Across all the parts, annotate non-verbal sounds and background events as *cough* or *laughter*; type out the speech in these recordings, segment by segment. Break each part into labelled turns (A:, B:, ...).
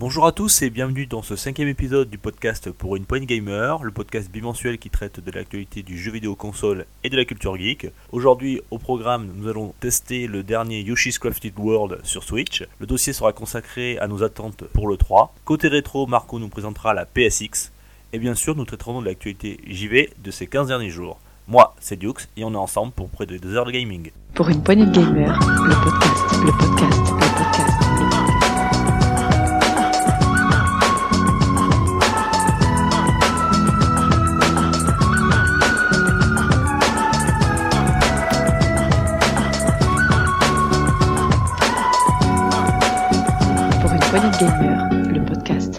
A: Bonjour à tous et bienvenue dans ce cinquième épisode du podcast Pour une poigne gamer, le podcast bimensuel qui traite de l'actualité du jeu vidéo console et de la culture geek. Aujourd'hui, au programme, nous allons tester le dernier Yoshi's Crafted World sur Switch. Le dossier sera consacré à nos attentes pour le 3. Côté rétro, Marco nous présentera la PSX. Et bien sûr, nous traiterons de l'actualité JV de ces 15 derniers jours. Moi, c'est Dux et on est ensemble pour près de 2 heures de gaming.
B: Pour une poignée de gamers, le podcast, le podcast, le podcast. Pour une poignée de gamers, le podcast.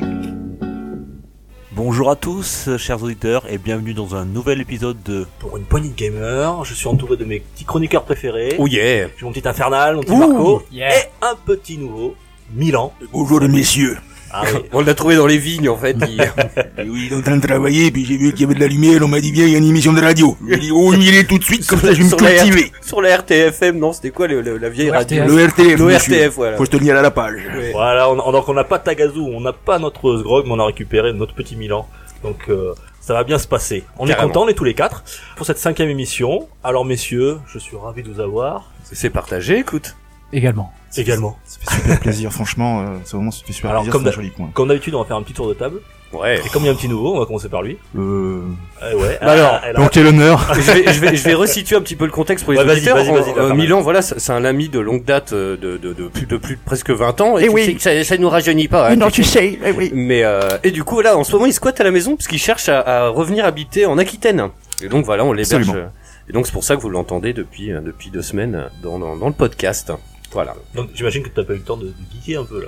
A: Bonjour à tous, euh, chers auditeurs, et bienvenue dans un nouvel épisode de Pour une poignée de gamer. Je suis entouré de mes petits chroniqueurs préférés.
C: Oh yeah
A: J'ai mon petit Infernal, mon petit
C: Ouh.
A: Marco,
D: Yeah.
A: et un petit nouveau, Milan.
E: Bonjour les messieurs.
A: Ah oui.
C: *laughs* On l'a trouvé dans les vignes en fait. il-
E: Et oui, il est en train de travailler, puis j'ai vu qu'il y avait de la lumière, on m'a dit bien, il y a une émission de radio. J'ai dit, oh, il est tout de suite, comme ça je vais me
C: Sur la-
E: cultiver.
C: Sur la RTFM, non, c'était quoi le- le- la vieille
D: Le
C: radio
D: RTF.
E: Le RTF,
C: Le
E: monsieur.
C: RTF, voilà.
E: Faut se tenir à la page.
C: Ouais.
A: Voilà, on, on- donc on n'a pas Tagazu, on n'a pas notre Sgrog, mais on a récupéré notre petit Milan. Donc euh, ça va bien se passer. On est
C: Carrément.
A: contents, on est tous les quatre, pour cette cinquième émission. Alors messieurs, je suis ravi de vous avoir.
C: C'est partagé, écoute.
D: Également.
A: Également.
F: Ça fait super plaisir, franchement, euh, c'est vraiment ça fait super
A: Alors,
F: plaisir,
A: comme
F: c'est un
A: d'hab-
F: joli point.
A: Comme d'habitude, on va faire un petit tour de table.
C: Ouais.
A: Et comme il y a un petit nouveau, on va commencer par lui.
F: Euh...
A: Eh ouais.
C: Bah alors,
A: elle a-
F: Donc, quel honneur
C: je, vais, je, vais, je vais resituer un petit peu le contexte pour les
A: Ouais, vas-y,
C: auditeurs.
A: vas-y,
C: En-
A: vas-y,
C: en-
A: Bernard.
C: Milan, voilà, c'est c'est un ami de longue date, euh, de, de, de plus de plus de presque 20 ans. Et, oui, ça, ça nous rajeunit pas. hein, tu sais.
E: sais, oui.
C: Mais euh, et du coup là, en ce moment, il squatte à la maison parce qu'il cherche à, à revenir habiter en Aquitaine. Et donc voilà, on l'héberge.
F: Absolument.
C: Et donc c'est pour ça que vous l'entendez depuis euh, depuis deux semaines euh, dans, dans, dans le podcast. Voilà.
A: Donc j'imagine que t'as pas eu le temps de, de geeker un peu là.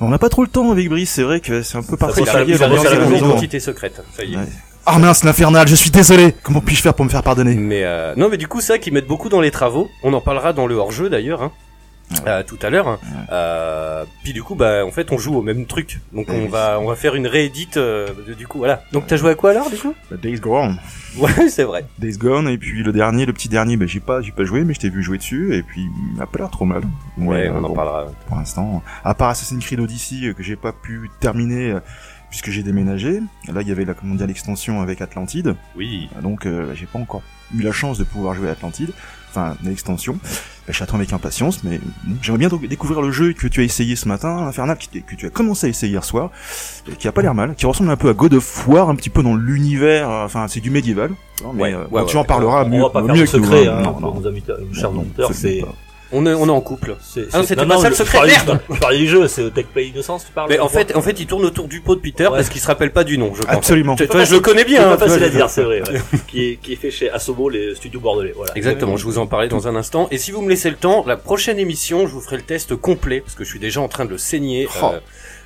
F: On n'a pas trop le temps avec Brice, c'est vrai que c'est un peu
A: Ça, ça,
F: particulier.
A: ça,
F: aujourd'hui,
A: ça,
F: à la
A: ça,
F: maison.
A: ça,
C: identité secrète. Ça y est.
F: Ouais. Ah mince, l'infernal, je suis désolé Comment puis-je faire pour me faire pardonner
C: Mais euh, non, mais du coup, ça qu'ils mettent beaucoup dans les travaux. On en parlera dans le hors-jeu d'ailleurs, hein, euh, tout à l'heure. hein. Euh, puis du coup, bah en fait, on joue au même truc. Donc
F: Ouais,
C: on
F: oui.
C: va on va faire une réédite euh, de- du coup. Voilà. Donc t'as joué à quoi alors du coup
F: Bah, Days Gone.
C: *laughs* Ouais, c'est vrai.
F: Days Gone, et puis le dernier, le petit dernier, bah, j'ai pas, j'ai pas joué, mais je t'ai vu jouer dessus, et puis il m'a pas l'air trop mal.
C: Ouais,
F: euh,
C: on en
F: bon,
C: parlera.
F: Pour l'instant, à part Assassin's Creed Odyssey, euh, que j'ai pas pu terminer, euh, puisque j'ai déménagé, là il y avait la, comment dire, l'extension avec Atlantide,
C: Oui.
F: Donc euh, j'ai pas encore eu la chance de pouvoir jouer à Atlantide, enfin l'extension. Bah, J'attends avec impatience, mais bon, j'aimerais bien donc découvrir le jeu que tu as essayé ce matin, l'Infernal, qui- que tu as commencé à essayer hier soir, euh, qui a pas l'air mal, qui ressemble un peu à God of War, un petit peu dans l'univers, euh, enfin c'est du médiéval. hein, mais,
C: Ouais,
F: euh,
C: ouais,
F: bon,
C: ouais,
F: tu en
C: ouais.
F: parleras
A: on
F: mieux,
A: va pas faire
F: mieux
A: de
F: que nous,
A: secret,
F: hein.
A: hein,
F: non,
A: pour
F: non.
A: nos amis- nos chers
F: Non, non,
A: auditeurs,
F: absolument
A: c'est.
F: pas.
C: On est on est en couple.
A: c'est-
C: Ah non,
A: c'est-
C: c'était pas ça, le
A: je- je
C: secret,
A: parlais-
C: merde
A: Je parlais du jeu, c'est au Tech Play Innocence, tu parles
C: Mais
A: je
C: en
A: crois.
C: fait, en fait, il tourne autour du pot de Peter
A: Ouais.
C: parce qu'il se rappelle pas du nom, je pense.
F: Absolument.
C: Tu- tu vois, je le connais
A: C'est
C: bien.
A: pas
C: hein, tu
A: facile
C: vois,
A: à
C: je-
A: dire, c'est vrai.
C: *laughs*
A: ouais. qui, est, qui est fait chez Asobo, les studios bordelais. Voilà.
C: Exactement, je vous en parlais dans un instant. Et si vous me laissez le temps, la prochaine émission, je vous ferai le test complet, parce que je suis déjà en train de le saigner.
F: Oh.
C: euh,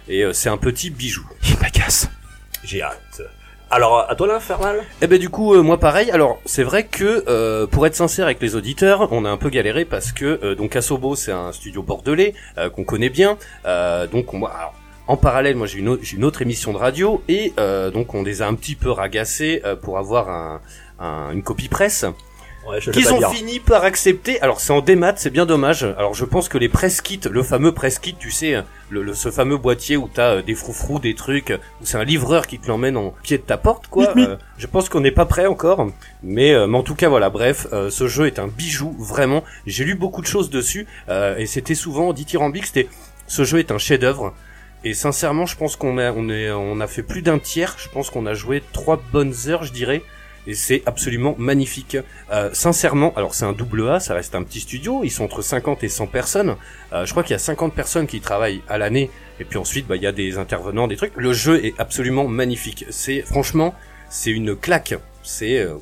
C: et euh, c'est un petit bijou.
F: Il m'agace.
A: J'ai hâte. Alors, à toi l'infernal
C: Eh ben du coup, euh, moi pareil. Alors, c'est vrai que, euh, pour être sincère avec les auditeurs, on a un peu galéré parce que, euh, donc Asobo, c'est un studio bordelais euh, qu'on connaît bien. Euh, donc, on, alors, en parallèle, moi j'ai une, au- j'ai une autre émission de radio, et euh, donc on les a un petit peu ragassés euh, pour avoir un- un- une copie presse.
A: Ouais, je sais
C: qu'ils
A: pas
C: ont
A: dire.
C: fini par accepter. Alors c'est en démat, c'est bien dommage. Alors je pense que les press kits, le fameux press kit, tu sais, le, le- ce fameux boîtier où t'as euh, des froufrous, des trucs, où c'est un livreur qui te l'emmène en pied de ta porte, quoi. Euh, je pense qu'on n'est pas prêt encore, mais, euh, mais en tout cas voilà. Bref, euh, ce jeu est un bijou vraiment. J'ai lu beaucoup de choses dessus euh, et c'était souvent dithyrambique. C'était ce jeu est un chef-d'œuvre. Et sincèrement, je pense qu'on a, on est, on a fait plus d'un tiers. Je pense qu'on a joué trois bonnes heures, je dirais. Et c'est absolument magnifique. Euh, sincèrement, alors c'est un double A, ça reste un petit studio. Ils sont entre 50 et 100 personnes. Euh, je crois qu'il y a 50 personnes qui travaillent à l'année. Et puis ensuite, bah, il y a des intervenants, des trucs. Le jeu est absolument magnifique. C'est franchement, c'est une claque. C'est euh,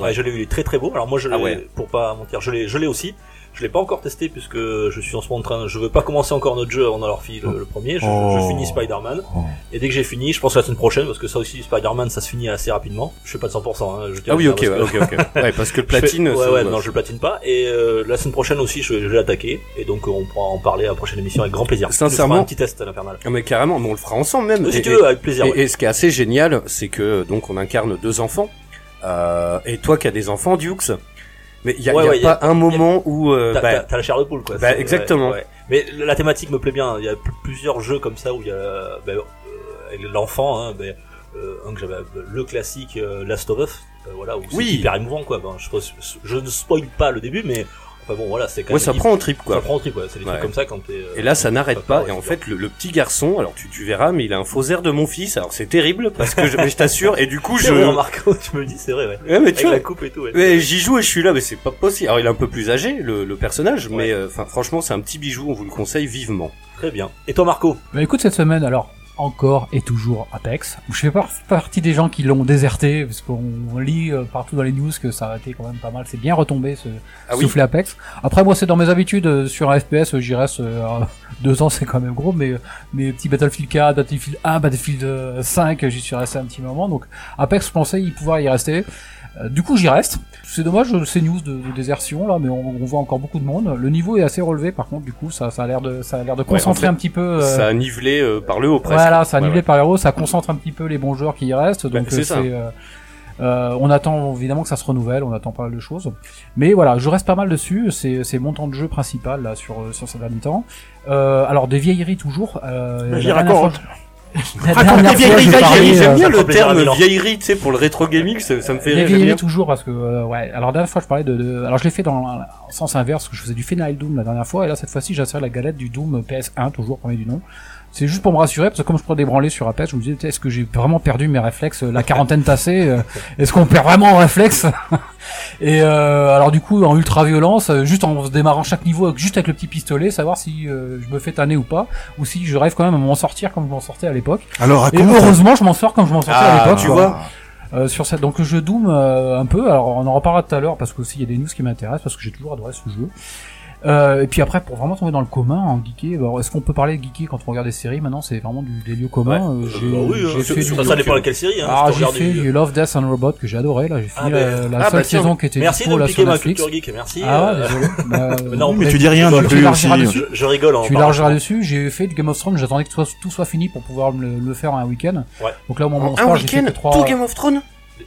A: Ouais, je l'ai vu, il est très très beau. Alors moi, je l'ai,
C: Ah ouais.
A: pour pas mentir, je l'ai, je l'ai aussi. Je l'ai pas encore testé puisque je suis en ce moment en train, je veux pas commencer encore notre jeu avant d'avoir fini le, le premier. Je, je
F: Oh.
A: finis Spider-Man.
F: Oh.
A: Et dès que j'ai fini, je pense la semaine prochaine parce que ça aussi, Spider-Man, ça se finit assez rapidement. Je suis pas de 100%, hein, je tiens
C: ah
A: à
C: oui,
A: le
C: ok,
A: dire,
C: ouais,
A: parce que-
C: ok, ok. Ouais, parce que le
A: je fais-
C: platine.
A: ouais,
C: ça-
A: ouais, non, je le platine pas. Et euh, la semaine prochaine aussi, je, je l'ai attaqué. Et donc, euh, on pourra en parler à la prochaine émission avec grand plaisir. On
C: Sincèrement.
A: fera un petit test à l'infernal.
C: Ah, mais carrément, mais on le fera ensemble même.
A: Si
C: Et-
A: tu
C: et-
A: veux, avec plaisir.
C: Et,
A: ouais.
C: et ce qui est assez génial, c'est que donc on incarne deux enfants. Euh, et toi qui as des enfants, Dukes, mais il n'y a,
A: Ouais,
C: y a
A: ouais, y a-
C: pas un moment où euh,
A: T'as,
C: bah,
A: t'as- t'as la chair de poule, quoi.
C: bah,
A: C'est-
C: exactement.
A: ouais, ouais. Mais la thématique me plaît bien. Il y a pl- plusieurs jeux comme ça où il y a ben, euh, avec l'enfant, hein, ben, euh, un que j'avais le classique euh, Last of Us, euh, voilà, où c'est
C: Oui.
A: hyper émouvant quoi. Ben, je, pense- je ne spoil pas le début, mais enfin bon, voilà, c'est quand
C: Ouais,
A: même
C: ça
A: hyper-
C: prend en trip,
A: Ça
C: quoi.
A: prend au trip, ouais. C'est des
C: Ouais.
A: trucs comme ça quand t'es. euh,
C: Et là, ça n'arrête
A: papa,
C: pas.
A: ouais,
C: Et en
A: c'est
C: fait, le, le petit garçon, alors tu, tu verras, mais il a un faux air de mon fils. Alors c'est terrible parce que je, mais je t'assure. Et du coup,
A: bien.
C: je.
A: C'est vrai, Ah, *laughs* Marco, tu me le dis, c'est vrai, ouais.
C: Ouais, mais
A: Avec
C: tu vois,
A: la coupe et tout, ouais.
C: mais j'y joue et je suis là, mais c'est pas possible. Alors il est un peu plus âgé, le, le personnage,
A: Ouais.
C: mais euh, enfin franchement, c'est un petit bijou. On vous le conseille vivement.
A: Très bien. Et toi, Marco
D: Bah écoute, cette semaine, alors, encore et toujours Apex. Je fais par- partie des gens qui l'ont déserté, parce qu'on lit euh, partout dans les news que ça a été quand même pas mal. C'est bien retombé ce
C: Ah oui.
D: soufflet Apex. Après, moi, c'est dans mes habitudes. euh, Sur un FPS, euh, j'y reste euh, *laughs* deux ans, c'est quand même gros, mais euh, mes petits Battlefield 4, Battlefield 1, Battlefield euh, 5, euh, j'y suis resté un petit moment. Donc, Apex, je pensais y pouvoir y rester. Euh, Du coup, j'y reste. C'est dommage, euh, ces news de, de désertion là, mais on, on voit encore beaucoup de monde. Le niveau est assez relevé, par contre. Du coup, ça, ça a l'air de, ça a l'air de
C: Ouais, en
D: concentrer
C: fait,
D: un petit peu. euh,
C: Ça a nivelé euh, par le haut presque.
D: voilà, ça annule
C: Ouais,
D: les par héros, ça concentre un petit peu les bons joueurs qui y restent.
C: Bah,
D: Donc
C: c'est
D: euh,
C: ça.
D: c'est, euh, euh, on attend évidemment que ça se renouvelle, on attend pas mal de choses. Mais voilà, je reste pas mal dessus. C'est c'est mon temps de jeu principal là sur euh, sur ces derniers temps. Euh, alors des vieilleries toujours. Euh,
F: Vas-y,
D: la dernière
F: raconte.
D: fois- *laughs* La dernière
C: ouais.
D: fois, j'ai parlé, euh,
C: Ah, J'aime bien
A: ça
C: le
A: fait plaisir à
C: terme
A: Milan.
C: vieillerie, tu sais, pour le rétro gaming, ça, ça me fait
D: les
C: rire. j'aime
D: vieilleries
C: bien.
D: toujours parce que euh, ouais. Alors la dernière fois je parlais de, de- alors je l'ai fait dans un sens inverse parce que je faisais du Final Doom la dernière fois et là cette fois-ci j'insère la galette du Doom PS1 toujours premier du nom. C'est juste pour me rassurer parce que comme je prends des branlées sur Apex, je me disais est-ce que j'ai vraiment perdu mes réflexes euh, la quarantaine tassée euh, Est-ce qu'on perd vraiment en réflexes *laughs* Et euh, alors du coup en ultra violence, euh, juste en se démarrant chaque niveau avec- juste avec le petit pistolet, savoir si euh, je me fais tanner ou pas ou si je rêve quand même à m'en sortir comme je m'en sortais à l'époque.
F: Alors
D: Et
F: raconte.
D: heureusement je m'en sors comme je m'en sortais à
C: Ah,
D: l'époque.
C: tu
D: quoi.
C: vois.
D: Euh, sur ça. Donc je doom euh, un peu. Alors on en reparlera tout à l'heure parce que aussi il y a des news qui m'intéressent parce que j'ai toujours adoré ce jeu. Euh, et puis après pour vraiment tomber dans le commun en geeké, alors, est-ce qu'on peut parler de geeké quand on regarde des séries maintenant C'est vraiment du, des lieux communs. Euh, j'ai-
A: Bah oui, hein,
D: j'ai
A: ça-
D: fait
A: ça,
D: du-
A: ça dépend laquelle série. Hein,
D: Ah,
A: si tu
D: j'ai
A: regardes
D: fait
A: du-
D: du Love, Death and Robot que j'ai adoré là. J'ai fini
A: Ah,
D: la,
A: ben,
D: la
C: ah,
D: seule
C: bah, tiens.
D: saison qui était
A: Merci
D: dispo
A: de me
D: là
A: piquer
D: sur
A: ma
D: Netflix.
A: culture geek, merci.
D: Ah,
A: euh, *laughs*
D: désolé. Bah,
A: Mais non,
D: euh,
F: Oui, mais tu dis rien
D: tu
F: non plus aussi.
D: largeras dessus.
A: je, je rigole en
D: Tu
A: parlant.
D: largeras dessus, j'ai fait du Game of Thrones, j'attendais que tout soit, tout soit fini pour pouvoir me le, le faire en un week-end.
A: Ouais.
D: Donc là au moment où on se
C: Ah, Un
D: parle, j'ai fait
C: week-end,
D: que trois...
C: tout Game of Thrones.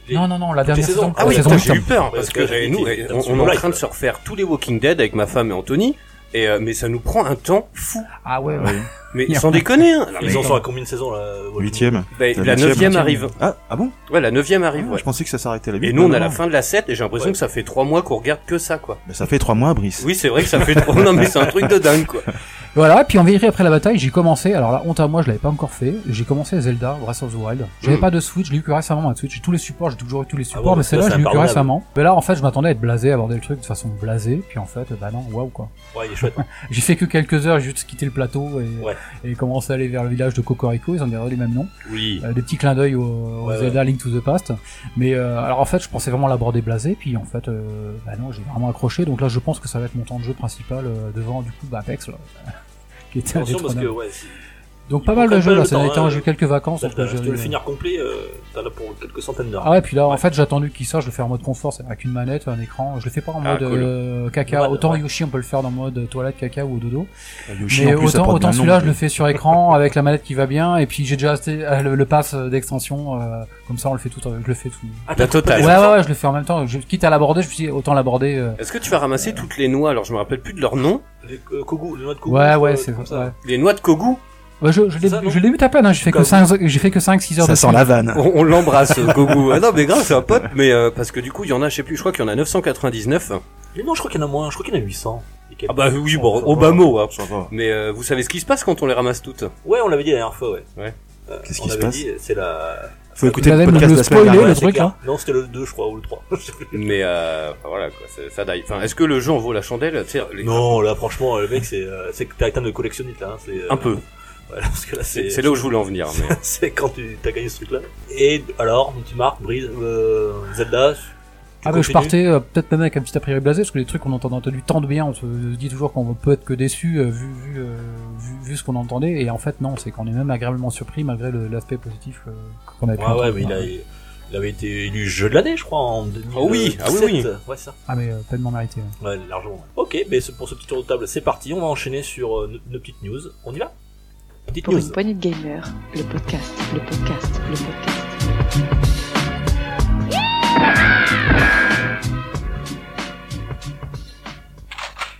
A: Les-
D: Non, non, non, la dernière
A: les saisons.
D: saison.
C: Ah
D: la
C: oui,
D: saison
C: putain,
D: huit,
C: j'ai eu peur parce
A: Parce
C: que
A: que
C: eh, nous, eh,
A: t'as-
C: on,
A: t'as-
C: on
A: t'as-
C: est en
A: t'as-
C: train de se refaire tous les Walking Dead avec ma femme et Anthony, et euh, mais ça nous prend un temps fou.
D: Ah ouais, ouais.
F: Oui.
C: Mais
D: Il y a
C: sans
D: pas-
C: déconner, hein. Non,
D: Ah,
C: mais-
A: Ils en sont à combien de saisons là Walking
F: Huitième.
C: Ben,
F: La
C: la
F: huitième.
C: neuvième arrive.
F: Ah, ah bon
C: Ouais, la neuvième arrive.
F: Ah,
C: ouais.
F: Je pensais que ça s'arrêtait à la huit.
C: Et nous, on
F: Non,
C: a la
F: non.
C: fin de la 7 et j'ai l'impression
A: Ouais.
C: que ça fait trois mois qu'on regarde que ça, quoi.
F: Bah, Ça fait trois mois, Brice.
C: Oui, c'est vrai que *laughs* ça fait trois. Non, mais c'est un truc de dingue, quoi.
D: Voilà, puis en vérité, après la bataille, j'ai commencé, alors la honte à moi, je l'avais pas encore fait, j'ai commencé Zelda, Breath of the Wild. J'avais
C: Mm.
D: pas de Switch, je l'ai eu que récemment, ma Switch, j'ai tous les supports, j'ai toujours eu tous les supports,
A: Ah bon,
D: mais
A: ça,
D: celle-là,
A: c'est
D: je l'ai eu que
A: impardonnable.
D: récemment. Mais là, en fait, je m'attendais à être blasé, à aborder le truc de façon blasée, puis en fait, bah non, waouh quoi.
A: Ouais, il est
D: *laughs*
A: chouette.
D: J'ai fait que quelques heures, j'ai juste quitté le plateau et,
A: Ouais.
D: et commencé à aller vers le village de Cocorico, ils ont gardé les mêmes noms.
C: Oui.
D: Euh, des petits clins d'œil au, au
A: Ouais,
D: Zelda Link to the Past. Mais euh, alors en fait, je pensais vraiment l'aborder blasé, puis en fait, euh, bah non, j'ai vraiment accroché. Donc là, je pense que ça va être mon temps de jeu principal euh, devant du coup bah, Apex, là, *laughs* qui était
A: Attention parce que
D: indétrônable.
A: ouais, si-
D: Donc
A: il
D: pas
A: faut
D: mal
A: quand
D: de
A: même
D: jeux
A: le
D: là. Ces
A: temps,
D: derniers
A: hein,
D: temps, j'ai eu quelques vacances.
A: là,
D: entre
A: je
D: j'ai-
A: te le finir complet, euh, t'as là pour quelques centaines d'heures.
D: Ah ouais, puis là, en
A: Ouais.
D: fait, j'ai attendu qu'il sorte. Je le fais en mode confort, c'est avec une manette, un écran. Je le fais pas en
C: Ah,
D: mode
C: cool.
D: euh, caca.
A: Ouais,
D: autant
A: ouais.
D: Yoshi, on peut le faire dans mode toilette, caca ou au dodo.
F: Yoshi,
D: Mais
F: en plus, ça
D: autant,
F: porte
D: autant
F: bien le nom.
D: celui-là, je le fais sur écran *laughs* avec la manette qui va bien. Et puis j'ai déjà acheté euh, le, le pass d'extension. euh, comme ça, on le fait tout. Je le fais tout.
A: Ah,
C: La
A: t'as coupé
C: totale.
D: Ouais,
A: les
D: ouais,
A: enfants.
D: ouais, je le fais en même temps. Je, quitte à l'aborder, je me suis dit, autant l'aborder. euh.
C: Est-ce que tu vas ramasser toutes les noix Alors, je me rappelle plus de leur nom.
A: Les, euh, Kogu, les noix de Kogu.
D: Ouais,
A: je
D: ouais,
A: crois,
D: c'est
A: comme
D: ça. Ouais.
C: Les noix de Kogu,
D: Ouais, je, je
A: C'est ça,
D: l'ai-
A: non
D: je débute à peine, hein. j'ai fait que
A: Comme-
D: 5, j'ai fait que 5, 6 heures
F: Ça
D: dessus.
F: sent la vanne.
C: on, on *laughs* l'embrasse, euh, Kogu. Ah non, mais grave, c'est un pote. Mais euh, parce que du coup, il y en a, je sais plus, je crois qu'il y en a 999.
A: Mais non, je crois qu'il y en a moins, je crois qu'il y en a 800. et quelques.
C: Ah bah oui,
A: Ouais,
C: bon,
A: ça
C: au
A: va.
C: bas mot. hein.
F: Ça va.
C: Mais euh, vous savez ce qui se passe quand on les ramasse toutes
A: Ouais, on l'avait dit la dernière fois, ouais.
C: Ouais.
A: Euh,
F: Qu'est-ce
A: on
F: qui se
A: avait
F: passe
A: dit, C'est la. Ah
F: Faut
D: Vous
F: écouter
D: avez
F: le
D: me
F: podcast de
D: le
F: la semaine
D: spoiler, le
F: dernière.
A: c'est
D: truc, hein.
A: clair.
D: là.
A: Non, c'était le 2, je crois, ou le 3.
C: Mais euh, enfin, voilà, quoi, c'est- ça daille. Enfin, est-ce que le jeu en vaut la chandelle Tu sais, les-
A: non, là, franchement, le mec, c'est euh, c'est que t'as atteint de collectionniste, là. hein, c'est, euh,
C: Un peu.
A: Voilà, parce que là,
C: C'est
A: c'est. *laughs*
C: c'est là où je voulais en venir. Mais...
A: C'est quand tu as gagné ce truc-là. Et alors, tu marques, Brise, euh, Zelda. tu
D: Ah, mais
A: continues
D: je partais euh, peut-être même avec un petit a priori blasé, parce que les trucs qu'on entend entendu tant de bien, on se dit toujours qu'on peut être que déçu euh, vu, vu, euh, vu, vu ce qu'on entendait, et en fait non, c'est qu'on est même agréablement surpris malgré le- l'aspect positif euh, qu'on a pu
A: Ouais, ouais,
D: entendre.
A: mais il, a, il avait été élu jeu de l'année, je crois, en 2017.
C: Ah oui, ah oui, oui.
A: Ouais, ça.
D: Ah mais euh, pleinement mérité. ouais.
A: Ouais, largement. ouais. Ok, mais ce- pour ce petit tour de table, c'est parti. On va enchaîner sur euh, nos, nos petites news. On y va Petite
B: Pour
A: news.
B: une poignée de gamers, le podcast, le podcast, le podcast.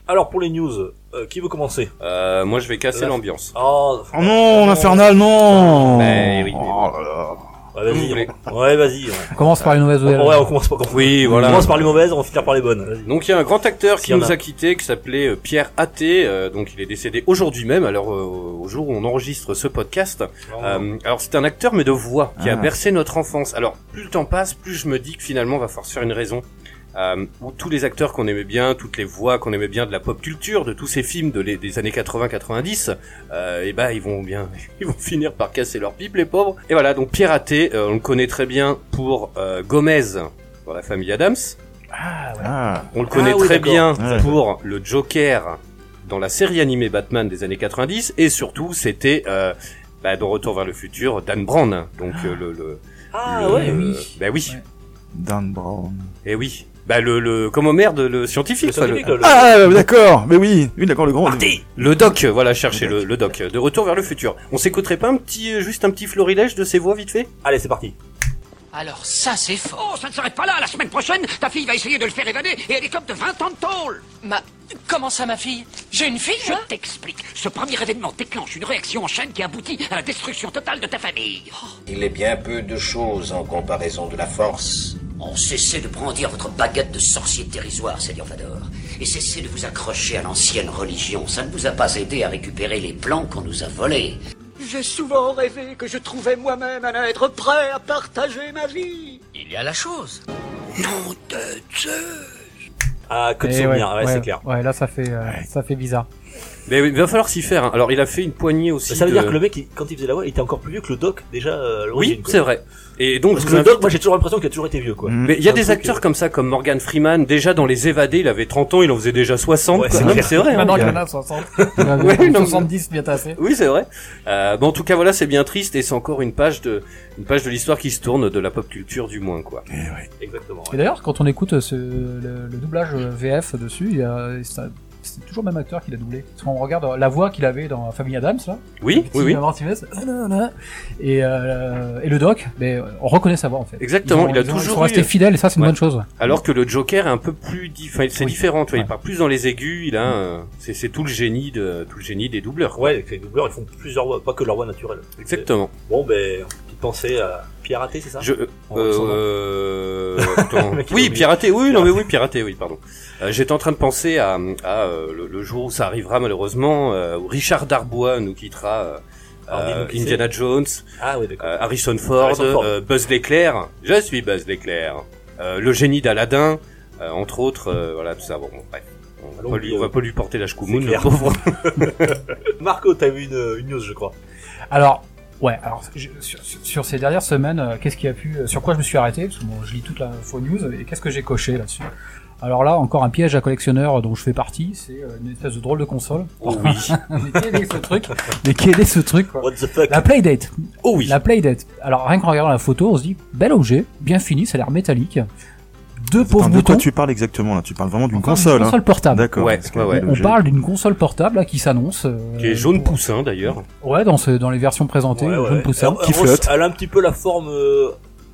A: Alors, pour les news, Euh, qui veut commencer
C: Euh, moi, je vais casser
A: Là.
C: l'ambiance.
A: Oh,
F: Oh non, l'infernal, non
C: Ben oui.
F: Oh là là.
A: Ouais, vas-y. on- Ouais, vas-y. on-
D: On commence par une mauvaise nouvelle.
A: Ouais, on commence pas.
C: Oui,
A: On
C: voilà.
A: commence par les mauvaises, on va finir par les bonnes. Vas-y.
C: Donc il y a un grand acteur qui
A: S'il y en
C: nous
A: a.
C: a quitté qui s'appelait euh, Pierre Athé, euh, donc il est décédé aujourd'hui même, alors euh, au jour où on enregistre ce podcast.
A: Oh.
C: Euh, alors c'est un acteur mais de voix qui a
F: Ah.
C: bercé notre enfance. Alors plus le temps passe, plus je me dis que finalement on va falloir se faire une raison. Euh, où tous les acteurs qu'on aimait bien, toutes les voix qu'on aimait bien de la pop culture, de tous ces films de les- des années 80-90, euh, et bah ils vont bien, *laughs* ils vont finir par casser leur pipe les pauvres. Et voilà donc Pierre Athé, euh, on le connaît très bien pour euh, Gomez dans la famille Adams.
F: Ah,
C: On le connaît
A: Ah oui,
C: très bien
A: d'accord.
F: Ouais.
C: pour le Joker dans la série animée Batman des années 90 et surtout c'était euh, bah, dans Retour vers le futur Dan Brown donc euh, le, le
A: Ah
C: le-
A: ouais.
C: le- bah oui
D: Ouais.
F: Dan Brown.
C: et oui bah le le comment merde le scientifique
A: Le
C: quoi, le-
A: scientifique, là, le-
F: Ah, d'accord, mais oui, oui, d'accord, le grand.
A: Marty
C: le doc voilà cherchez
F: Le
C: le, le doc de Retour vers le futur on s'écouterait pas un petit euh, juste un petit florilège de ses voix vite fait
A: Allez, c'est parti.
G: Alors ça, c'est fort.
H: Oh, ça ne s'arrête pas là. La semaine prochaine, ta fille va essayer de le faire évader et elle est comme de 20 ans de tôle.
G: Ma... Comment ça, ma fille J'ai une fille,
H: Je
G: moi
H: t'explique. Ce premier événement déclenche une réaction en chaîne qui aboutit à la destruction totale de ta famille.
I: Il est bien peu de choses en comparaison de la force.
H: On Oh, cessez de brandir votre baguette de sorcier dérisoire, Seigneur Vador. Et cessez de vous accrocher à l'ancienne religion. Ça ne vous a pas aidé à récupérer les plans qu'on nous a volés.
J: J'ai souvent rêvé que je trouvais moi-même un être prêt à partager ma vie.
H: Il y a la chose. Nom de Dieu
A: Ah, que de
D: Et
C: Eh
A: souvenirs,
D: Eh ouais,
A: ouais,
D: ouais,
A: c'est
C: Bah,
A: clair.
D: Ouais, là, ça fait, euh, ça fait bizarre.
C: mais oui, il va falloir s'y faire hein. alors il a fait une poignée aussi
A: Ça veut
C: de-
A: dire que le mec, il- quand il faisait la voix, il était encore plus vieux que le doc, déjà, euh, à l'origine,
C: oui
A: quoi.
C: c'est vrai et donc
A: Parce
C: je
A: que
C: vous
A: le
C: invite-
A: doc, moi, j'ai toujours l'impression qu'il a toujours été vieux, quoi.
F: Mm.
C: Mmh. Mais il y a
A: Un
C: des
A: truc,
C: acteurs
A: euh,
C: comme ça, comme Morgan Freeman, déjà dans Les Évadés, il avait 30 ans, il en faisait déjà 60.
A: Ouais,
C: quoi.
A: c'est
C: Non,
A: clair.
C: mais c'est vrai. hein.
D: Maintenant, il y en a 60.
C: Ouais, non,
D: 70 bien tassé.
C: Oui, c'est vrai. Euh, bon, en tout cas, voilà, c'est bien triste et c'est encore une page de une page de l'histoire qui se tourne de la pop culture du moins, quoi.
A: Exactement.
D: Et
A: ouais.
D: d'ailleurs, quand on écoute euh, ce, le, le doublage VF dessus, il y a, ça- c'est toujours le même acteur qui l'a doublé. Parce qu'on regarde la voix qu'il avait dans Famille Adams, là.
C: Oui, oui, oui.
D: Martinez, ah, non, non. Et, euh, et le doc, mais on reconnaît sa voix en fait.
C: Exactement,
D: Ils ont-
C: il a
D: ils ont- Ils
C: toujours
D: sont restés
C: eu- euh,
D: fidèles et ça, c'est une
C: Ouais.
D: bonne chose.
C: Alors que le Joker est un peu plus, dif- enfin, c'est
D: Oui.
C: différent. Tu vois,
D: Ouais.
C: il part plus dans les aigus. Il a, un- c'est c'est tout le génie de tout le génie des doubleurs. quoi.
A: Ouais, les doubleurs, ils font plusieurs voix, pas que leur voix naturelle.
C: Exactement.
A: Bon, ben, petite pensée à pirater, c'est ça
C: Je, euh,
A: On va s'en
C: euh,
A: *laughs* Le mec, il
C: oui,
A: oublie.
C: piraté, oui, non mais oui, piraté, oui, pardon. Euh, J'étais en train de penser à, à, euh, le, le jour où ça arrivera malheureusement, euh, où Richard Darbois nous quittera, euh,
A: Alors, dis-nous
C: euh,
A: qui
C: Indiana Jones,
A: Ah, oui, d'accord.
C: euh, Harrison Ford,
A: Harrison Ford.
C: euh, Buzz l'éclair, je suis Buzz l'éclair, euh, le génie d'Aladin, euh, entre autres, euh, voilà tout ça, bon, bon, bref. On va,
A: Allons,
C: pas lui, on va pas lui porter la
A: euh, c'est
C: choucoumoune, le
A: clair.
C: pauvre.
A: Euh, Marco, t'as vu une, une news, je crois.
D: Alors, ouais, alors je- sur, sur ces dernières semaines, euh, qu'est-ce qui a pu, euh, sur quoi je me suis arrêté Parce que bon, je lis toute la faux news et qu'est-ce que j'ai coché là-dessus alors là, encore un piège à collectionneur dont je fais partie, c'est euh, une espèce de drôle de console.
C: Oh oui,
D: *laughs* mais quel est ce truc
F: *laughs*
D: Mais quel est ce truc quoi
A: What the fuck
D: La Playdate,
C: oh oui.
D: La Playdate. Alors rien qu'en regardant la photo, on se dit bel objet, bien fini, ça a l'air métallique. Deux
F: Attends,
D: pauvres
F: de
D: boutons.
F: quoi tu parles exactement là Tu parles vraiment d'une
D: Enfin,
F: console.
D: Une
F: hein.
D: console portable.
F: D'accord.
C: Ouais,
F: parce que
C: ouais, ouais.
D: On
F: l'objet-
D: parle d'une console portable là, qui s'annonce. euh,
A: *laughs*
C: Qui est jaune
D: pour-
C: poussin d'ailleurs.
D: Ouais, dans, ce, dans les versions présentées,
A: Ouais, ouais,
D: jaune
A: ouais.
D: poussin.
A: Elle-
F: qui
A: elle res-
F: flotte.
A: Elle a un petit peu la forme. euh,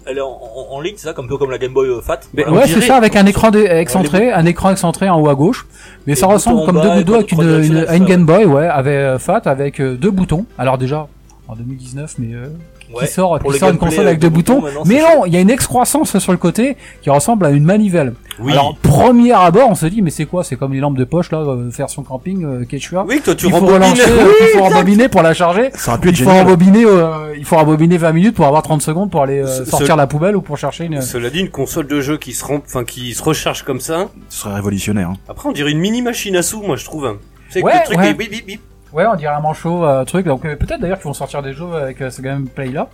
A: elle est en, en, en ligne, c'est ça, comme peu comme la Game Boy euh, Fat.
C: Mais-
A: Voilà.
C: on
D: Ouais, c'est
C: dirait-
D: ça, avec un écran dé-
A: Ouais,
D: excentré, un écran excentré en haut à gauche. Mais
A: Et
D: ça
A: boutons
D: ressemble
A: en
D: comme
A: bas
D: deux
A: et
D: bouts d'eau avec
A: trois
D: une, une,
A: directionnels,
D: une
A: ça,
D: Game Boy, ouais, avec euh, Fat, avec euh, deux boutons. Alors déjà, en 2019, mais euh,
A: Ouais.
D: qui sort,
A: Pour
D: qui
A: les
D: sort une
A: gameplays,
D: console
A: euh,
D: avec deux boutons.
A: maintenant,
D: mais
A: c'est
D: non, il y a une excroissance sur le côté qui ressemble à une manivelle.
C: Oui.
D: Alors premier abord, on se dit mais c'est quoi C'est comme les lampes de poche là, euh, version camping, euh, Quechua.
C: Oui, toi tu
D: il faut
C: rembobines.
D: relancer, euh, il faut rembobiner pour la charger.
F: Ça aurait pu être
D: Il faut
F: génial.
D: rembobiner, euh, il faut rembobiner 20 minutes pour avoir 30 secondes pour aller euh,
C: Ce-
D: sortir
C: ce-
D: la poubelle ou pour chercher une.
C: Cela dit, une console de jeu qui se rem- enfin qui se recharge comme ça.
F: Ce serait révolutionnaire. hein.
C: Après, on dirait une mini machine à sous, moi je trouve. hein. C'est que
D: Ouais,
C: le truc
D: ouais.
C: est bip bip bip.
D: Ouais, on dirait un manchot euh, truc. Donc euh, peut-être d'ailleurs qu'ils vont sortir des jeux avec euh, ce gameplay là.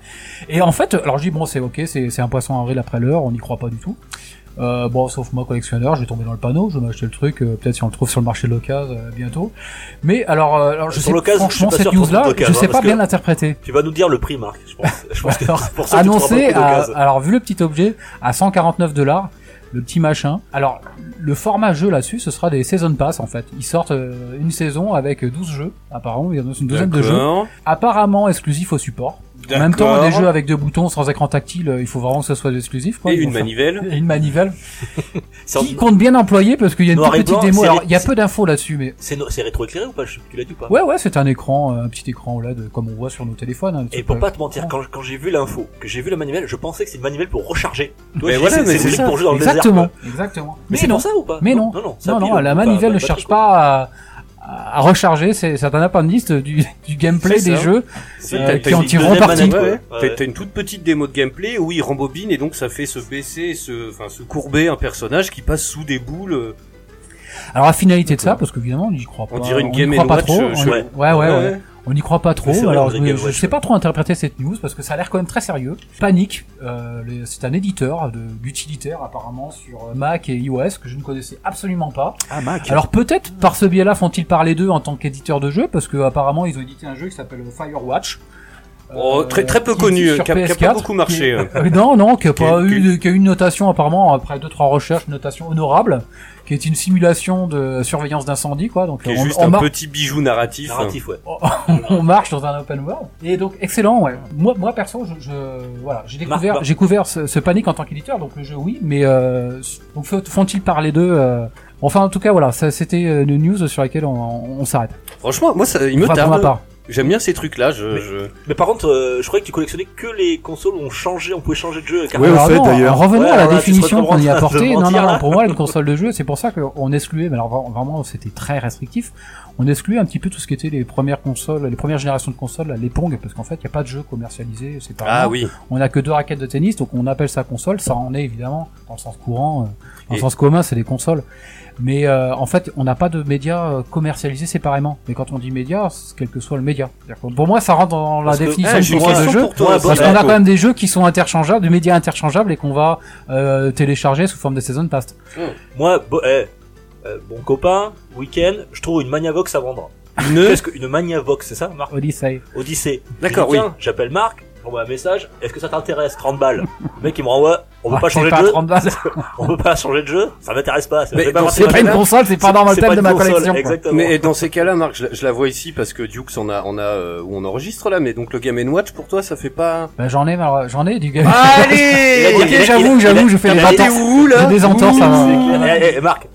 D: Et en fait, alors je dis bon, c'est ok, c'est c'est un poisson avril après l'heure, on n'y croit pas du tout. Euh, bon, sauf moi collectionneur, je vais tomber dans le panneau, je vais m'acheter le truc. euh, peut-être si on le trouve sur le marché de l'occasion euh, bientôt. Mais alors, euh, alors je
A: Sur
D: sais
A: l'occasion,
D: franchement
A: je suis pas
D: cette
A: sûr
D: news
A: sur
D: là,
A: l'occasion,
D: je sais
A: hein,
D: pas
A: parce
D: bien
A: que-
D: l'interpréter.
A: Tu vas nous dire le prix, Marc, je pense. *laughs* Je pense que
D: Alors,
A: c'est pour ça que tu te
D: annoncé
A: feras pas
D: à,
A: beaucoup d'occasion.
D: alors vu le petit objet à 149 dollars le petit machin alors le format jeu là-dessus ce sera des saison pass en fait ils sortent euh, une saison avec 12 jeux apparemment il y en a une douzaine de jeux
C: D'accord.
D: apparemment exclusifs au support En même temps,
C: D'accord.
D: des jeux avec deux boutons sans écran tactile, euh, il faut vraiment que ce soit exclusif. Quoi.
C: Et
D: Ils
C: une
D: vont faire-
C: manivelle.
D: Et une manivelle.
A: C'est en-
D: qui compte bien employer parce qu'il y a une
A: Noir
D: toute
A: et
D: petite
A: blanc,
D: démo.
A: c'est-
D: Alors, il y a peu d'infos là-dessus, mais.
A: C'est no- c'est rétroéclairé ou pas Je- Tu l'as dit ou pas
D: Ouais, ouais, c'est un écran, euh, un petit écran OLED, comme on voit sur nos téléphones. hein, un
A: Et
D: petit
A: pour
D: peu.
A: pas te mentir, quand, quand j'ai vu l'info, que j'ai vu la manivelle, je pensais que c'est une manivelle pour recharger. Toi,
C: Mais
A: j'ai dit,
C: voilà, mais
A: c'est
C: c'est
A: le truc
C: ça.
A: pour jouer dans le désert.
D: Exactement.
A: quoi.
D: Exactement.
A: Mais c'est
D: non.
A: pour ça ou pas
D: Mais non.
A: Non, non, ça
D: non,
A: pile,
D: non, la
A: pas-
D: manivelle
A: pas
D: ne
A: de
D: cherche
A: batterie,
D: pas à, à recharger, c'est c'est un appendice du, *laughs* du gameplay
C: C'est
D: des
C: ça.
D: jeux
C: C'est-
D: euh,
C: t'as- t'as
D: qui en
C: une
D: tireront
A: deuxième
D: parti.
A: manette, ouais.
C: T'as t'as une toute petite démo de gameplay où il rembobine et donc ça fait se baisser, se, enfin, se courber un personnage qui passe sous des boules. euh,
D: Alors la finalité de ça, parce qu'évidemment on n'y croit pas.
C: On dirait une
D: n'y
C: game
D: croit
C: and
D: pas
C: watch,
D: trop.
C: euh,
D: on-
C: chelou.
D: ouais, Ah ouais, ouais.
C: Ouais.
D: On n'y croit pas trop.
A: Mais c'est vrai, on
D: Alors
A: dirait
D: je,
A: game
D: je
A: watch,
D: sais pas trop interpréter cette news parce que ça a l'air quand même très sérieux. Panic, euh, le- c'est un éditeur de- d'utilitaire apparemment sur euh, Mac et iOS que je ne connaissais absolument pas.
F: Ah, Mac.
D: Alors peut-être par ce biais-là font-ils parler d'eux en tant qu'éditeur de jeu parce que apparemment ils ont édité un jeu qui s'appelle Firewatch.
C: Oh,
D: Euh,
C: très très peu
D: qui
C: connu,
D: existe
C: euh,
D: sur
C: qui a, qui a pas
D: PS4,
C: beaucoup
D: qui est-
C: marché. euh.
D: Euh, *laughs* non, non, qui a pas
C: Qui-
D: eu,
C: qui-
D: de- qui a eu une notation apparemment après deux trois recherches, une notation honorable, qui est une simulation de surveillance d'incendie, quoi. Donc
C: Qui est
D: on,
C: juste
D: on
C: un
D: mar-
C: petit bijou narratif.
A: Narratif, ouais.
D: on marche dans un open world. Et donc excellent, ouais. Moi, moi perso, je, je- voilà, j'ai
A: Marc, bah.
D: découvert,
A: Marc.
D: j'ai couvert ce, ce panique en tant qu'éditeur, donc le jeu oui, mais euh, donc faut- font-ils parler d'eux euh, Enfin, en tout cas, voilà, ça, c'était euh, une news sur laquelle on, on s'arrête.
C: Franchement, moi, ça, il me
D: Enfin, pour ma
C: tarde.
D: part.
C: J'aime bien ces trucs-là. Je,
A: Mais-
C: je-
A: *laughs* Mais par contre, euh, je croyais que tu collectionnais que les consoles où on changeait, on pouvait changer de jeu.
F: Ouais, au
D: Alors
F: fait,
D: non,
F: d'ailleurs.
D: Revenons
A: Ouais,
D: à la
A: alors là, tu te
D: définition qu'on y a
A: retrouveras en train *laughs* de
D: apportée. Non,
A: mentir,
D: non,
A: là.
D: pour moi,
A: *laughs*
D: une console de jeu, c'est pour ça qu'on excluait, mais alors vra- vraiment, c'était très restrictif. On excluait un petit peu tout ce qui était les premières consoles, les premières générations de consoles, là, les Pong, parce qu'en fait, il n'y a pas de jeu commercialisé, c'est pas
C: Ah
D: grave.
C: oui.
D: On n'a que deux raquettes de tennis, donc on appelle ça console. Ça en est évidemment dans le sens courant, euh, dans
C: Et-
D: le sens commun, c'est des consoles. Mais euh, en fait, on n'a pas de médias euh, commercialisés séparément. Mais quand on dit média, c'est quel que soit le média. C'est-à-dire que Pour moi, ça rentre dans la
A: Parce que-
D: définition
C: Eh,
D: de
C: j'ai une
D: console de
C: question
D: jeu.
C: pour toi.
D: Parce
C: Bob.
D: qu'on a quand même des jeux qui sont interchangeables, des médias interchangeables et qu'on va euh, télécharger sous forme de season pass.
A: Moi, bon, eh, euh, bon copain, week-end, je trouve une Magnavox à vendre.
C: Une-
A: Qu'est-ce que une Magnavox, c'est ça, Marc
D: Odyssey.
A: Odyssée.
C: D'accord,
A: Je dis,
C: oui.
A: tiens, J'appelle Marc, j'envoie un message. Est-ce que ça t'intéresse 30 balles. Le mec il me renvoie. On veut
D: Ah,
A: pas
D: c'est
A: changer de jeu. *laughs*
D: 30 balles.
A: On veut pas changer de jeu. Ça m'intéresse pas. ça me
C: Mais
A: fait pas
C: non,
A: partie
D: C'est
A: de ma
D: pas une
A: table.
D: console, c'est pas
A: C'est-
D: dans ma
A: c'est
D: thème
A: pas
D: de
A: une
D: ma
A: console,
D: collection. quoi.
A: Exactement.
C: Mais dans ces cas-là, Marc, je, la- je la vois ici parce que Dukes, on a, on a, euh, où on enregistre là, mais donc le Game Watch pour toi, ça fait
D: *laughs*
C: pas.
D: Bah, j'en ai, mal- j'en ai du gars.
A: Il a dit-
C: Allez
A: il a- il a-
D: ok, j'avoue,
A: il a-
D: j'avoue, je fais
A: il
D: des
A: a- il a-
D: entorses. J'ai des entorses, ça va.
A: C'est clair. Eh, eh, Marc,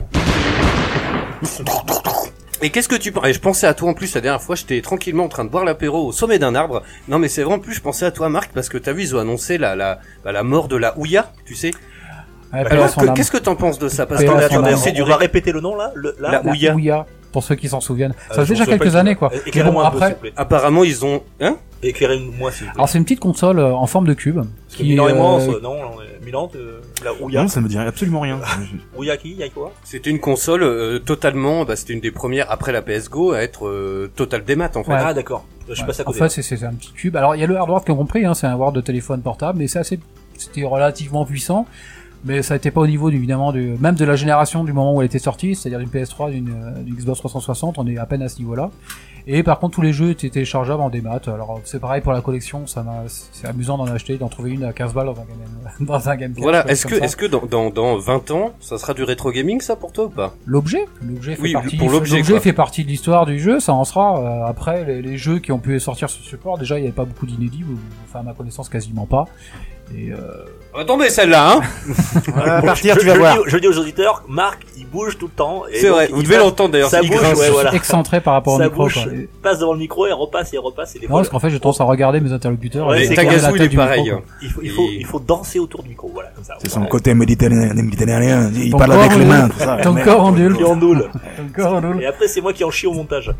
C: Et qu'est-ce que tu penses Et je pensais à toi en plus la dernière fois, j'étais tranquillement en train de boire l'apéro au sommet d'un arbre. Non mais c'est vrai en plus je pensais à toi Marc parce que t'as vu ils ont annoncé la la bah, la mort de la Ouya, tu sais.
A: Ah,
D: Ouais, paix à
C: Alors
D: son
C: que-
D: âme.
C: qu'est-ce que t'en penses de ça Parce
D: Paix à
C: qu'on
A: Attendez,
C: a
D: son
A: attendez,
D: âme.
C: c'est
A: on,
C: du
A: on va répéter le nom là, le, là.
C: La-
D: La
C: Ouya.
D: Ouya, pour ceux qui s'en souviennent.
A: Euh, je
D: Ça faisait
A: me
D: déjà
A: souviens pas
D: quelques
A: du
D: années,
A: nom.
D: quoi.
A: Euh,
D: Mais bon,
A: Éclairez-moi un peu, s'il
D: après,
A: vous plaît.
C: apparemment ils ont hein
A: Éclairez-moi, s'il vous plaît.
D: alors c'est une petite console euh, en forme de cube.
A: Parce que
D: Qui,
A: Milan et moi, on
D: euh,
A: se- non, on est- Milan, euh, la Ouya.
F: Non, ça me dirait absolument
A: *laughs*
F: rien.
A: Ouya qui, Y'a quoi
C: c'était une console euh, totalement bah c'était une des premières après la PSGO à être euh, total démat en fait.
D: Ouais.
A: Ah, d'accord. Je suis passé à
D: en
A: côté.
D: fait, c'est- c'est un petit cube. Alors, il y a le hardware qui a compris, hein, c'est un hardware de téléphone portable, mais c'est assez, c'était relativement puissant. Mais ça n'était pas au niveau, évidemment, du, même de la génération du moment où elle était sortie, c'est-à-dire d'une PS3, d'une euh, d'une Xbox 360, on est à peine à ce niveau-là. Et par contre, tous les jeux étaient téléchargeables en démat. Alors, c'est pareil pour la collection, ça m'a- c'est amusant d'en acheter, d'en trouver une à 15 balles dans un game, *laughs* dans un game
C: Voilà, est-ce que est-ce que dans, dans dans 20 ans, ça sera du rétro gaming ça pour toi ou pas
D: L'objet, l'objet fait
C: Oui,
D: partie,
C: pour l'objet,
D: l'objet
C: quoi.
D: fait partie de l'histoire du jeu. Ça en sera euh, après les, les jeux qui ont pu sortir sur ce support. Déjà, il n'y avait pas beaucoup d'inédits, ou- enfin à ma connaissance quasiment pas. Et euh,
C: Attends mais celle-là hein.
F: À
A: je, je dis, je dis aux auditeurs, Marc, il bouge tout le temps. et
C: C'est
A: donc,
C: vrai,
A: il
C: vous devez
A: passe-
C: l'entendre d'ailleurs,
A: ça
C: il
A: bouge,
C: grince.
A: ouais, voilà.
D: excentré par rapport au
A: Sa
D: micro.
A: bouche
D: quoi. Et-
A: passe devant le micro et repasse et repasse. Et des
D: Non,
A: fois,
D: parce qu'en fait, j'ai tendance à regarder mes interlocuteurs.
A: Ouais,
D: et
C: Et
A: c'est
D: regarder
A: clair,
D: la
C: Tagazu, il
D: tête
C: est
D: du micro,
C: pareil.
D: quoi.
C: hein.
A: il, faut, il, faut,
C: Et-
A: il faut danser autour du micro. Voilà, comme ça.
F: C'est son côté méditerranéen, méditerranéen. Il
D: Ton
F: parle
D: corps,
F: avec les
D: oui.
F: mains, tout ça.
D: Ton
F: Merde.
D: corps ondule.
A: Qui
C: *laughs*
A: endoule.
D: Ton corps ondule.
A: Et après, c'est moi qui en chie au montage.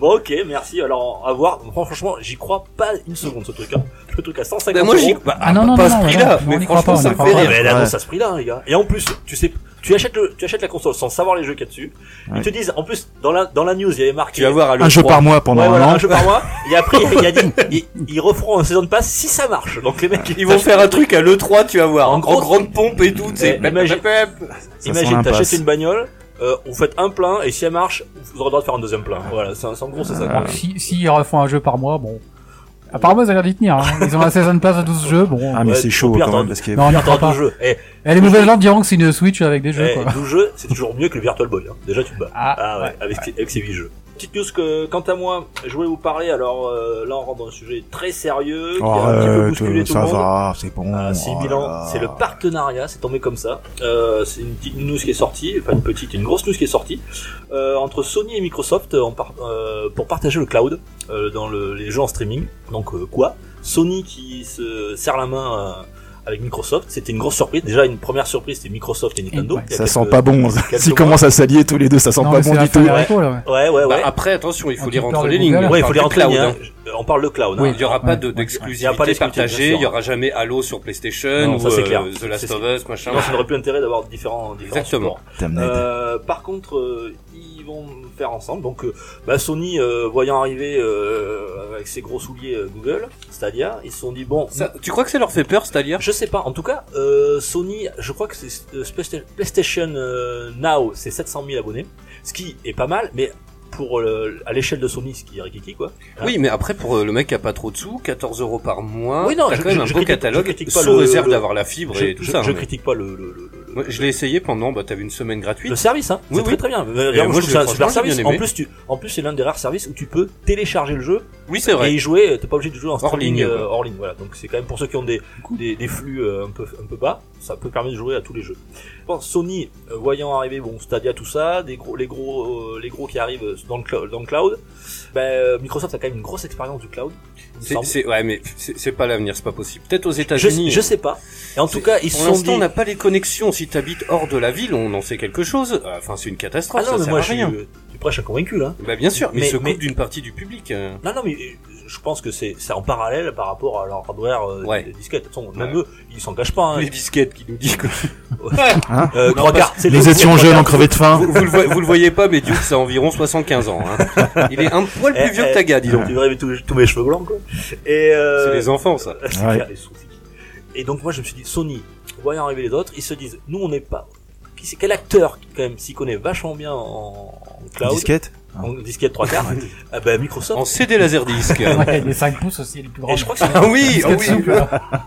A: bon, ok, merci. Alors, à voir. Fran- Franchement, j'y crois pas une seconde, ce truc. Hein. Le truc à 150
C: Bah, moi j'y
A: euros.
C: bah,
D: Ah non, non,
C: pas à
D: non,
C: ce
D: non,
C: prix-là,
D: non, on
C: mais
D: y croit
C: franchement
D: pas,
C: ça
D: on
C: me
D: y croit
C: fait
A: Ah,
F: pas.
C: rire.
A: mais elle annonce
F: Ouais.
A: à ce prix-là, les gars. Et en plus, tu sais, tu achètes, le, tu achètes la console sans savoir les jeux qu'il y a dessus. Ils
F: Ouais.
A: te disent, en plus, dans la, dans la news, il y avait marqué.
C: Tu vas voir à
F: Un jeu
C: l'E3.
F: par mois pendant
A: Ouais,
F: un
A: voilà,
F: an.
A: un jeu par mois. Et après, il y a dit, ils, ils referont un saison de passe si ça marche. Donc les mecs,
C: Ils vont faire un truc à l'E3, tu vas voir.
A: En
C: En,
A: gros-
C: grande pompe et tout, tu sais.
A: Eh, imagine-
F: Ça sent
A: Imagine,
F: l'impasse.
A: t'achètes une bagnole, euh, vous faites un plein, et si elle marche, vous aurez le droit de faire un deuxième plein. Voilà, c'est c'est- en gros, c'est
C: euh,
A: ça. quoi.
D: Donc, si, si ils refont un jeu par mois, bon. Apparemment, ils ont l'air d'y tenir. hein. Ils ont la saison pass à 12 jeux. Bon,
F: Ah, mais
A: Ouais,
F: c'est
A: au
F: chaud
A: pire,
F: quand
A: t'en-
F: même, parce que.
D: non, on n'y
A: Virtual
D: croit pas.
A: jeu. Eh,
D: Et les nouvelles gens diront que c'est une Switch avec des jeux.
A: eh,
D: quoi.
A: 12 jeux, c'est toujours mieux que le Virtual Boy. hein. Déjà, tu te bats.
D: Ah,
A: Ah ouais, avec, ses- avec ses 8 jeux. petite news que, quant à moi, je voulais vous parler. Alors euh, là, on rentre dans un sujet très sérieux qui a un petit peu
F: Oh, Arrête,
A: bousculé tout le
F: ça
A: monde.
F: va, c'est bon.
A: Ah, si,
F: oh
A: bilan,
F: là là.
A: c'est le partenariat, c'est tombé comme ça. Euh, c'est une petite news qui est sortie, enfin une petite, une grosse news qui est sortie euh, entre Sony et Microsoft euh, en par- euh, pour partager le cloud euh, dans le- les jeux en streaming. Donc euh, quoi Sony qui se serre la main euh, avec Microsoft, c'était une grosse surprise. Déjà une première surprise, c'était Microsoft et Nintendo.
D: Ouais.
A: Il y a
F: Ça
A: quelques-
F: sent pas bon.
A: quelques
E: *laughs*
F: S'ils
A: mois.
F: commencent à s'allier tous les deux, ça sent
D: Non,
F: pas
D: mais c'est
F: bon
D: la
F: du
D: fin
F: tout.
D: des récords, là, ouais.
A: Ouais, ouais,
C: Bah,
A: ouais.
C: après, attention, il faut
D: Un
C: lire
D: peu
C: entre
D: peur
C: les
D: de
C: lignes.
D: Google.
C: On
D: Ouais,
A: il faut
C: parle
A: lire
C: du
A: entre les
C: cloud,
A: lignes, hein.
C: hein.
A: Je- On parle de cloud. hein.
C: Il n'y aura
D: Ouais.
C: pas de-
A: Il y a pas
C: d'exclusivité
A: d'exclusivité,
C: partagée,
A: bien
C: il
A: sûr.
C: n'y aura jamais Halo sur PlayStation
A: Non,
C: ou
A: ça, c'est
C: euh,
A: clair.
C: The Last
A: C'est-
C: of Us, machin.
A: Sinon, ça n'aurait plus intérêt d'avoir différents, différents
C: Exactement.
A: supports.
F: Damned.
A: Euh, par contre, euh, ils vont faire ensemble. Donc, euh, bah, Sony, euh, voyant arriver euh, avec ses gros souliers euh, Google, Stadia, ils se sont dit bon.
C: Ça- tu crois que ça leur fait peur, Stadia
A: Je sais pas. En tout cas, euh, Sony, je crois que c'est euh, Playsta- PlayStation euh, Now, c'est 700 000 abonnés, ce qui est pas mal, mais pour euh, à l'échelle de Sony, ce qui est rikiki quoi.
C: Oui, mais après, pour euh, le mec qui a pas trop de sous, 14 euros par mois,
A: Oui, non,
C: t'as
A: je-
C: quand même
A: je-
C: un
A: je
C: beau
A: critique- je
C: catalogue,
A: critique pas
C: sous
A: le-
C: réserve
A: le-
C: d'avoir la fibre
A: je
C: et tout
A: je-
C: ça.
A: je
C: hein, mais-
A: critique pas le. le- le- le-
C: Moi, je l'ai essayé pendant, bah, t'avais une semaine gratuite.
A: Le service, hein.
C: Oui,
A: c'est
C: oui.
A: très très bien. D'ailleurs,
C: moi,
A: moi, je trouve
C: j'ai-
A: ça un
C: franchement,
A: super
C: j'ai
A: service.
C: bien
A: En
C: aimé.
A: plus, tu, en plus, c'est l'un des rares services où tu peux télécharger le jeu
C: Oui, c'est
A: et
C: vrai.
A: y jouer. T'es pas obligé de jouer en
C: Hors
A: streaming,
C: ligne,
A: euh,
C: quoi.
A: hors ligne. Voilà. Donc, c'est quand même pour ceux qui ont des, des, des flux euh, un peu, un peu bas, ça peut permettre de jouer à tous les jeux. Bon, Sony, euh, voyant arriver, bon, Stadia, tout ça, des gros, les gros, euh, les gros qui arrivent euh, dans le, clou- dans le cloud, ben, euh, Microsoft a quand même une grosse expérience du cloud. il me
C: C'est,
A: semble.
C: c'est- ouais, mais c'est, c'est pas l'avenir, c'est pas possible. Peut-être aux
A: Je,
C: États-Unis. hein.
A: je sais pas. Et en tout cas, ils se
C: Pour
A: sont
C: l'instant,
A: dit.
C: on n'a pas les connexions. Si t'habites hors de la ville, on en sait quelque chose. Euh, Enfin, c'est une catastrophe.
A: Ah non,
C: ça
A: mais
C: sert
A: moi,
C: à
A: je suis,
C: rien.
A: euh, tu prêches un convaincu, là.
C: Bah, bien sûr, mais,
A: Mais-
C: se coupe
A: mais-
C: d'une partie du public. euh.
A: Non, non, mais euh, je pense que c'est c'est en parallèle par rapport à leur hardware euh,
C: Ouais.
A: de disquette. De toute façon, même
C: Ouais.
A: eux, ils s'en cachent pas. Hein.
C: Les disquettes qui nous disent que
A: Euh,
C: Non,
A: trois
C: parce
A: quarts, c'est les-
F: Nous étions
A: trois
F: jeunes,
A: quarts.
F: on crevait de faim.
C: vous, vous le voyez, vous le voyez pas, mais Duke, c'est environ 75 ans. hein. Il est un poil
A: Eh,
C: plus vieux
A: eh,
C: que ta gars, dis donc.
A: Tu verrais mes- tous, tous mes cheveux blancs, quoi. Et
C: C'est
A: euh,
C: les enfants, ça.
A: *laughs* c'est
F: Ouais.
A: clair, les sourcils. Et donc, moi, je me suis dit, Sony, voyant arriver les autres, ils se disent, nous, on n'est pas. Qui c'est quel acteur qui quand même s'y connaît vachement bien en, en
F: Bah
A: cloud,
F: Disquette
A: en disquette trois *laughs* quarts Ah ben Microsoft.
C: En
A: *laughs*
C: CD Laserdisc.
D: Ouais, les 5 pouces aussi, les plus grands.
A: Et je crois que c'est
C: *laughs* ah oui, ah oui.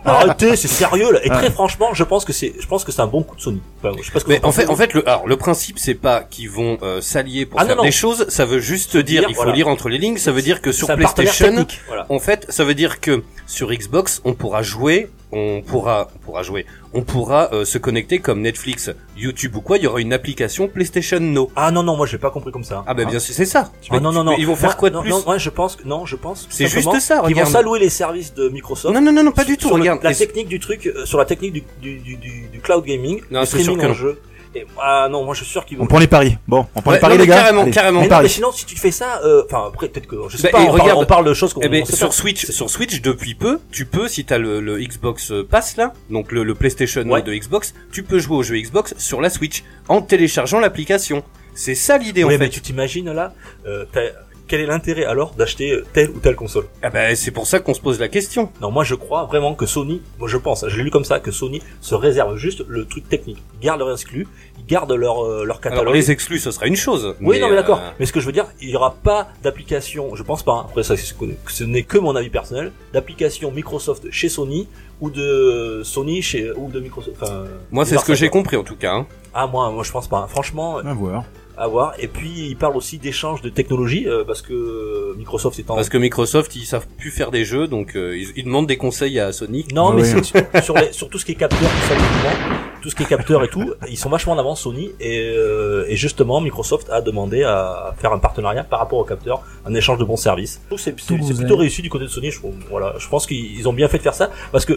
A: arrêtez, c'est sérieux là. Et très franchement, je pense que c'est, je pense que c'est un bon coup de Sony. Enfin, je sais pas ce que vous
C: Mais en
A: pensez.
C: fait, en fait, le, alors, le principe, c'est pas qu'ils vont euh, s'allier pour
A: Ah,
C: faire
A: non, non.
C: des choses. Ça veut juste dire,
A: Dire,
C: il faut
A: voilà.
C: lire entre les lignes. Ça veut dire que sur
A: C'est un partenaire
C: PlayStation,
A: technique, voilà.
C: en fait, ça veut dire que sur Xbox, on pourra jouer, on pourra, on pourra jouer, on pourra euh, se connecter comme Netflix, YouTube ou quoi. Il y aura une application PlayStation Now.
A: Ah non non, moi j'ai pas compris comme ça.
C: Ah bah bien sûr, c'est ça.
A: Ah non non non.
C: Mais Ils vont faire
A: Moi,
C: quoi de
A: non,
C: plus
A: Non, moi je pense que non, je pense. tout
C: C'est juste
A: simplement
C: ça,
A: Ils vont
C: regarde.
A: s'allouer les services de Microsoft.
C: Non, non, non, non, pas du tout.
A: Sur le-
C: Regarde,
A: la
C: Et-
A: technique du truc, euh, sur la technique du, du, du, du, du cloud gaming,
C: Non,
A: du
C: c'est sûr
A: streaming
C: que
A: en
C: non.
A: jeu. Et, ah non, moi je suis sûr qu'ils vont.
F: On prend les paris. Bon, on prend
C: Ouais,
F: les paris,
C: non, mais
F: les gars.
C: carrément,
F: Allez,
C: carrément.
F: on
A: mais, non, mais
F: parie.
A: sinon, si tu fais ça, euh, enfin après peut-être que je sais
C: Bah,
A: pas.
C: et
A: On,
C: regarde-
A: parle, on parle de choses qu'on.
C: Eh ben,
A: on sait
C: sur
A: pas.
C: Switch, sur Switch depuis peu, tu peux si t'as le, le Xbox euh, Pass là, donc le, le PlayStation
A: Ouais.
C: de Xbox, tu peux jouer aux jeux Xbox sur la Switch en téléchargeant l'application. C'est ça l'idée
A: Ouais,
C: en
A: mais
C: fait.
A: tu t'imagines là, euh, t'as- quel est l'intérêt alors d'acheter euh, telle ou telle console
C: Ah ben, c'est pour ça qu'on se pose la question.
A: Non, moi je crois vraiment que Sony, moi je pense, je l'ai lu comme ça, que Sony se réserve juste le truc technique. Ils gardent leur exclus, ils gardent leur, euh, leur catalogue.
C: Alors les exclus, ce sera une chose.
A: Oui, non, mais
C: euh,
A: d'accord. Mais ce que je veux dire, il n'y aura pas d'application, je pense pas, hein, après ça, c'est- ce n'est que mon avis personnel, d'application Microsoft chez Sony ou de Sony chez, ou de Microsoft. Enfin,
C: Moi, c'est ce que
A: Universal,
C: j'ai
A: quoi.
C: compris en tout cas. hein.
A: Ah, moi, moi, je pense pas. hein. Franchement,
F: À voir.
A: à voir. Et puis, il parle aussi d'échange de technologie, euh, parce que Microsoft est en.
C: Parce que Microsoft, ils savent plus faire des jeux, donc euh, ils, ils demandent des conseils à Sony.
A: Non, mais
F: Oui.
A: c'est- sur, sur les- sur tout ce qui est capteur, tout ça, évidemment, tout ce qui est capteur et tout, ils sont vachement en avance Sony et, euh, et justement Microsoft a demandé à faire un partenariat par rapport au capteur, un échange de bons services. Je trouve que C'est c'est- c'est plutôt réussi du côté de Sony. Je, trouve. voilà, je pense qu'ils ils ont bien fait de faire ça parce que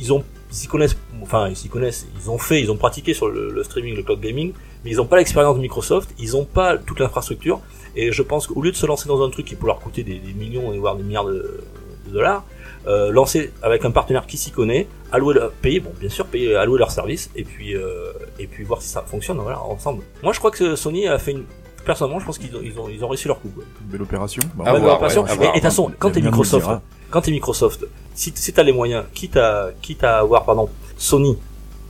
A: ils ont ils s'y connaissent, enfin ils s'y connaissent, ils ont fait, ils ont pratiqué sur le, le streaming, le cloud gaming, mais ils n'ont pas l'expérience de Microsoft, ils n'ont pas toute l'infrastructure et je pense qu'au lieu de se lancer dans un truc qui peut leur coûter des, des millions et voire des milliards de, de dollars, euh, lancer avec un partenaire qui s'y connaît, allouer leur, payer, bon bien sûr, payer, allouer leur service et puis euh, et puis voir si ça fonctionne voilà, ensemble. Moi je crois que Sony a fait une personnellement je pense qu'ils ont ils ont ils ont réussi leur coup. quoi.
F: Belle opération.
C: Ah
F: Bah, on
A: Ouais,
F: va
A: mais
C: voir,
A: attention,
C: ouais, à voir.
A: et- et de toute façon, quand t'es
F: L'avenir nous le
A: Microsoft,
F: dira.
A: quand t'es Microsoft, si, t- si t'as les moyens, quitte à, quitte à avoir, pardon, Sony,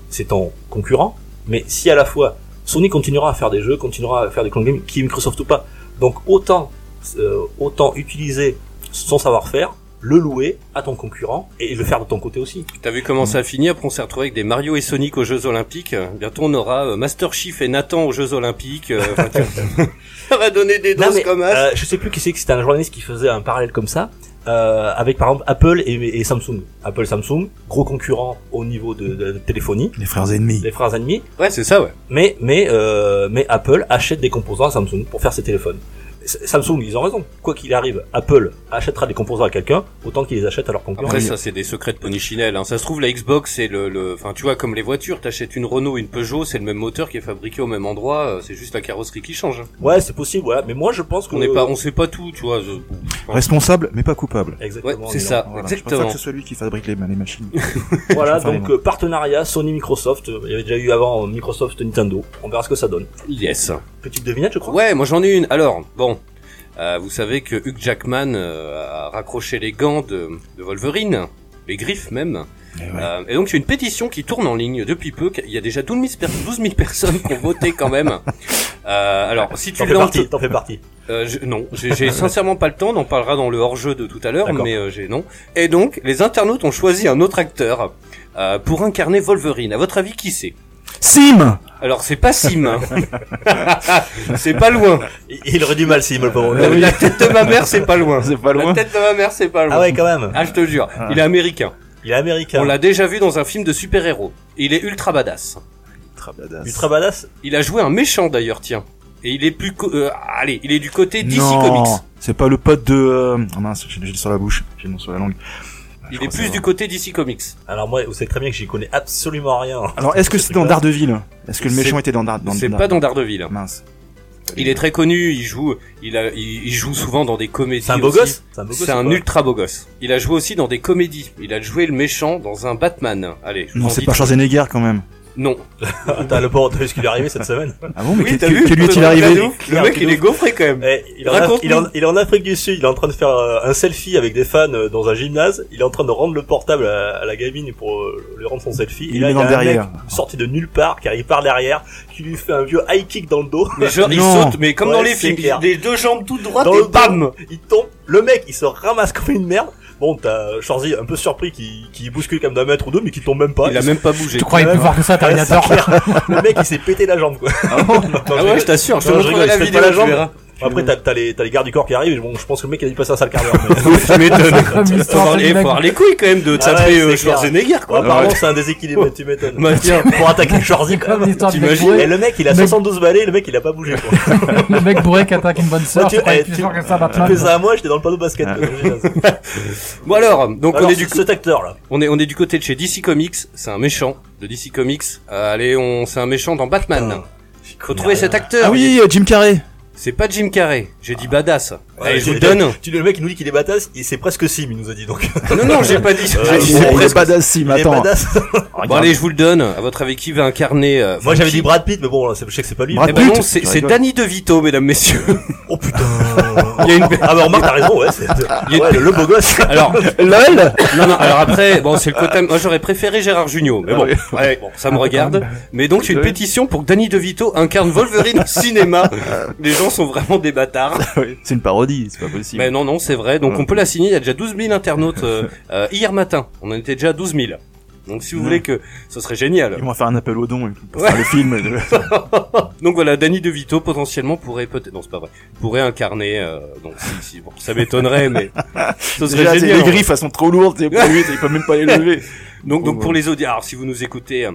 A: c'est ton concurrent, mais si à la fois, Sony continuera à faire des jeux, continuera à faire des clones games, qui est Microsoft ou pas. Donc, autant, euh, autant utiliser son savoir-faire le louer à ton concurrent et le faire de ton côté aussi.
C: T'as vu
A: Mm.
C: comment ça a fini Après, on s'est retrouvé avec des Mario et Sonic aux Jeux Olympiques. Bientôt, on aura euh, Master Chief et Nathan aux Jeux Olympiques. Euh, enfin, tu-
A: *laughs*
C: *laughs* ça va donner des
A: Non,
C: doses
A: mais,
C: comme
A: euh,
C: as.
A: je sais plus qui c'est que c'était un journaliste qui faisait un parallèle comme ça euh, avec par exemple Apple et, et Samsung. Apple Samsung, gros concurrent au niveau de, de la téléphonie,
F: Les frères ennemis.
A: les frères ennemis,
C: Ouais, c'est ça, ouais.
A: mais mais euh, mais Apple achète des composants à Samsung pour faire ses téléphones. S- Samsung, ils ont raison. Quoi qu'il arrive, Apple achètera des composants à quelqu'un autant qu'il les achète à leur concurrent.
C: Après, ça, c'est des secrets de polichinelle. Hein. Ça se trouve, la Xbox, c'est le, le- Enfin, tu vois, comme les voitures, t'achètes une Renault, une Peugeot, c'est le même moteur qui est fabriqué au même endroit. euh, C'est juste la carrosserie qui change. hein.
A: Ouais, c'est possible, voilà. Mais moi, je pense qu'on
C: On n'est pas, on sait pas tout, tu vois. je- enfin,
F: Responsable, mais pas coupable.
C: Ouais,
A: Exactement.
C: c'est
A: on est
C: ça,
F: Voilà, Je pense pas
C: exactement.
F: que ce soit lui qui fabrique les, les machines.
A: là. Voilà,
F: Enfin,
A: donc
F: bon.
A: euh, partenariat Sony-Microsoft. Il y avait déjà eu avant euh, Microsoft-Nintendo. On verra ce que ça donne.
C: Yes.
F: hein.
A: Petite devinette, je crois.
C: Ouais, moi j'en ai une. Alors, bon, euh, vous savez que Hugh Jackman euh, a raccroché les gants de, de Wolverine, les griffes même.
F: Mais Eh ouais.
C: Euh, et donc il y a une pétition qui tourne en ligne depuis peu. Il y a déjà 12 000, per- 12 000 personnes qui ont voté quand
F: *laughs*
C: même. Euh, alors, si tu
A: T'en fais
C: lances...
A: partie, t'en fais partie.
C: Euh, je- non, j'ai
F: *laughs*
C: j'ai sincèrement pas le temps, on en parlera dans le hors-jeu de tout à l'heure,
A: D'accord.
C: mais euh, j'ai non. Et donc, les internautes ont choisi un autre acteur euh, pour incarner Wolverine. À votre avis, qui c'est
F: Sim
C: Alors, c'est pas Sim.
F: *laughs*
C: hein. c'est pas loin.
A: Il- Il aurait du mal s'il me le
C: La,
A: pauvre.
C: la tête de ma mère, c'est pas loin.
F: Ah C'est pas
C: La
F: loin.
C: tête de ma mère, c'est pas loin.
A: Ah ouais, quand même.
C: Ah, je te jure, il est américain.
A: Il est américain.
C: On l'a déjà vu dans un film de super-héros. Il est ultra badass.
F: Ultra badass.
A: Ultra badass.
C: Il a joué un méchant d'ailleurs, tiens. Et il est plus co- euh, allez, il est du côté DC
F: non,
C: Comics.
F: C'est pas le pote de. Euh... oh mince, j'ai j'ai le sur la bouche, j'ai le nom sur la langue. Ah, je
C: Il
F: crois
C: est
F: que
C: plus
F: ça
C: du
F: va.
C: côté DC Comics.
A: Alors moi, vous savez très bien que j'y connais absolument rien.
C: Ah,
F: Alors, est-ce que
A: Ce
F: c'est dans
A: truc-là.
F: Daredevil Est-ce que le méchant
C: C'est-
F: était dans Dar- dans-
C: C'est
F: dans-
C: pas dans Daredevil. hein.
F: Mince.
C: Il est très connu, il joue il a il, il joue souvent dans des comédies.
A: C'est un beau
C: aussi.
A: gosse. C'est un beau gosse.
C: C'est un
A: ou pas
C: ultra beau gosse. Il a joué aussi dans des comédies. Il a joué le méchant dans un Batman. Allez, je vous
F: Non,
C: en
F: c'est
C: dis-
F: pas Schwarzenegger quand même.
C: Non.
A: Attends, le pauvre, *laughs* t'as vu ce qui lui est arrivé cette
C: *laughs*
A: semaine
F: Ah bon, mais
C: Oui,
F: que-
C: t'as
F: que
C: vu
F: que lui est-il
C: Le
F: arrivé
C: mec, Le mec, il est gaufré quand même.
A: Eh, il, est en Af-
C: Raconte-nous.
A: il est en- il est en Afrique du Sud, il est en train de faire euh, un selfie avec des fans euh, dans un gymnase, il est en train de rendre le portable à, à la gamine pour euh, lui rendre son selfie.
F: Il
A: et là,
F: met
A: il
F: dans
A: y a un
F: derrière.
A: mec sorti de nulle part, qui arrive par derrière, qui lui fait un vieux high kick dans le dos.
C: Mais genre, il
F: Non.
C: saute, mais comme
A: Ouais,
C: dans les
A: c'est
C: films,
A: clair.
C: les deux jambes toutes droites
A: Dans
C: et
A: le
C: bam
A: Il tombe, le mec il se ramasse comme une merde. Bon, t'as Charzy un peu surpris qui, qui est bousculé comme d'un mètre ou deux, mais qui tombe même pas.
C: Il a même pas
A: *laughs*
C: bougé.
D: Tu croyais
A: Ouais,
D: plus voir que ça,
A: Ouais, c'est
D: Terminator
A: clair. Le mec il s'est pété la jambe quoi. Non,
C: Ah
A: je
C: ouais,
A: rigole.
C: je t'assure, je te
A: Non, je
C: montrerai
A: rigole,
C: la
A: je fais
C: vidéo,
A: pas la
C: tu
A: jambe.
C: verras.
A: Après t'as t'as les, t'as les gardes du corps qui arrivent, bon je pense que le mec il a dû passer un sale quart d'heure. mais- *laughs*
C: Tu m'étonnes.
D: *laughs* Comme
C: Faut
D: l'histoire
C: avoir
D: du
C: les- faut
D: mec.
C: avoir les couilles quand même de
A: Ah
C: taper
A: ouais,
C: euh,
A: c'est clair.
C: Schwarzenegger,
A: Ouais,
C: quoi.
A: apparemment c'est un déséquilibre, tu m'étonnes.
C: Bah, tiens.
A: *laughs* Pour attaquer
C: *laughs*
A: Schwarzy quand
D: Comme
A: même.
D: l'histoire du mec
C: T'imagines,
A: Et
D: bourré.
A: le mec il a
D: Le mec-
A: 72 balais, le mec il a pas bougé quoi.
D: Le mec bourré qui attaque une bonne sœur.
A: Ouais, tu-
D: Tu croyais
A: eh,
D: plus
A: tu-
D: fort que ça,
A: Tu fais
D: Batman
A: ça à moi, j'étais dans le panneau basket. quoi.
C: Bon alors, donc on
A: Alors,
C: est du
A: cet acteur là.
C: on est on est du côté de chez DC Comics, c'est un méchant de DC Comics. Euh, allez, on c'est un méchant dans
A: Oh.
C: Batman. Faut trouver cet acteur.
F: Ah oui, euh, Jim Carrey.
C: C'est pas Jim Carrey, j'ai dit badass.
A: Ah. Ouais,
C: Allez, je vous
A: tu-
C: le donne.
A: Tu le mec il nous dit qu'il est badass, et c'est presque Sim il nous a dit donc.
C: Non non, j'ai
A: *laughs*
C: pas dit.
A: Ah,
F: Ah,
A: il
C: j'ai-
F: il
A: est
C: j'ai
F: est
C: presque-
F: badass, Sim,
D: Bah,
A: Il est
F: attends.
A: badass.
C: Bon allez, je vous le donne. À votre avis qui va incarner
A: Moi
C: euh, enfin,
A: j'avais
C: qui-
A: dit Brad Pitt mais bon là, c'est- je sais que c'est pas lui.
F: Brad
C: Eh
A: mais-
C: ben
F: Pitt.
C: non, c'est
F: Tu
C: c'est
F: rigoles.
C: Danny DeVito, mesdames messieurs.
A: Oh putain.
C: *laughs* Il y a une-
A: Ah bah remarque t'as raison ouais. c'est- Ah,
C: Il y a-
A: ouais, le- le beau
C: *laughs*
A: gosse.
F: *laughs*
C: Alors, Non, non, alors après, bon, c'est le côté. Moi, j'aurais préféré Gérard Jugnot, mais
F: Ah
C: bon, ouais, bon, ça me regarde. Mais donc, j'ai une
F: Ouais.
C: pétition pour que Danny DeVito incarne Wolverine au
F: *laughs*
C: cinéma. Les gens sont vraiment des bâtards.
F: Ah C'est une parodie, c'est pas possible. Ah.
C: Mais non, non, c'est vrai. Donc, on peut la signer. Il y a déjà 12 000 internautes.
F: *laughs*
C: euh, euh, hier matin, on en était déjà à 12 000. Donc, si vous
F: Ouais.
C: voulez que ce serait
F: Ils
C: génial.
F: vont faire un appel aux dons pour
C: Ouais.
F: faire le film. *laughs* le-
C: Donc, voilà, Danny DeVito potentiellement pourrait peut-être. Non, c'est pas vrai. Pourrait incarner. euh, donc, si, si, bon, ça m'étonnerait, mais
F: *laughs*
C: ce serait
F: Déjà,
C: génial.
F: les griffes, elles sont trop lourdes, c'est pour lui, il peut même pas les lever.
C: Donc, donc
F: Ouais.
C: pour les auditeurs, alors si vous nous écoutez euh,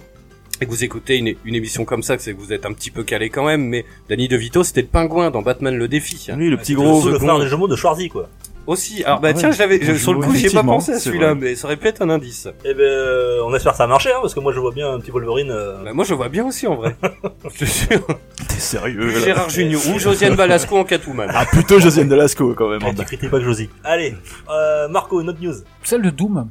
C: et que vous écoutez une, une émission comme ça, c'est que vous êtes un petit peu calé quand même, mais Danny DeVito, c'était le pingouin dans Batman le défi. hein.
F: Lui, Ah le petit
A: Gros,
F: gros.
A: le
C: second.
A: frère de jumeau de Schwarzy quoi.
C: Aussi, alors bah
F: Ouais.
C: tiens, je l'avais- je-
F: Bon
C: sur le coup,
F: jumeau,
C: j'y ai pas
F: effectivement,
C: pensé à
F: c'est
C: celui-là,
F: vrai.
C: mais ça aurait pu être un indice.
A: Eh ben euh, on espère que ça a marché hein, parce que moi je vois bien un petit Wolverine. euh,
C: Bah, moi, je vois bien aussi en vrai. je te jure.
F: Ah, T'es sérieux, là.
C: Gérard Junior ou Josiane Balasco en Catwoman.
F: *laughs* Ah, plutôt Josiane Delasco, quand même. hein.
A: eh, tu critiques pas que Josie. Allez, euh, Marco, une autre news.
D: Celle de Doom.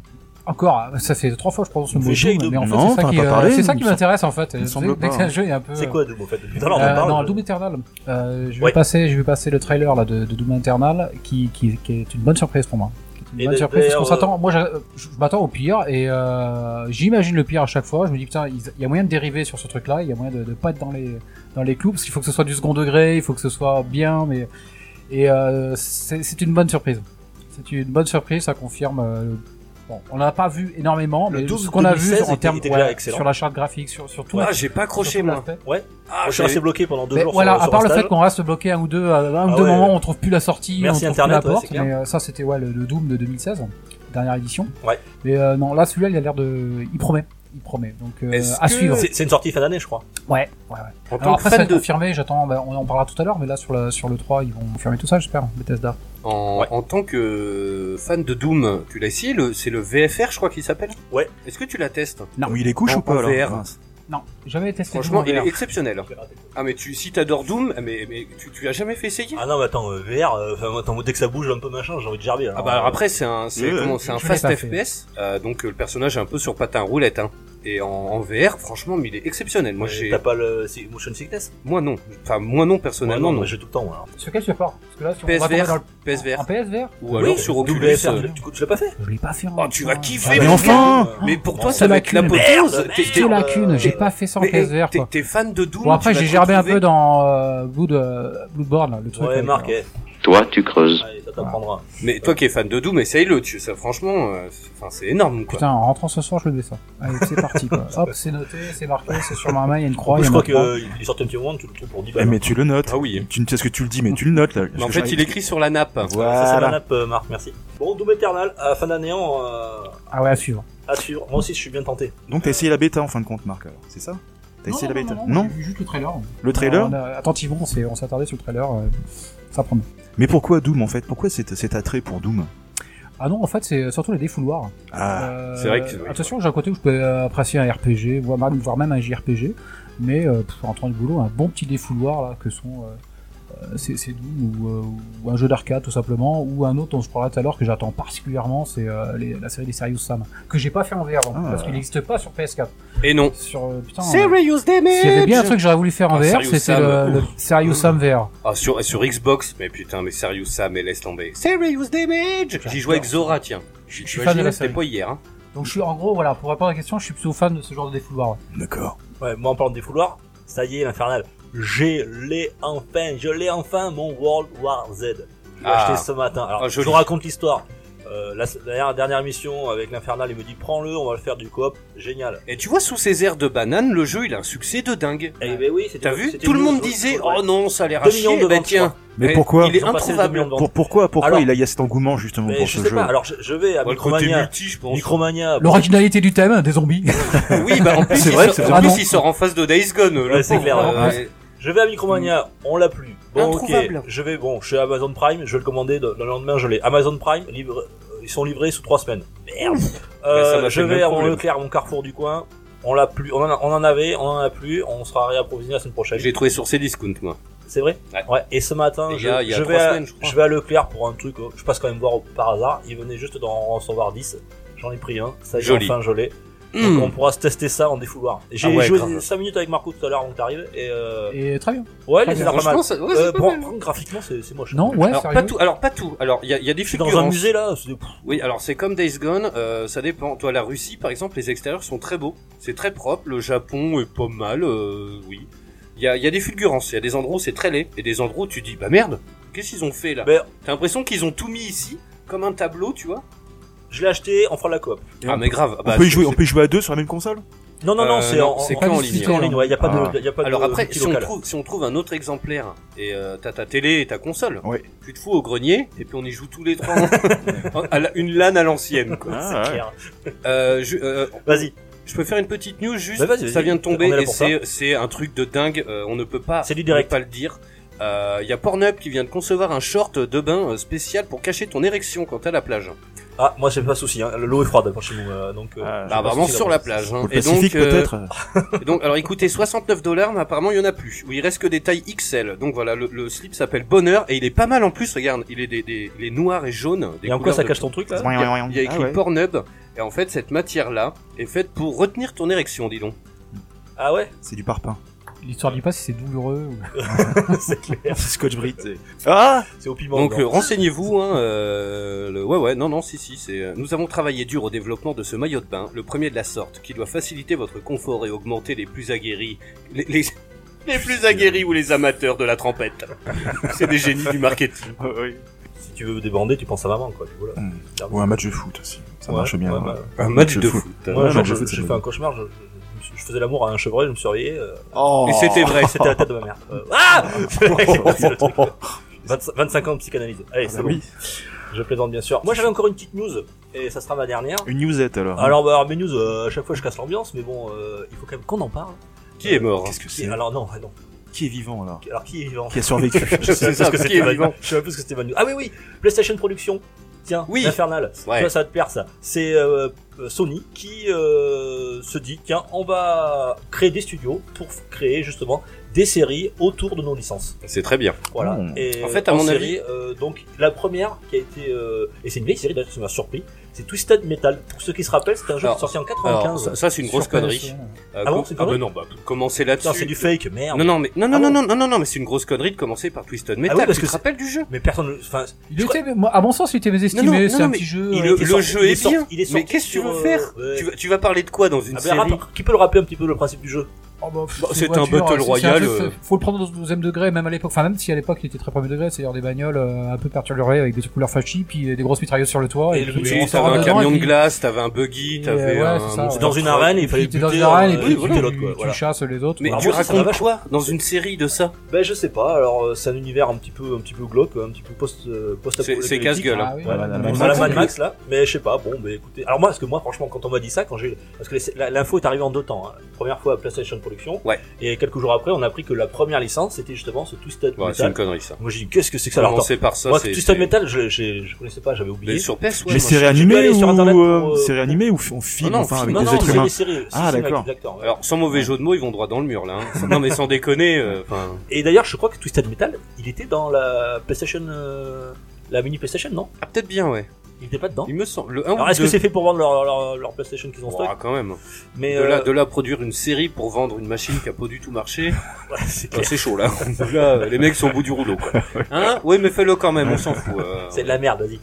D: Encore, ça fait trois fois que je prononce le
A: Mais
D: mot
A: j'ai Doom.
D: Doom, mais en fait,
F: Non,
D: c'est ça
F: t'en as
D: qui,
F: pas
D: euh,
F: parlé,
D: c'est ça
F: il
D: qui
F: me
D: m'intéresse en fait.
F: il me
D: C'est-
F: semble
D: Dès que
F: pas,
D: c'est un
F: hein.
D: jeu, il est un peu.
A: C'est
D: euh,
A: quoi Doom en fait Depuis tout à l'heure on
D: euh,
A: en parle.
D: non,
A: je-
D: Doom Eternal. Euh, je vais
A: Ouais.
D: passer, je vais passer le trailer là de, de Doom Eternal, qui, qui, qui est une bonne surprise pour moi. Qui est Une
A: Et
D: bonne
A: d'ailleurs,
D: surprise parce qu'on
A: euh,
D: s'attend. Moi, je, je- je m'attends au pire et euh, j'imagine le pire à chaque fois. Je me dis putain, ils- il y a moyen de dériver sur ce truc-là. Il y a moyen de, de pas être dans les dans les clous parce qu'il faut que ce soit du second degré, il faut que ce soit bien, mais et euh, c'est c'est une bonne surprise. C'est une bonne surprise, ça confirme. euh, bon, on n'a pas vu énormément,
A: Le
D: mais
A: 12
D: ce qu'on a vu
A: 2016
D: en
A: était-
D: termes
A: était déjà
D: ouais,
A: excellent.
D: sur la charte graphique, sur, sur tout.
C: Ah, j'ai pas accroché,
D: Surtout
C: moi.
D: l'aspect.
A: Ouais.
C: Ah,
A: je suis
C: j'ai-
A: resté euh, bloqué pendant deux
D: Mais
A: jours.
D: voilà,
A: sur,
D: à
A: sur
D: part
A: un
D: le fait
A: stage.
D: qu'on reste bloqué à un ou deux, à un ou
A: Ah
D: deux
A: ouais.
D: moments, on trouve plus la sortie,
A: Merci
D: on trouve
A: Internet,
D: plus la
A: ouais,
D: porte.
A: c'est clair.
D: mais euh, ça, c'était ouais le, le Doom de 2016, dernière édition.
A: Ouais.
D: Mais euh, non, là, celui-là, il a l'air de, il promet, il promet. Donc euh,
C: Est-ce
D: à
C: que-
D: suivre.
A: C'est c'est une sortie fin d'année, je crois.
D: Ouais, ouais, ouais.
C: En
D: Alors
C: tant que
D: après, ça va
C: fan
D: être
C: de,
D: confirmé, j'attends, bah, on en parlera tout à l'heure, mais là, sur, la, sur le 3, ils vont confirmer tout ça, j'espère, Bethesda.
C: en,
A: Ouais.
C: en tant que fan de Doom, tu l'as essayé le- C'est le VFR, je crois qu'il s'appelle.
A: Ouais.
C: Est-ce que tu la testes
D: Non.
F: Oui, il est couche
C: En-
F: ou pas
C: en
F: alors Ah,
C: VR.
F: Mince.
D: Non, jamais testé.
C: Franchement,
D: Doom
C: il
D: en
C: est
D: VR.
C: exceptionnel. Ah, mais tu, si t'adores Doom, eh, mais, mais tu, tu l'as jamais fait essayer
A: Ah non, mais attends, euh, VR, euh, enfin, moi, attends, dès que ça bouge un peu machin, j'ai envie de gerber. hein. alors.
C: Ah bah alors après c'est un c'est
F: Ouais,
C: comment c'est un
D: je l'ai
C: fast
D: pas fait.
C: FPS euh, donc euh, le personnage est un peu sur patin roulette hein. Et en, en VR franchement mais il est exceptionnel. Moi
A: Mais
C: j'ai
A: T'as pas le si- motion sickness
C: moi non enfin moi non personnellement
A: Ouais,
C: non.
A: mais j'ai tout le temps. moi, alors.
D: Sur quel support Parce que là, si on va tomber
C: PSVR
D: dans le...
C: PSVR
D: En PSVR
C: ou alors
A: Oui,
C: sur
A: le
C: Oculus.
A: VFR,
C: euh,
A: tu- tu- tu l'as pas fait
D: Je l'ai pas fait en Ah,
C: Oh tu vas
D: putain.
C: kiffer.
F: mais
C: mon
F: enfin
C: gars. Mais pour
A: Bon,
C: toi
A: c'est
C: ça va
D: la
C: être la
D: cune.
C: potence.
A: Merde,
C: T'es-
A: merde.
C: t'es-
D: Quelle lacune, j'ai
A: Mais-
D: pas fait ça en
C: mais-
D: PSVR
C: t'es-
D: quoi.
C: T'es fan de Doom.
D: Bon après
C: tu vas
D: j'ai
C: te
D: gerbé un
C: retrouver-
D: peu dans euh, Blood, euh, Bloodborne, là, le truc.
A: Ouais,
D: avec,
A: Marc,
D: euh,
A: eh,
I: Toi, tu creuses.
A: allez, ça t'apprendra.
C: Mais toi qui es fan de Doom essaye-le tu ça franchement euh, c'est- enfin c'est énorme quoi.
D: Putain, en rentrant ce soir, je le fais ça. Allez, c'est parti quoi. Hop, c'est noté, c'est marqué, c'est sur ma main, il y a une croix.
A: je
D: il y a
A: crois
D: marqué.
A: qu'il est sorti un petit moment, tu le trouves pour 10
F: Eh,
A: balles.
F: mais tu le notes.
C: Ah oui.
F: Tu ne sais ce que tu le dis, mais tu le notes là.
C: Mais en fait il écrit sur la nappe.
A: Ça, c'est ma
F: Voilà.
A: nappe, euh, Marc, merci. Bon, Doom Eternal, à fin d'année, en, euh,
D: Ah ouais, à suivre.
A: à suivre. Moi aussi, je suis bien tenté.
F: Donc t'as essayé la bêta en fin de compte, Marc. alors, C'est ça T'as essayé la bêta Non.
D: j'ai vu juste le trailer.
F: Le trailer
D: On a- Attentivement, on s'est on s'est attardé sur le trailer. euh, Ça promet.
F: Mais pourquoi Doom en fait Pourquoi cet cet attrait pour Doom
D: Ah non, en fait, c'est surtout les défouloirs.
F: Ah.
D: Euh,
C: c'est vrai que- oui.
D: Attention, j'ai un côté où je peux euh, apprécier un RPG, voire même, voire même un JRPG, mais euh, pff, en train du boulot, un bon petit défouloir là, que sont euh, euh, ces ces Doom ou, euh, ou un jeu d'arcade tout simplement, ou un autre dont je parlais tout à l'heure que j'attends particulièrement, c'est euh, les- la série des Serious Sam, que j'ai pas fait en VR, donc,
F: Ah.
D: parce qu'il n'existe pas sur PS4.
C: Et non.
D: Sur, euh, putain, euh,
C: Serious damage.
D: s'il y avait bien un truc que j'aurais voulu faire en
C: Ah,
D: VR,
C: Serious
D: c'était
C: Sam.
D: le, le
C: Ouf.
D: Serious Sam VR.
C: Ah, sur, sur Xbox, mais putain, mais Serious Sam, mais laisse tomber. Serious Damage J'y jouais avec Zora, tiens.
D: Je suis fan de la
C: C'était
D: série.
C: pas hier, hein.
D: Donc je suis, en gros, voilà, pour répondre à la question, je suis plutôt fan de ce genre de défouloir. ouais.
F: D'accord.
A: Ouais, moi, en parlant des fouloirs, ça y est, l'infernal. J'ai l'ai enfin, je l'ai enfin, mon World War Z. Je l'ai
C: Ah.
A: acheté ce matin. Alors,
C: Ah,
A: je
C: joli.
A: vous raconte l'histoire. Euh, la, la dernière, dernière mission avec l'infernal, il me dit prends-le, on va le faire du coop. Génial.
C: Et tu vois, sous ces airs de banane, le jeu, il a un succès de dingue.
A: Eh ben oui, c'était-
C: T'as vu
A: c'était
C: Tout le
A: une
C: monde
A: news,
C: disait,
A: ouais.
C: oh non, ça a l'air à
A: 2 millions
C: chier,
A: de
C: ben
A: ventes,
C: tiens.
F: Mais
C: Eh,
F: pourquoi
C: Il est
A: Ils ont passé les 2 millions
C: introuvable.
A: de ventes.
F: Pour- pourquoi, pourquoi
A: Alors-
F: il a- il y a cet engouement justement
A: Mais
F: pour
A: je
F: ce
A: sais
F: jeu
A: pas, alors je, je vais à
C: Ouais, le côté
A: Micromania.
C: multi, je pense.
A: Micromania.
D: L'originalité du thème, des zombies.
C: Oui,
A: *laughs*
C: bah en plus,
F: C'est
C: il
F: vrai,
C: sort-
F: c'est
C: en
D: vrai. Ah non.
C: plus, il sort en face de Days Gone. le
A: Ouais, c'est
C: pauvre.
A: clair,
C: Euh,
A: Je vais à Micromania, on l'a plus. Bon, ok.
C: Introuvable.
A: Je vais, bon, je suis à Amazon Prime, je vais le commander le le lendemain, je l'ai. Amazon Prime, livre- euh, ils sont livrés sous trois semaines. Merde.
C: Ouais, ça
A: Euh,
C: m'a fait
A: je
C: le même
A: vais à mon
C: problème.
A: Leclerc, mon Carrefour du coin. On l'a plus, on en, a- on en avait, on en a plus, on sera réapprovisionné la semaine prochaine.
C: Je l'ai trouvé sur Cdiscount, moi.
A: C'est vrai
C: Ouais.
A: Et ce matin,
C: Et il
A: je,
C: y a- il y a
A: je
C: trois
A: vais à,
C: semaines, je crois.
A: vais à Leclerc pour un truc, euh, je passe quand même voir au- par hasard. Il venait juste d'en recevoir 10. J'en ai pris un, ça y est,
C: Joli.
A: enfin je l'ai.
C: Hmm.
A: Donc on pourra se tester ça en défouloir. J'ai
C: Ah ouais,
A: joué
C: grave.
A: 5 minutes avec Marco tout à l'heure avant que t'arrives et euh...
D: Et très bien.
A: ouais, il
D: Ah,
A: était pas mal.
C: Franchement, ça- ouais,
A: Euh,
C: c'est pas
A: bon,
C: mal.
A: graphiquement, c'est c'est moche.
D: Non, ouais,
C: Alors
D: sérieux.
C: pas tout, alors pas tout. Alors il y a, il y a des
A: Je suis dans un
C: figurants.
A: musée là, c'est des- pff,
C: Oui, alors c'est comme Days Gone, euh, ça dépend. Toi, la Russie, par exemple, les extérieurs sont très beaux, c'est très propre. Le Japon est pas mal, euh, oui. Il y a, il y a des fulgurances, il y a des endroits où c'est très laid, et des endroits où tu dis, bah merde, qu'est-ce qu'ils ont fait là
A: Ben-
C: T'as l'impression qu'ils ont tout mis ici, comme un tableau, tu vois
A: je l'ai acheté, on fera la coop.
C: Ah mais grave. ah bah,
F: on, peut y
C: c'est-
F: jouer, on
C: c'est-
F: peut y jouer à deux sur la même console
A: Non, non, non,
C: Euh,
A: c'est
C: non,
A: en,
C: c'est
A: en-
C: qu'en
A: en-
C: ligne.
A: c'est qu'en ligne, ouais, y a pas
F: Ah.
A: de, y a pas de
C: Alors après,
A: petit
C: si on,
A: local.
C: trouve, si on trouve un autre exemplaire, et euh, t'as ta télé et ta console,
F: Ouais.
C: tu te fous au grenier, et puis on y joue tous les
F: *laughs*
C: trois, en- à la- une lane à l'ancienne. quoi.
F: Ah, ouais.
A: Claire.
C: Euh, je- euh,
A: Vas-y,
C: Je peux faire une petite news juste,
A: Bah, vas-y, vas-y.
C: ça vient de tomber
A: On est là
C: et
A: pour
C: c'est c'est un truc de dingue, euh, on ne peut pas
A: C'est du direct.
C: on peut pas le dire. Il y a Pornhub qui vient de concevoir un short de bain euh, spécial pour cacher ton érection quand t'es à la plage. Bah,
A: ah, moi j'ai pas de soucis, hein. l'eau est froide par chez nous, euh, donc. euh,
F: Ah,
A: j'ai
C: Bah
A: pas de
C: vraiment
A: soucis,
C: sur
A: là.
C: la plage. hein.
F: Pour le
C: Et donc,
F: Pacifique
C: euh,
F: peut-être
C: et donc, alors il coûtait 69 dollars, mais apparemment il y en a plus. Ou il reste que des tailles XL. Donc voilà, le, le slip s'appelle Bonheur et il est pas mal en plus. Regarde, il est des, des il est noir et jaune. Des
A: Et en quoi
C: couleurs
A: ça
C: de-
A: cache ton truc là
C: Il y a, il y a
F: Ah
C: écrit
F: ouais.
C: Pornhub et en fait cette matière là est faite pour retenir ton érection, dis donc.
A: Ah ouais *laughs*
F: C'est du parpaing.
D: L'histoire dit pas si c'est douloureux ou.
A: C'est clair.
F: C'est Scotch Brit. *laughs* Ah
A: C'est au piment.
C: Donc
A: dedans.
C: euh, renseignez-vous, hein, euh, le- ouais ouais, non non, si si, c'est. euh, Nous avons travaillé dur au développement de ce maillot de bain, le premier de la sorte, qui doit faciliter votre confort et augmenter les plus aguerris, les, les, *laughs* les plus aguerris ou les amateurs de la trempette. c'est des génies du marketing.
F: Oui.
A: tu veux débander, tu penses à maman, quoi. Voilà.
F: Ou un match de foot aussi. Ça
A: Ouais,
F: marche bien. hein.
A: ouais,
F: ouais.
A: bah,
C: Un match de foot. hein.
F: Ouais,
A: Moi,
F: un
A: genre,
F: match
A: je-
F: de foot,
A: j'ai
F: c'est
A: fait
F: bon.
A: un cauchemar, je, je- je faisais l'amour à un chevreuil, je me surveillais. euh,
F: Oh.
A: Et c'était vrai, c'était la tête de ma mère. Euh, *laughs* ah C'est le truc. 25 25 ans de psychanalyse. Allez, c'est
F: Ah
A: bon.
F: oui.
A: Je plaisante bien sûr. Moi j'avais encore une petite news, et ça sera ma dernière.
F: Une newsette alors.
A: Alors, bah, alors, mes news, euh, à chaque fois je casse l'ambiance, mais bon, euh, il faut quand même qu'on en parle.
C: Qui est mort
F: Qu'est-ce que
A: Qui-
F: c'est
A: alors non, non.
F: Oh, Qui est vivant *laughs* alors
A: Alors qui est vivant
F: Qui a survécu
A: Je sais
C: C'est ça,
A: pas ce que
C: qui
A: c'était
C: est
A: ma-
C: vivant.
A: Je sais pas ce que c'était ma news. Ah oui, oui, PlayStation Productions. Tiens,
C: Oui.
A: Infernal.
C: Ouais.
A: Toi, ça va te plaire, ça. C'est euh, euh, Sony qui euh, se dit, tiens, on va créer des studios pour f- créer justement des séries autour de nos licences.
C: hein C'est très bien.
A: Voilà.
F: Mmh.
A: Et
C: En fait, à mon
A: série, euh, donc la première qui a été, euh, et c'est une vieille série d'ailleurs, ça m'a surpris, c'est Twisted Metal. Pour ceux qui se rappellent, c'était un jeu
C: Alors,
A: sorti en
C: Alors,
A: 95.
C: ça, ça, c'est une grosse
D: Sur PS1,
C: connerie. Euh,
A: Oh, Ah bon,
C: com-
A: c'est une
C: ah bah
A: connerie
C: non, bah, commencer
A: Putain, c'est
C: là-dessus.
A: du fake, merde.
C: Non, non, mais, non,
A: Ah
C: non, non,
A: bon Ah
C: non, non, non, non, mais c'est une grosse connerie de commencer par Twisted Metal.
A: oui, parce
C: tu
A: que
C: te
A: c'est-
C: rappelles du jeu?
A: Mais personne, ne-
C: Ah,
A: enfin,
D: Il était, moi, à mon sens, il était
C: Non, non,
D: mésestimé.
C: non,
D: C'est un
C: mais
D: petit jeu.
A: hein. il
D: euh,
A: est-
C: Le,
A: était
C: le
A: sorti- il
C: jeu
A: est
C: est,
A: sorti-
C: bien.
A: il est sorti
C: mais qu'est-ce que tu
A: sur,
C: veux
A: euh,
C: faire?
A: ouais.
C: Tu, vas, tu vas parler de quoi dans une
A: Ah ben,
C: série?
A: rappe- qui peut le rappeler un petit peu le principe du jeu
D: oh, bah, pff,
C: Bah, c'est
D: une
C: un
D: voiture,
C: battle
D: c'est- c'est un
C: royale,
D: jeu,
C: euh.
D: faut- Faut le prendre au deuxième degré, même à l'époque. Enfin, même si à l'époque, il était très premier degré, c'est-à-dire des bagnoles euh, un peu perturbées avec des couleurs fascistes, puis euh, des grosses mitrailleuses sur le toit.
A: Et le
D: puis,
A: budget,
D: on
C: Oui,
A: s'en
D: sort
C: t'avais un
D: dedans,
C: camion
D: et
C: de
D: puis-
C: glace, t'avais un buggy,
D: Et,
C: t'avais
D: ouais,
C: un.
D: c'est ça,
A: C'est
D: ouais.
A: dans une arène et il
D: Puis
A: fallait
D: t'es dans
A: buter,
D: une arène
A: euh,
D: et
A: oui,
D: puis
A: voilà,
D: tu,
A: l'autre, quoi,
D: tu
A: voilà.
D: chasses les autres.
C: Mais
A: Alors
C: tu
A: Ah, moi, ça, ça m'a
C: racontes
A: vachement-
C: quoi dans une série de ça
A: Ben je sais pas, alors euh, c'est un univers un petit peu un petit peu glauque, un petit peu post euh, post
C: C'est c'est casse-gueule. hein.
D: Ah oui,
A: Ouais,
D: voilà,
F: la
D: la
A: On
F: Mad
A: a la
D: Max,
A: Mad
D: oui.
A: Max là, mais je sais pas, bon ben écoutez. Alors moi parce que moi franchement quand on m'a dit ça, quand j'ai. Parce que les- la- l'info est arrivée en deux temps. hein. Première fois à PlayStation Production,
C: Ouais.
A: et quelques jours après on a appris que la première licence c'était justement ce Twisted
C: Ouais, C'est une
A: Metal.
C: connerie ça.
A: Moi j'ai dit qu'est-ce que c'est que ça alors, attends.
C: Commencer par ça,
A: Moi
C: c'est.
A: Twisted
C: c'est-
A: Metal je, je, je connaissais pas, j'avais
C: Mais
A: oublié.
C: sur PS, ouais. moi,
F: Mais c'est
A: je- je peux
F: réanimé
A: aller
F: ou
A: sur Internet pour, euh,
F: C'est réanimé ou f- on filme
C: non,
F: enfin
C: on
F: avec
A: non,
F: des
A: non,
F: êtres
A: c'est
F: humains
A: les séries, si,
F: Ah,
A: si, avec
F: d'accord.
A: des acteurs, ouais.
C: Alors, sans mauvais jeu de mots, ils vont droit dans le mur, là. hein. non, mais sans déconner, euh, enfin...
A: Et d'ailleurs je crois que Twisted Metal, il était dans la PlayStation euh, la mini PlayStation, non
C: ah, peut-être bien, ouais.
A: Il était pas dedans
C: Il me semble. Le 1
A: Alors est-ce que c'est fait pour vendre leur, leur, leur PlayStation qu'ils ont en stock
C: quand même.
A: Mais
C: De là,
A: euh,
C: de là à produire une série pour vendre une machine qui a pas du tout marché,
A: *laughs* ouais, c'est
C: euh,
A: clair.
C: c'est chaud là. *laughs* là. euh, Les mecs sont au bout du
A: *laughs*
C: rouleau quoi. Hein Oui mais fais-le quand même, on s'en fout. euh.
A: C'est de la merde, vas-y.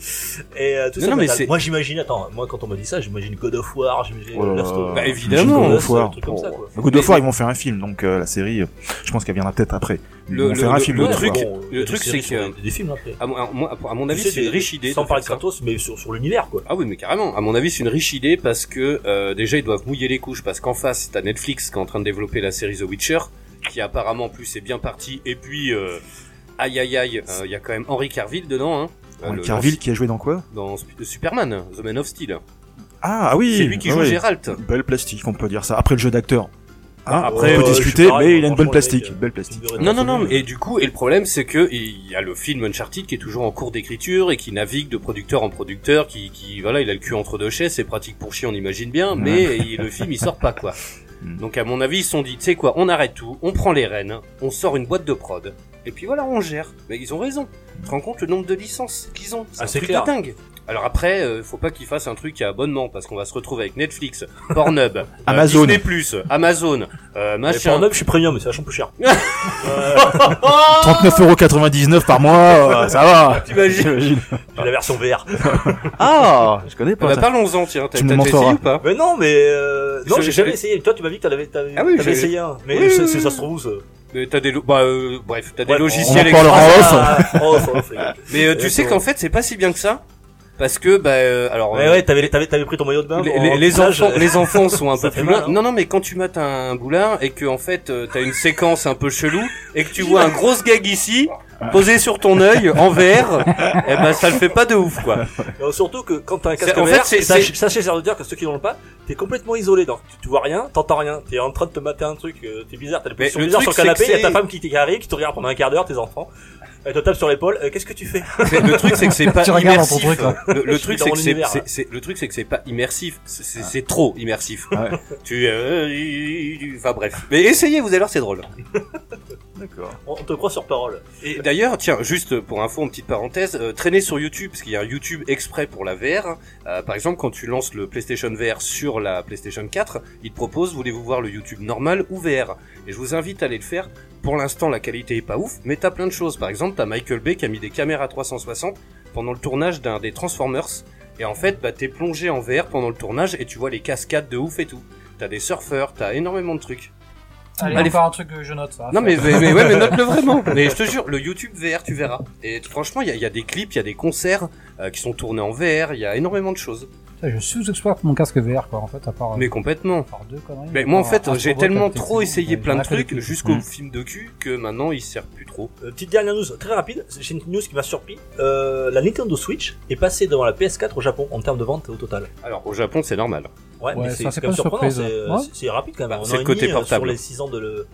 A: Et euh, tout
C: Non,
A: ça,
C: non, mais
A: mais
C: c'est-
A: moi j'imagine, attends, moi quand on m'a dit ça, j'imagine God of War, j'imagine
F: Oh là
A: Last
F: là.
A: of-
C: Bah,
F: Jim
C: évidemment.
F: God
A: Godas,
F: of War.
A: un truc comme ça, quoi.
F: Le God of
C: Mais-
F: War, ils vont faire un film, donc euh, la série, euh, je pense qu'elle viendra peut-être après. Ils
C: Le-
F: vont faire un film.
C: le
F: God of
C: truc-
F: War.
C: le
A: il y a des
C: truc,
A: séries
C: c'est
A: sur
C: que-
A: des- des films après.
C: hein. À, mon- à mon- à mon avis,
A: Tu sais,
C: c'est
A: des-
C: une riche idée.
A: Sans
C: de
A: parler de
C: faire ça.
A: Kratos, mais sur, sur l'univers, quoi.
C: Ah oui, mais carrément. À mon avis, c'est une riche idée parce que euh, déjà ils doivent mouiller les couches parce qu'en face t'as Netflix qui est en train de développer la série The Witcher, qui apparemment en plus est bien parti. Et puis euh, aïe aïe aïe, euh, il y a quand même Henry Carville dedans. Hein, Euh,
F: Henry
C: le-
F: Carville qui a joué dans quoi
C: dans Sp- Superman, The Man of Steel.
F: Ah ah oui
C: C'est lui qui joue
F: ouais.
C: Geralt.
F: Une Belle plastique, on peut dire ça. Après le jeu d'acteur. Hein,
A: après,
F: on peut
A: euh, je suis
F: discuter,
A: pareil,
F: mais il a une
A: franchement, le
F: bonne
A: mec,
F: plastique.
A: euh,
F: Belle plastique.
C: Non, non, non, et du coup, et le problème, c'est que il y a le film Uncharted qui est toujours en cours d'écriture et qui navigue de producteur en producteur, qui, qui, voilà, il a le cul entre deux chaises, c'est pratique pour chier, on imagine bien, mais il- le film, il sort
A: *laughs*
C: pas, quoi.
F: Mm.
C: Donc, à mon avis, ils se sont dit, tu sais quoi, on arrête tout, on prend les rênes, on sort une boîte de prod, et puis voilà, on gère. Mais ils ont raison. Tu te rends compte le nombre de licences qu'ils ont?
A: Ah,
C: un
A: c'est
C: truc
A: clair.
C: de dingue. Alors après, euh, faut pas qu'ils fassent un truc à abonnement, parce qu'on va se retrouver avec Netflix,
A: *laughs*
C: Pornhub, euh,
F: Amazon.
C: Disney+, Amazon, euh,
A: Mais
C: machin.
A: pour
C: *laughs*
A: neuf, je suis premium, mais c'est vachement plus cher. Euh,
C: Oh,
F: 39,99€ par mois, euh, ça va.
C: T'imagines
F: J'imagine.
A: j'ai la version VR.
F: Ah, je connais
C: Eh
F: pas.
C: ben,
F: ça.
C: parlons-en, tiens. T'as
F: Tu me
C: t'as
F: montreras.
C: essayé ou pas
A: Mais non, mais euh, non,
C: Je-
A: j'ai
C: je-
A: jamais essayé. Toi, tu m'as dit que t'avais, t'avais,
C: Ah oui,
A: t'avais
C: j'ai-
A: essayé un. Mais
C: Oui,
A: c'est-
C: oui,
A: c'est-
C: oui.
A: ça se trouve où, ça
C: Mais T'as des, lo- bah, euh, bref, t'as des
A: Ouais,
F: On
C: logiciels.
F: en
C: extra-
F: parlera en off.
A: Ah, off, off, les gars.
C: Mais euh, tu
A: Ouais,
C: sais
A: c'est
C: qu'en
A: bon.
C: fait, c'est pas si bien que ça, parce que bah, euh, alors.
A: Ouais,
C: euh,
A: ouais, t'avais, t'avais, t'avais pris ton maillot de bain.
C: Les,
A: pour-
C: les-
A: en
C: les
A: plage.
C: enfants, les enfants sont
A: *laughs*
C: un
A: Ça
C: peu
A: fait
C: plus
A: mal,
C: loin.
A: hein.
C: Non, non, mais quand tu mates un boulard et que en fait euh, t'as une séquence un peu chelou et que tu vois un gros gag ici posé sur ton œil en vert, *laughs* eh ben ça le fait pas de ouf quoi.
A: Euh, surtout que quand t'as un casque
C: C'est- en fait,
A: vert,
C: c'est-
A: sachez,
C: c'est-
A: sachez ça veut dire que ceux qui n'ont pas, t'es complètement isolé. Donc tu, tu vois rien, t'entends rien, t'es en train de te mater un truc, euh, t'es bizarre, t'as des
C: Mais
A: positions
C: le
A: bizarres sur
C: truc,
A: le canapé,
C: c'est que
A: y a ta
C: c'est-
A: femme qui t'y arrive, qui te regarde pendant un quart d'heure, tes enfants, elle te tape sur l'épaule, euh, qu'est-ce que tu fais
C: *laughs* Mais le truc c'est que c'est pas
D: Tu regardes dans ton
C: immersif.
D: truc, hein. là.
C: le, le
A: Je suis
C: truc
A: dans
C: c'est que
A: mon
C: c'est-
A: univers,
C: c'est-
A: là.
C: c'est- le truc c'est que c'est pas immersif. C'est-
D: Ah.
C: C'est c'est trop immersif.
F: Ah ouais.
C: *laughs* Tu euh, enfin bref. Mais essayez, vous allez voir, c'est drôle.
F: D'accord.
A: On te croit sur parole.
C: Et d'ailleurs, tiens, juste pour info, une petite parenthèse, euh, traînez sur YouTube, parce qu'il y a un YouTube exprès pour la VR. Euh, par exemple, quand tu lances le PlayStation VR sur la PlayStation 4, il te propose, voulez-vous voir le YouTube normal ou VR Et je vous invite à aller le faire. Pour l'instant, la qualité est pas ouf, mais t'as plein de choses. Par exemple, t'as Michael Bay qui a mis des caméras 360 pendant le tournage d'un des Transformers. Et en fait, bah, t'es plongé en VR pendant le tournage et tu vois les cascades de ouf et tout. T'as des surfeurs, t'as énormément de trucs.
D: Allez,
C: Allez,
D: encore un truc que je note. ça va
C: Non mais, mais,
D: faire.
C: mais ouais mais note-le vraiment. Ah, *laughs* Mais je te jure, le YouTube VR, tu verras. Et franchement, il y a, il y a des clips, il y a des concerts euh, qui sont tournés en VR, il y a énormément de choses.
D: Putain, Je sous-exploite mon casque VR, quoi, en fait, à part.
C: Mais complètement.
D: par deux conneries.
C: Mais moi en
D: Par
C: fait,
D: un
C: j'ai
D: robot
C: tellement
D: capté,
C: trop
D: c'est
C: essayé
D: bon,
C: plein
D: j'en
C: de
D: ai fait des
C: trucs
D: trucs.
C: jusqu'au
F: Mm.
C: film de cul que maintenant il sert plus trop.
A: Euh, petite dernière news très rapide, c'est une news qui m'a surpris. Euh, la Nintendo Switch est passée devant la PS4 au Japon en termes de vente au total.
C: Alors au Japon, c'est normal.
A: Ouais,
D: Ouais,
A: mais
D: ça,
A: c'est
D: c'est
A: quand même
D: pas
A: surprenant,
D: surprise.
A: c'est euh,
D: Ouais.
A: c'est rapide quand même. Un
C: C'est
A: an
C: le
A: et
C: côté
A: demi, euh, Sur
C: portable.
A: les 6 ans de le.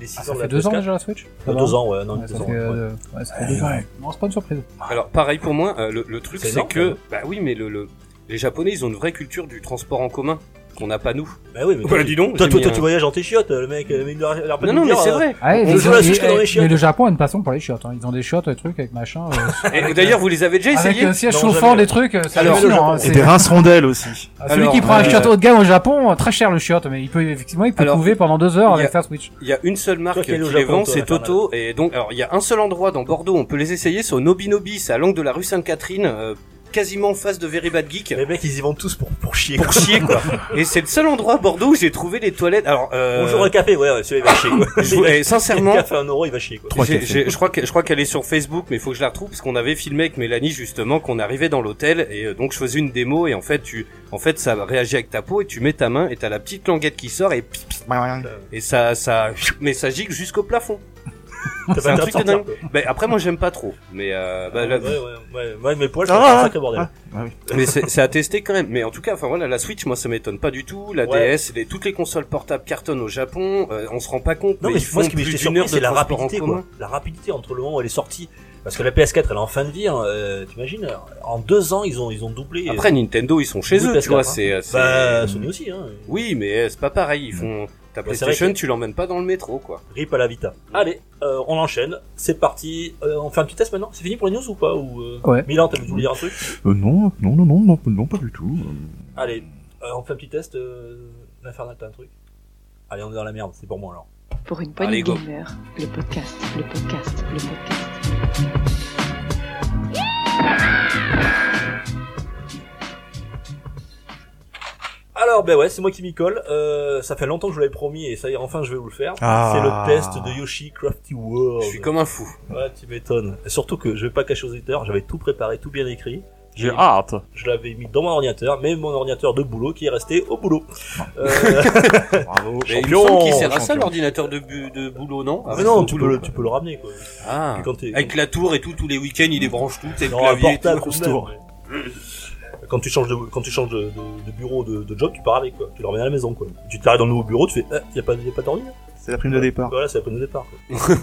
A: les six
D: Ah,
A: ans
D: ça
A: de
D: fait
A: la
D: deux ans
A: PS4.
D: déjà la Switch Ah
A: Euh, deux ans, ouais, non,
D: Ouais,
A: deux
D: ça
A: ans.
D: fait,
A: ouais.
D: euh, ouais, ça fait deux ans. Non, c'est pas une surprise.
C: Alors pareil pour moi, euh, le, le truc
A: C'est
C: Ah. c'est
A: énorme,
C: que
A: hein.
C: bah oui, mais le, le- les Japonais, ils ont une vraie culture du transport en commun qu'on n'a pas nous.
A: Bah oui, mais
C: Bah,
A: toi,
C: dis donc,
A: Toi,
C: j'ai
A: toi,
C: mis
A: toi,
C: un-
A: tu voyages en tes chiottes, le mec, euh, le mec de la- la
C: Non non, mais
A: Pépinière,
C: c'est
A: euh,
C: *laughs* vrai.
D: Ah,
A: On
D: ils
A: joue
D: ont-
A: à la
D: et-
A: Switch que dans les
D: et-
A: chiottes.
D: Mais le Japon a une passion pour les chiottes. hein. Ils ont des chiottes, des trucs avec machin. euh,
C: Et d'ailleurs, vous les avez déjà
D: avec
C: essayés
D: un siège
A: Non,
D: chauffant,
A: jamais.
D: des trucs. euh, C'est
A: Jamais
D: hallucinant,
A: le Japon.
D: hein,
F: Et
D: c'est-
F: des rinces rondelles aussi.
D: Ah, Celui
C: Alors,
D: qui prend un
C: euh,
D: chiotte haut de gamme au Japon, euh, très cher le chiotte, mais il peut effectivement il peut
C: Alors,
D: couver pendant deux heures
C: il y a-
D: avec sa Switch.
C: Il y a une seule marque
A: Toi qui
C: qui
A: allais au
C: les
A: Japon,
C: vend,
A: toi,
C: c'est
A: infernal.
C: Toto. Et donc, alors, il y a un seul endroit dans Bordeaux, on peut les essayer, c'est au Nobinobi, c'est à l'angle de la rue Sainte-Catherine, euh, quasiment en face de Very Bad Geek.
A: Les mecs, ils y vont tous pour, pour chier.
C: Pour chier,
A: *laughs*
C: quoi. Et c'est le seul endroit à Bordeaux où j'ai trouvé les toilettes. Alors, euh,
A: Bonjour le café, ouais, ouais, celui-là, il va chier,
C: *laughs*
A: quoi.
C: je vous-
A: *laughs*
C: eh,
A: Le
C: sincèrement,
A: café à un euro, il va
C: *laughs*
A: chier, quoi.
F: Trois
C: j'ai-
F: cafés.
C: j'ai- je crois que je crois qu'elle est sur Facebook, mais il faut que je la retrouve parce qu'on avait filmé avec Mélanie justement qu'on arrivait dans l'hôtel et euh, donc je faisais une démo et en fait tu, en fait ça réagit avec ta peau et tu mets ta main et t'as la petite languette qui sort et pip, pip, et ça ça mais ça gicle jusqu'au plafond.
A: T'as pas
C: C'est un
A: intérêt de
C: truc de
A: sortir,
C: dingue.
A: quoi.
C: Ben, après moi j'aime pas trop, mais euh, bah, la-
A: Ouais, ouais, ouais, ouais, mes poils, c'est un
F: Ah, ah,
A: sacré bordel.
F: Ah, oui.
C: mais c'est c'est à tester quand même. Mais en tout cas, enfin voilà, la Switch, moi ça m'étonne pas du tout. La
A: Ouais.
C: DS, les, toutes les consoles portables cartonnent au Japon. euh, on se rend pas compte.
A: Non mais,
C: ils
A: moi
C: font
A: ce qui m'a
C: plus
A: été
C: d'une heure
A: surpris c'est
C: de
A: la
C: transport en
A: rapidité
C: commun.
A: quoi. La rapidité entre le moment où elle est sortie. Parce que la PS4 elle est en fin de vie, hein, euh, t'imagines En deux ans ils ont, ils ont doublé. euh,
C: Après Nintendo, ils sont chez
A: Oui,
C: eux,
A: parce
C: tu vois.
A: qu'après-
C: C'est euh, c'est-
A: bah, Sony aussi, hein.
C: oui, mais euh, c'est pas pareil. Ils font ta
A: Bah, c'est
C: PlayStation,
A: vrai
C: tu l'emmènes pas dans le métro, quoi.
A: Rip à la Vita.
C: Mmh.
A: Allez, euh, on enchaîne, c'est parti. Euh, on fait un petit test maintenant C'est fini pour les news ou pas ou, euh,
D: Ouais.
A: Milan, t'as voulu dire un truc
F: Euh, non, non, non, non, non, non, pas du tout.
A: Allez, euh, on fait un petit test. Euh, L'Infernal, t'as un truc Allez, on est dans la merde, c'est pour moi alors.
B: Pour une poignée
C: Allez, go.
B: gamer, le podcast, le podcast, le podcast.
A: Alors, ben ouais, c'est moi qui m'y colle. Euh, ça fait longtemps que je vous l'avais promis et ça y est, enfin je vais vous le faire.
F: Ah.
A: C'est le test de Yoshi Crafty World.
C: Je suis comme un fou.
A: Oh, Ouais, tu m'étonnes. Surtout que je vais pas cacher aux éditeurs, j'avais tout préparé, tout bien écrit.
F: J'ai hâte.
A: Je l'avais mis dans mon ordinateur, mais mon ordinateur de boulot qui est resté au boulot. Euh,
F: *laughs* Bravo.
C: Mais il me
A: Champion, Ah,
C: semble qu'il sert à ça
F: champion.
C: l'ordinateur de, bu- de boulot, non
A: mais non, tu peux, le, tu peux le ramener quoi.
C: Ah.
A: Quand t'es-
C: Avec la tour et tout, tous les week-ends, il débranche tout, c'est
A: Non, un
C: clavier. et
A: portable
C: tout.
A: tout de même, ouais. Quand tu changes de quand tu changes de, de- de bureau de, de job, tu pars avec quoi. Tu le ramènes à la maison quoi. Tu t'arrêtes dans le nouveau bureau, tu fais eh, y a pas y a pas d'ordi. là
C: Ah.
F: C'est la prime de départ.
A: Voilà, c'est la peine de départ. Quoi.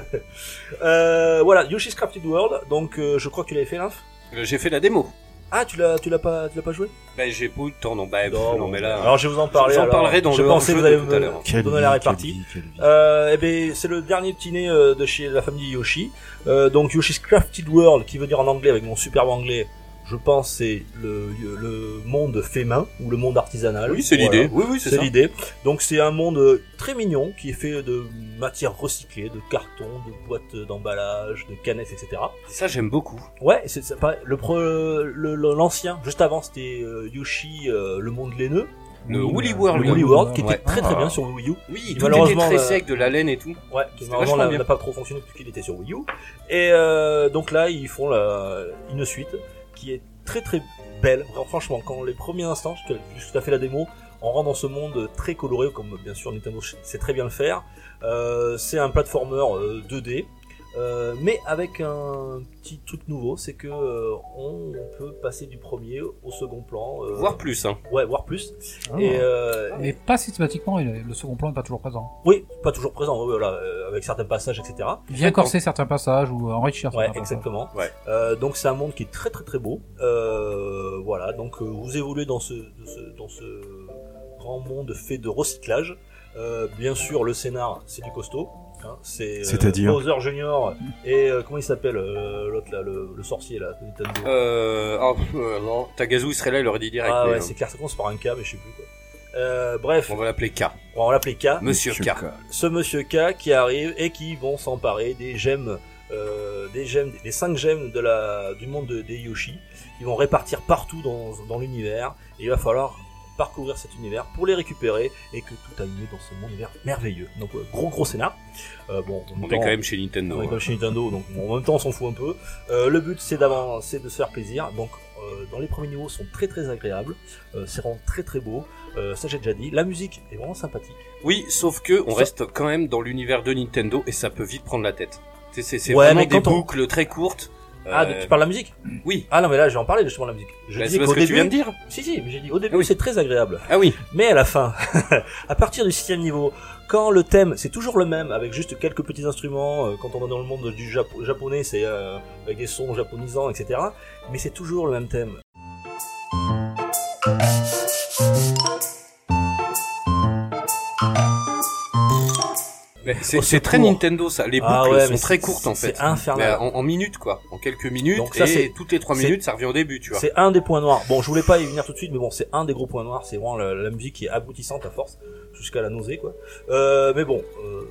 C: *laughs*
A: *laughs* euh, voilà, Yoshi's Crafted World. Donc euh, je crois que tu l'avais fait l'inf.
C: Euh, J'ai fait la démo.
A: Ah, tu l'as tu l'as pas tu l'as pas joué
C: Ben j'ai pas eu le temps, non. Ben, pff, non,
A: bon.
C: mais là.
A: Alors je vais vous en parler.
C: J'en
A: alors.
C: parlerai dans
A: je
C: le
A: pensais que vous allez
C: hors-jeu de tout à l'heure.
A: me me donner la répartie. Euh, eh ben, c'est le dernier petit né euh, de chez la famille Yoshi. Euh, donc Yoshi's Crafted World, qui veut dire en anglais avec mon superbe anglais, je pense c'est le, le monde fait main ou le monde artisanal.
C: Oui, c'est
A: Voilà.
C: l'idée. Oui, oui, c'est
A: C'est
C: ça.
A: l'idée. Donc c'est un monde euh, très mignon qui est fait de matières recyclées, de cartons, de boîtes d'emballage, de canettes, etc.
C: Ça, j'aime beaucoup.
A: Ouais, c'est c'est pas le pre- le- le- l'ancien. Juste avant c'était euh, Yoshi, euh, le monde laineux,
C: Ah, Le
D: Oui,
C: Woolly
D: euh,
C: World.
A: le Woolly World, qui était
C: Ouais.
A: très très
C: Ah.
A: bien sur le Wii U.
C: Oui, tout était
A: Malheureusement, euh,
C: très
A: la-
C: sec, de la laine et tout.
A: Ouais, qui
C: C'était
A: normalement
C: vachement
A: n'a
C: bien.
A: n'a pas trop fonctionné puisqu'il était sur Wii U. Et euh, donc là, ils font la, une suite qui est très très belle. Alors, franchement, quand les premiers instants, je te- je t'ai fait la démo, on rentre dans ce monde très coloré, comme bien sûr Nintendo sait très bien le faire. Euh, c'est un platformer euh, 2D. euh, mais avec un petit truc nouveau, c'est que euh, on peut passer du premier au second plan, euh,
C: Voire plus, hein.
A: ouais, voire plus.
D: Ah.
A: Et, euh,
D: Mais pas systématiquement, il est- le second plan n'est pas toujours présent.
A: oui, pas toujours présent, ouais, voilà, euh, avec certains passages, etc.
D: Il vient corser certains passages ou euh, enrichir
A: Ouais,
D: certains passages.
A: exactement.
C: Ouais.
A: Euh, donc c'est un monde qui est très très très beau. Euh, voilà, donc euh, vous évoluez dans ce, de ce- dans ce grand monde fait de recyclage. Euh, bien sûr, le scénar, c'est du costaud. hein. c'est euh,
F: C'est-à-dire
A: Bowser Junior et euh, comment il s'appelle euh, l'autre là, le, le sorcier là, de Nintendo.
C: Euh, ah, pff, euh, non. Tagazu, il serait là, il aurait dit direct.
A: ah
C: mais,
A: ouais,
C: euh,
A: c'est clair, ça commence par un K, mais je sais plus quoi. Euh, bref,
C: On va l'appeler K.
A: on va l'appeler K.
C: Monsieur K.
A: ce monsieur K qui arrive et qui vont s'emparer des gemmes, euh, des gemmes, des cinq gemmes de la, du monde de- des Yoshi. Ils vont répartir partout dans, dans l'univers et il va falloir parcourir cet univers pour les récupérer et que tout a lieu dans ce monde mer- merveilleux. Donc euh, gros gros scénar. Euh, bon, en
C: On
A: même
C: est
A: temps-
C: quand même chez Nintendo.
A: on est
C: hein.
A: quand même chez Nintendo, donc bon, en même temps on s'en fout un peu. Euh, le but c'est d'avancer, de se faire plaisir. Donc euh, dans les premiers niveaux sont très très agréables, Euh, c'est vraiment très très beau. Euh, ça j'ai déjà dit. La musique est vraiment sympathique.
C: Oui, sauf que on reste quand même dans l'univers de Nintendo et ça peut vite prendre la tête. C'est- C'est c'est
A: Ouais,
C: vraiment
A: mais
C: des
A: quand on-
C: boucles très courtes.
A: Ah,
C: Euh,
A: tu parles de la musique
C: Oui.
A: Ah non mais là j'ai en parlé justement de la musique. Je
C: Bah,
A: disais
C: c'est parce
A: qu'au
C: que tu viens de dire.
A: Si si, mais j'ai dit au début
C: Ah oui.
A: c'est très agréable.
C: Ah oui.
A: Mais à la fin, *laughs* à partir du sixième niveau, quand le thème c'est toujours le même avec juste quelques petits instruments, euh, quand on va dans le monde du Japo- japonais c'est euh, avec des sons japonisants etc. Mais c'est toujours le même thème.
C: Mais
A: Oh,
C: C'est
A: c'est
C: c'est très
A: court.
C: Nintendo ça. Les boucles
A: Ah ouais,
C: sont
A: mais
C: très
A: c'est-
C: courtes en fait. Bah,
A: c'est infernal.
C: Mais En, en minutes quoi. En quelques minutes.
A: Donc ça,
C: et
A: c'est-
C: toutes les trois
A: c'est-
C: minutes ça revient au début tu vois.
A: C'est un des points noirs. Bon, je voulais pas y venir tout de suite, mais bon, c'est un des gros points noirs. C'est vraiment la, la musique qui est aboutissante à force, jusqu'à la nausée, quoi. Euh, mais bon, euh,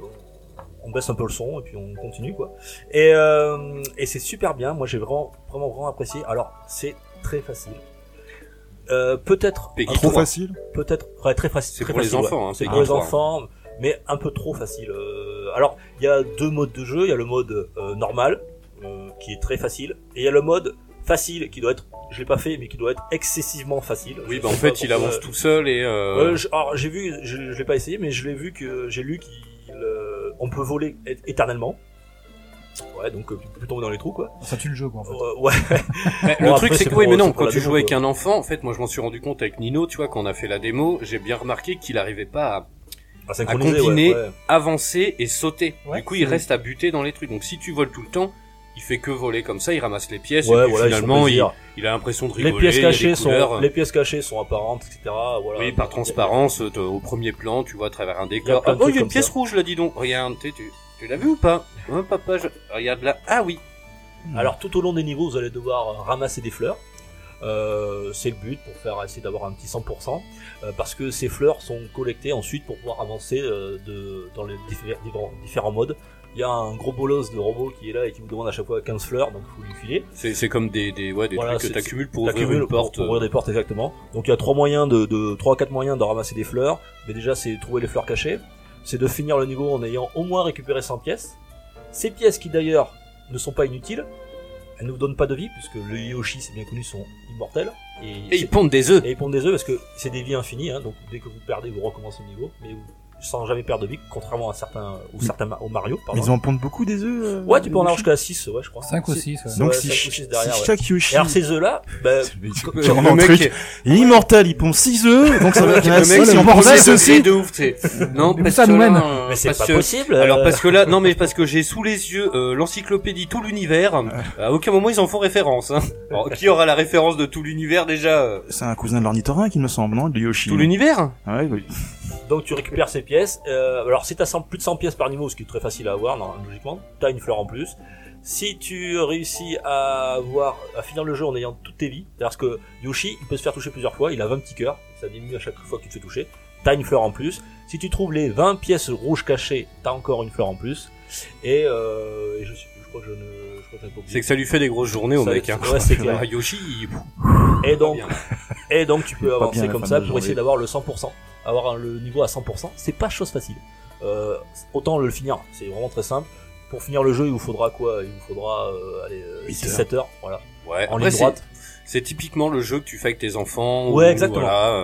A: on baisse un peu le son et puis on continue, quoi. Et, euh, et c'est super bien. Moi, j'ai vraiment, vraiment, vraiment apprécié. Alors, c'est très facile. Euh, peut-être
C: Peggy
A: un
F: Trop
A: peu-
F: facile
A: peut-être ouais, très facile.
C: C'est
A: très
C: pour les
A: facile, ouais.
C: enfants, hein,
A: c'est
C: Peggy
A: pour les
C: 3, hein.
A: enfants, mais un peu trop facile. Euh, alors, il y a deux modes de jeu. Il y a le mode euh, normal, euh, qui est très facile, et il y a le mode facile, qui doit être, je l'ai pas fait, mais qui doit être excessivement facile.
C: Oui
A: Je
C: bah en
A: sais
C: fait
A: pas
C: il
A: pourquoi.
C: avance tout seul et. euh,
A: Euh, je- alors, j'ai vu, je, je l'ai pas essayé, mais je l'ai vu que j'ai lu qu'on on peut voler é- éternellement. Ouais, donc euh, tu peux tomber dans les trous, quoi.
D: Ça tue le jeu, quoi, en fait.
A: Euh, ouais.
C: Mais
A: Bon,
C: le
A: après,
C: truc c'est
A: c'est
C: que
A: pour-
C: oui
A: euh,
C: mais
A: c'est
C: non
A: pour
C: quand
A: la
C: tu
A: démo,
C: joues avec
A: quoi.
C: un enfant en fait moi je m'en suis rendu compte avec Nino tu vois quand on a fait la démo j'ai bien remarqué qu'il arrivait pas à
A: À
C: à
A: synchroniser, ouais,
C: combiner,
A: ouais.
C: avancer et sauter.
D: Ouais,
C: du coup, il
D: c'est-
C: reste à buter dans les trucs. Donc, si tu voles tout le temps, il fait que voler comme ça, il ramasse les pièces
A: Ouais,
C: et puis
A: voilà, ils se font
C: finalement, il,
A: plaisir.
C: il a l'impression de rigoler.
A: les pièces
C: il y a des
A: cachées sont
C: couleurs.
A: les pièces cachées sont apparentes etc voilà
C: Oui, par transparence, euh, au premier plan, tu vois à travers un décor.
A: plein de
C: Ah, oh, il
A: trucs
C: y a une
A: comme
C: pièce
A: ça.
C: rouge là, dis donc. Regarde, tu, sais, tu, tu l'as vu ou pas Hein, Papa, je... regarde là. Ah oui.
A: alors tout au long des niveaux vous allez devoir euh, ramasser des fleurs Euh, c'est le but pour faire essayer d'avoir un petit 100% euh, parce que ces fleurs sont collectées ensuite pour pouvoir avancer euh, de, dans les diffé- différents, différents modes il y a un gros bolos de robot qui est là et qui vous demande à chaque fois 15 fleurs donc il faut lui filer
C: C'est c'est comme des, des, ouais, des
A: Voilà,
C: trucs que
A: c'est-
C: t'accumules pour
A: T'accumules
C: ouvrir une porte. euh.
A: pour ouvrir des portes exactement. Donc il y a trois moyens de, de trois quatre moyens de ramasser des fleurs. Mais déjà c'est trouver les fleurs cachées, c'est de finir le niveau en ayant au moins récupéré 100 pièces. Ces pièces qui d'ailleurs ne sont pas inutiles, elles ne vous donnent pas de vie puisque le Yoshi c'est bien connu sont immortels
C: Et ils pondent des œufs.
A: et ils pondent des œufs parce que c'est des vies infinies. Hein, donc dès que vous perdez vous recommencez le niveau, mais vous- sans jamais perdre de vie, contrairement à certains ou certains ma- au Mario.
F: Mais
A: Pardon.
F: ils en pondent beaucoup des œufs euh,
A: Ouais, tu peux en avoir
F: des
A: jusqu'à 6, ouais, je crois.
D: Cinq ou
A: Six-
D: six, ouais.
F: chiens Donc
A: ouais,
F: si,
A: cinq ou
F: ch-
A: six derrière,
F: si
A: ouais.
F: chaque Yoshi...
A: Et alors ces œufs là, bah,
F: C'est vraiment
C: *laughs*
F: un truc. Il est immortel, il pond 6 œufs, donc ça va être un
C: le mec,
F: seul,
C: c'est
F: et on
C: une
F: prend
C: grosse
F: 6 aussi.
C: idée de ouf, tu sais. Non,
D: Mais
C: parce
D: ça
C: que
D: nous
C: là,
D: mène.
C: euh,
A: Mais c'est
C: parce
A: pas
C: que-
A: possible.
C: Alors
A: euh.
C: parce que là, non mais parce que j'ai sous les yeux euh, l'encyclopédie tout l'univers. À aucun moment ils en font référence. Hein. Alors, qui aura la référence de tout l'univers déjà euh,
F: C'est un cousin de l'ornithorynque, il me semble, non De Yoshi.
C: Tout
A: Mm.
C: l'univers
F: Ouais, oui.
A: Donc tu récupères ces pièces. Euh, alors si t'as 100 plus de 100 pièces par niveau, ce qui est très facile à avoir, non, logiquement, t'as une fleur en plus. Si tu réussis à avoir, à finir le jeu en ayant toutes tes vies, c'est-à-dire que Yoshi, il peut se faire toucher plusieurs fois, il a 20 petits cœurs, ça diminue à chaque fois que tu te fais toucher. T'as une fleur en plus. Si tu trouves les 20 pièces rouges cachées, t'as encore une fleur en plus. Et, euh, et je, suis- je crois que je ne, je crois que j'ai pas oublié.
C: C'est que ça lui fait des grosses journées au
A: Ça-
C: mec. Hein. *laughs*
A: ouais, c'est clair.
C: Ah, Yoshi. il-
A: Et donc,
C: bien.
A: *laughs* et donc tu peux
F: Pas bien
A: avancer
F: la
A: comme
F: fin
A: ça
F: de
A: pour essayer
F: journée.
A: d'avoir le 100%. Avoir un- le niveau à 100%, c'est pas chose facile. Euh, autant le finir, c'est vraiment très simple. Pour finir le jeu, il vous faudra quoi Il vous faudra euh, allez,
F: Huit
A: 6 7 heures, voilà,
C: Ouais.
A: en
C: Après,
A: ligne
C: c'est-
A: droite.
C: C'est typiquement le jeu que tu fais avec tes enfants.
A: Ouais,
C: ou-
A: exactement.
C: voilà.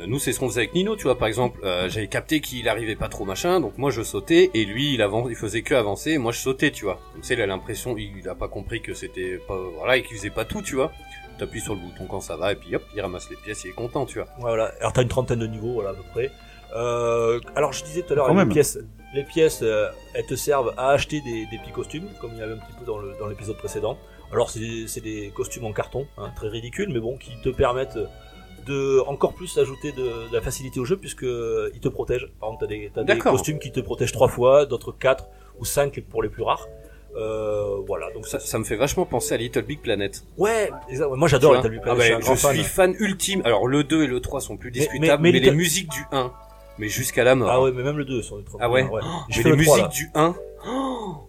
C: Euh, Nous, c'est ce qu'on faisait avec Nino, tu vois, par exemple. Euh, J'avais capté qu'il arrivait pas trop machin, donc moi je sautais, et lui, il avan- il faisait que avancer, et moi je sautais, tu vois. Comme ça, il a l'impression, il, il a pas compris que c'était pas, voilà, et qu'il faisait pas tout, tu vois. T'appuies sur le bouton quand ça va, et puis hop, il ramasse les pièces, il est content, tu vois.
A: Ouais, Voilà. Alors t'as une trentaine de niveaux, voilà à peu près. Euh, alors je disais tout à l'heure
F: Quand
A: les
F: même.
A: pièces, les pièces, euh, elles te servent à acheter des, des petits costumes, comme il y avait un petit peu dans le dans l'épisode précédent. Alors c'est c'est des costumes en carton, hein, très ridicules, mais bon, qui te permettent de encore plus ajouter de, de la facilité au jeu puisque euh, ils te protègent. Par exemple, t'as des, t'as des
C: D'accord.
A: costumes qui te protègent trois fois, d'autres quatre ou cinq pour les plus rares. Euh, voilà, donc ça.
C: Ça, ça me fait vachement penser à Little Big Planet.
A: Ouais, exact. moi j'adore
C: Tu
A: les
C: vois.
A: Tabu
C: Ah
A: Planet,
C: ben,
A: je suis un grand fan.
C: suis fan ultime. Alors le 2 et le 3 sont plus
A: Mais- mais-
C: discutables, mais,
A: mais
C: les
A: Little-
C: musiques du 1, mais jusqu'à la mort.
A: Ah ouais, mais même le 2 sur les trois.
C: Ah ouais.
A: ouais.
C: Mais
A: fais
C: les
A: le trois, là.
C: musiques du 1,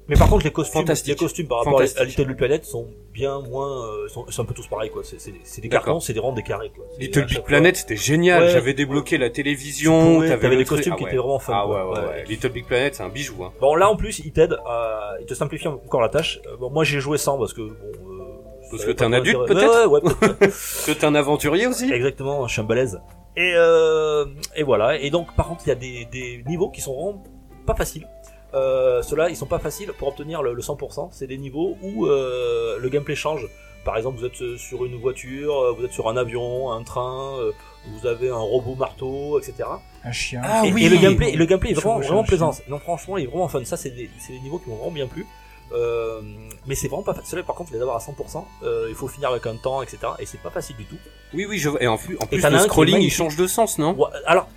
A: Mais par contre, les costumes,
C: Fantastique.
A: les costumes par rapport à- à
C: Fantastique.
A: Little Big Planet sont bien moins, euh, sont, sont un peu tous pareils quoi. C'est- C'est c'est des
C: D'accord.
A: cartons, c'est des rangs, des carrés quoi. C'est- à
C: Little Big
A: chaque
C: Planet,
A: fois-
C: c'était génial.
A: Ouais.
C: J'avais débloqué la télévision.
A: Ouais, t'avais
C: le
A: des
C: truc.
A: costumes qui
C: ouais.
A: étaient vraiment fun,
C: Ah ouais,
A: quoi.
C: ouais, ouais,
A: Ouais.
C: Little Big Planet, c'est un bijou. Hein.
A: Bon là en plus, il t'aide, à... il te simplifie encore la tâche. Euh, Bon, moi j'ai joué sans parce que bon. euh,
C: Parce
A: ça
C: que
A: avait
C: t'es un
A: pas
C: adulte
A: d'intérêt.
C: peut-être.
A: Ouais, ouais, ouais, peut-être.
C: *laughs* que t'es un aventurier aussi.
A: Exactement, je suis un balèze. Et, euh, et voilà. Et donc, par contre, il y a des, des niveaux qui sont vraiment pas faciles. Euh, Ceux-là, ils sont pas faciles pour obtenir le, le 100%. C'est des niveaux où euh, le gameplay change. Par exemple, vous êtes euh, sur une voiture, euh, vous êtes sur un avion, un train, euh, vous avez un robot marteau, etc.
D: Un chien.
C: Ah
A: et,
C: oui.
A: et le gameplay, et le gameplay est
D: Je
A: vraiment,
D: recherche.
A: vraiment plaisant. Non, franchement, il est vraiment fun. Ça, c'est des, c'est des niveaux qui m'ont vraiment bien plu. Euh, mais c'est vraiment pas facile. Ceux-là, par contre, les avoir à 100%, euh, il faut finir avec un temps, etc. Et c'est pas facile du tout.
C: Oui, oui. Je... Et en plus, en plus
A: t'en as
C: le
A: un qui est
C: scrolling, il
A: magnifique.
C: change de sens, non
A: Ouais, alors,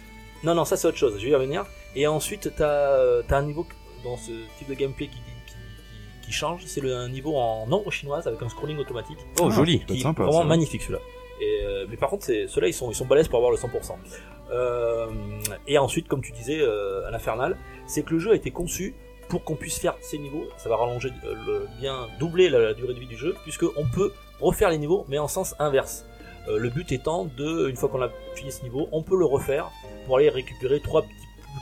A: non, non, ça c'est autre chose, je vais y revenir. Et ensuite, t'as euh, t'as un niveau dans ce type de gameplay qui, qui, qui- qui change, c'est le un niveau en ombre chinoise avec un scrolling automatique.
C: Oh, joli.
F: ça doit
A: Qui
F: être
A: est
F: sympa,
A: vraiment
F: ça.
A: magnifique celui-là. Et, euh, mais par contre, c'est- ceux-là, ils sont, ils sont balèzes pour avoir le 100%. Euh, et ensuite, comme tu disais euh, à l'infernal, c'est que le jeu a été conçu pour qu'on puisse faire ces niveaux. Ça va rallonger euh, le- bien doubler la, la durée de vie du jeu, puisque on peut refaire les niveaux, mais en sens inverse. Euh, le but étant de, une fois qu'on a fini ce niveau, on peut le refaire pour aller récupérer trois petits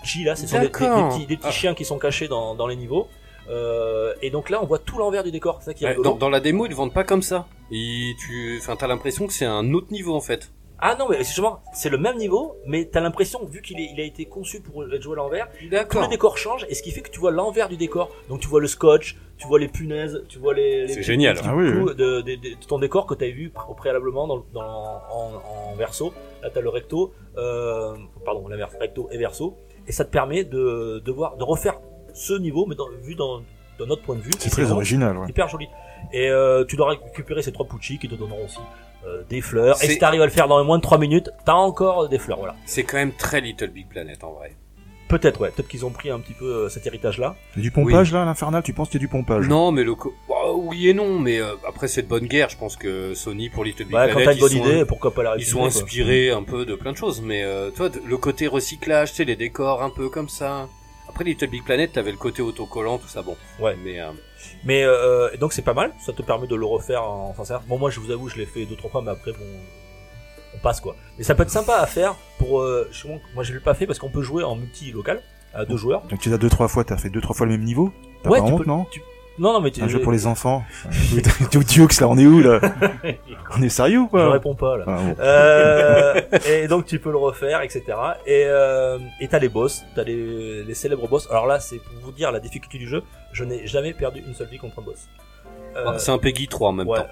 A: Pucci là, ce sont des, des- des
C: D'accord.
A: petits, des petits
C: Ah.
A: chiens qui sont cachés dans, dans les niveaux. Euh, et donc là, on voit tout l'envers du décor. C'est ça qui est
C: Ouais,
A: rigolo.
C: dans, dans la démo, ils vendent pas comme ça. Et tu, enfin, t'as l'impression que c'est un autre niveau en fait.
A: Ah non, mais justement, c'est le même niveau, mais t'as l'impression, vu qu'il est- il a été conçu pour être joué à l'envers, tout le
C: D'accord.
A: décor change, et ce qui fait que tu vois l'envers du décor. Donc tu vois le scotch, tu vois les punaises, tu vois les. les
C: C'est
A: petits-
C: génial.
A: petits
F: Ah oui,
A: coups De, de- de- de ton décor que t'avais vu pr- au préalablement dans, dans- en, en verso. Là, t'as le recto, euh, pardon, l'inverse, recto et verso, et ça te permet de, de voir, de refaire ce niveau, mais dans, vu dans, d'un autre point de vue. Et
F: C'est très
A: vraiment
F: original, ouais.
A: hyper joli. Et euh, tu dois récupérer ces trois Pucci qui te donneront aussi euh, des fleurs. Et
C: C'est-
A: si t'arrives à le faire dans les moins de 3 minutes, t'as encore des fleurs, voilà.
C: C'est quand même très Little Big Planet en vrai.
A: Peut-être, ouais, peut-être qu'ils ont pris un petit peu euh, cet héritage-là.
F: Il y a du pompage là, à l'infernal, tu penses qu'il y a du pompage
C: Non, mais le co- Bah, oui et non, mais euh, après c'est de bonne guerre. Je pense que Sony pour Little Big
A: Ouais, quand
C: Planet,
A: t'as une
C: ils
A: bonne
C: sont-
A: idée, pourquoi pas la
C: Ils
A: réutiliser,
C: sont
A: bah, quoi. Mm.
C: inspirés un peu de plein de choses, mais euh, toi, de- le côté recyclage, tu sais, les décors un peu comme ça. Après Little Big Planet, t'avais le côté autocollant, tout ça, bon.
A: Ouais.
C: Mais euh,
A: Mais euh, et donc c'est pas mal, ça te permet de le refaire en sens inverse. Bon, moi je vous avoue, je l'ai fait deux trois fois, mais après, bon, on passe quoi. Mais ça peut être sympa à faire pour. Euh, je sais pas, moi je l'ai pas fait parce qu'on peut jouer en multi-local à deux joueurs.
F: Donc tu les as deux trois fois, t'as fait deux trois fois le même niveau T'as
A: Ouais,
F: pas
A: tu
F: honte,
A: peux-
F: non
A: tu- Non, non, mais tu.
F: Un jeu pour les enfants. *laughs* Oui, T'es au Diox là, on est où là On est sérieux ou
A: Je
F: quoi
A: réponds pas là.
F: Ah, bon.
A: Euh, et donc tu peux le refaire, etc. Et euh, et t'as les boss, t'as les, les célèbres boss. Alors là, c'est pour vous dire la difficulté du jeu. Je n'ai jamais perdu une seule vie contre un boss. Euh,
C: bah, c'est un Peggy 3 en même
A: ouais.
C: temps.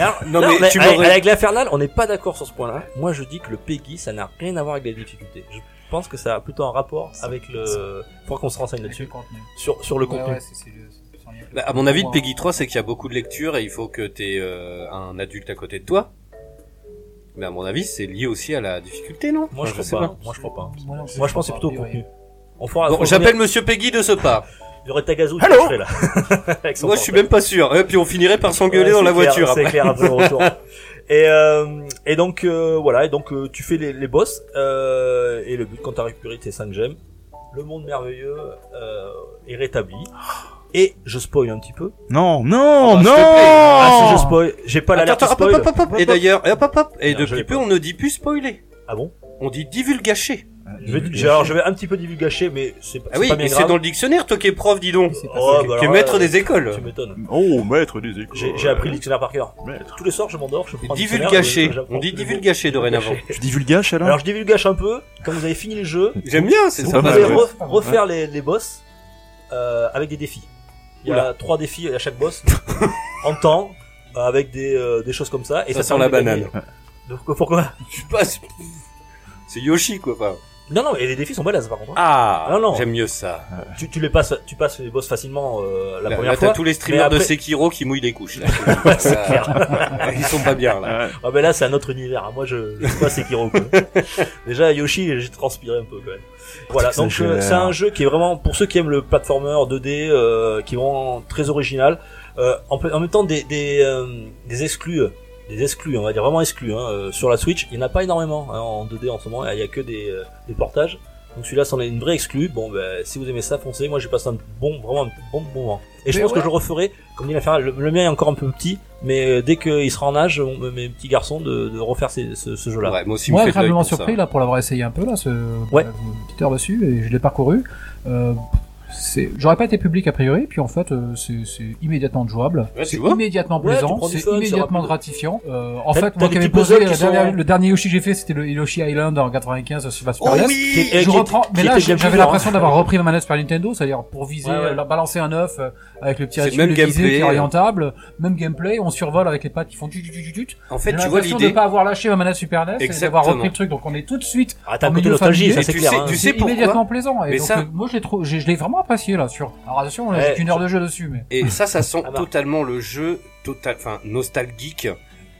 A: Et alors,
C: Non,
A: non,
C: mais
A: mais,
C: tu
A: avec,
C: m'aurais-
A: avec l'Infernal, on n'est pas d'accord sur ce point-là. Moi, je dis que le Peggy, ça n'a rien à voir avec les difficultés. Je pense que ça a plutôt un rapport avec le. Faut qu'on se renseigne
D: Avec
A: là-dessus.
D: le contenu.
A: Sur, sur le
D: Ouais,
A: contenu.
D: ouais, c'est- c'est le- c'est plus en lien avec le
C: Bah, à mon avis, le
D: contenu.
C: Peggy 3, c'est qu'il y a beaucoup de lectures et il faut que t'aies euh, un adulte à côté de toi. Mais à mon avis, c'est lié aussi à la difficulté, non
A: Moi, je
C: Enfin,
A: crois pas. Ah,
C: sais
A: Moi, je crois pas. Moi, je pense que c'est plutôt le
D: Oui, oui.
A: contenu. On fera.
C: Bon, j'appelle Monsieur Peggy de ce pas.
A: Il y aurait Tagazu qui
F: Allô
A: serait là. *laughs* Avec son
C: Moi, je suis
A: portable.
C: même pas sûr. Et puis, on finirait par
A: Ouais,
C: s'engueuler dans
A: c'est
C: la
A: clair,
C: voiture
A: C'est
C: après.
A: clair après le
C: *laughs*
A: retour. Et, euh, et donc euh, voilà, et donc euh, tu fais les, les boss euh, et le but quand t'as récupéré tes 5 gemmes, le monde merveilleux euh, est rétabli. Et je spoil un petit peu.
F: Non, non,
C: bah, s'il te
F: non
C: plaît.
A: Ah si je spoil, j'ai pas l'alerte
C: Oh. Attends,
A: spoil.
C: hop, hop, hop, hop. Et d'ailleurs, hop, hop, hop. Et
A: Non, je
C: depuis
A: l'ai
C: peu,
A: pas.
C: on ne dit plus spoiler.
A: Ah bon
C: On dit divulgacher.
F: Ah,
A: je vais, j'ai- Alors je vais un petit peu divulgacher, mais c'est pas,
C: Ah oui,
A: c'est pas bien
C: mais c'est
A: grave.
C: dans le dictionnaire, toi qui es prof, dis donc.
D: C'est pas
A: Oh,
D: ça.
A: bah
C: Tu es
A: alors,
C: maître
A: euh,
C: des écoles.
A: Tu m'étonnes.
F: Oh, maître des écoles.
A: J'ai, j'ai appris le dictionnaire par cœur.
F: Maître.
A: Tous les soirs, je m'endors, je prends le dictionnaire,
C: Divulgacher.
A: Oh, je- j'apprends
C: On dit
A: tous les mots.
C: divulgacher
A: *laughs*
C: dorénavant.
A: Divulgacher.
F: Tu divulgaches alors
A: Alors je divulgage un peu. Quand vous avez fini le jeu,
C: J'aime bien, c'est
F: Vous
A: Vous
C: sympa.
A: pouvez
F: ouais.
A: re- refaire les, les boss euh, avec des défis. Il y a trois défis à chaque boss en temps euh, avec des, euh, des choses comme ça et
C: Ça
A: ça,
C: sent la
A: permet de gagner.
C: banane.
A: Donc, euh, pourquoi
C: Je sais pas, c'est- C'est Yoshi, quoi. enfin.
A: Non non et les défis sont balèzes par contre.
C: Ah,
A: Non, non.
C: j'aime mieux ça.
A: Tu, tu les passes tu passes les boss facilement euh, la
C: Là,
A: première
C: là,
A: fois.
C: t'as tous les streamers
A: mais
C: de
A: après-
C: Sekiro qui mouillent les
A: *laughs*
C: couches. Là. Euh,
A: c'est clair.
C: Ils sont pas bien là.
F: Ouais.
A: Ah ben là c'est un autre univers. hein. Moi je, je sais pas Sekiro. Quoi. Déjà Yoshi j'ai transpiré un peu quand même. Voilà
F: C'est
A: donc euh,
F: clair.
A: c'est un jeu qui est vraiment pour ceux qui aiment le platformer 2D euh, qui est vraiment très original. Euh, en, peu- en même temps des des, euh, des exclus euh, des exclus on va dire vraiment exclus hein, euh, sur la Switch il n'y en a pas énormément hein, en 2D en ce moment il n'y a que des, euh, des portages. Donc celui-là, c'en est une vraie exclue. Bon, bah, si vous aimez ça, foncez. Moi, j'ai passé un bon, vraiment un bon, bon moment. Et je
D: Mais
A: pense
D: ouais.
A: que je referai, comme dit l'infernal, le, le mien est encore un peu petit, mais euh, dès qu'il sera en âge, on- mes petits garçons, de, de refaire ces- ce, ce jeu-là.
C: Ouais, moi aussi,
D: Moi, agréablement surpris
C: hein.
D: là pour l'avoir essayé un peu là, ce
A: Ouais.
D: une petite heure dessus et je l'ai parcouru. Euh, c'est- J'aurais pas été public a priori, puis en fait euh, c'est c'est immédiatement jouable,
C: Ouais, tu
D: c'est
C: vois.
D: immédiatement
A: Ouais, tu
D: plaisant,
A: prends du
D: c'est
A: fun, c'est
D: immédiatement
A: rapide.
D: gratifiant. Euh, en
A: T'as-
D: fait,
A: t'as des
D: moi qui avais
A: petits puzzles
D: posé
A: qui
D: la
A: sont-
D: dernière- le dernier Yoshi que j'ai fait, c'était le Yoshi Island en 95 sur Super
A: Oh
D: NES.
A: oui Qui- qui
D: Je
A: était-
D: reprends, mais
A: qui
D: là
A: était
D: j'ai-
A: bien
D: j'avais
A: plus dur,
D: l'impression
A: hein.
D: d'avoir repris ma manette Super Nintendo, c'est-à-dire pour viser,
A: Ouais, ouais.
D: la- balancer un œuf euh, avec le petit
C: C'est le
D: réticule
C: même
D: de visée qui
C: gameplay,
D: est
C: euh.
D: orientable, même gameplay, on survole avec les pattes qui font du du du du du.
C: En
D: J'ai
C: fait, tu vois
D: l'impression de
C: l'idée.
D: ne pas avoir lâché ma manette Super NES et
C: Exactement.
D: d'avoir repris le truc. Donc on est tout de suite.
A: Ah, t'as un
D: en
A: côté
D: milieu
A: nostalgie,
D: familier,
A: ça c'est
C: tu
A: clair.
C: sais-
A: hein.
C: tu sais-
D: C'est
C: pourquoi
D: immédiatement plaisant. Et
C: Mais
D: donc
C: ça-
D: euh, moi je l'ai trop, je, je l'ai vraiment apprécié là. Sur alors attention, là, j'ai
A: Ouais,
D: qu'une heure de jeu dessus, mais
C: Et ça, ça sent
A: Ah bah.
C: totalement le jeu total, enfin nostalgique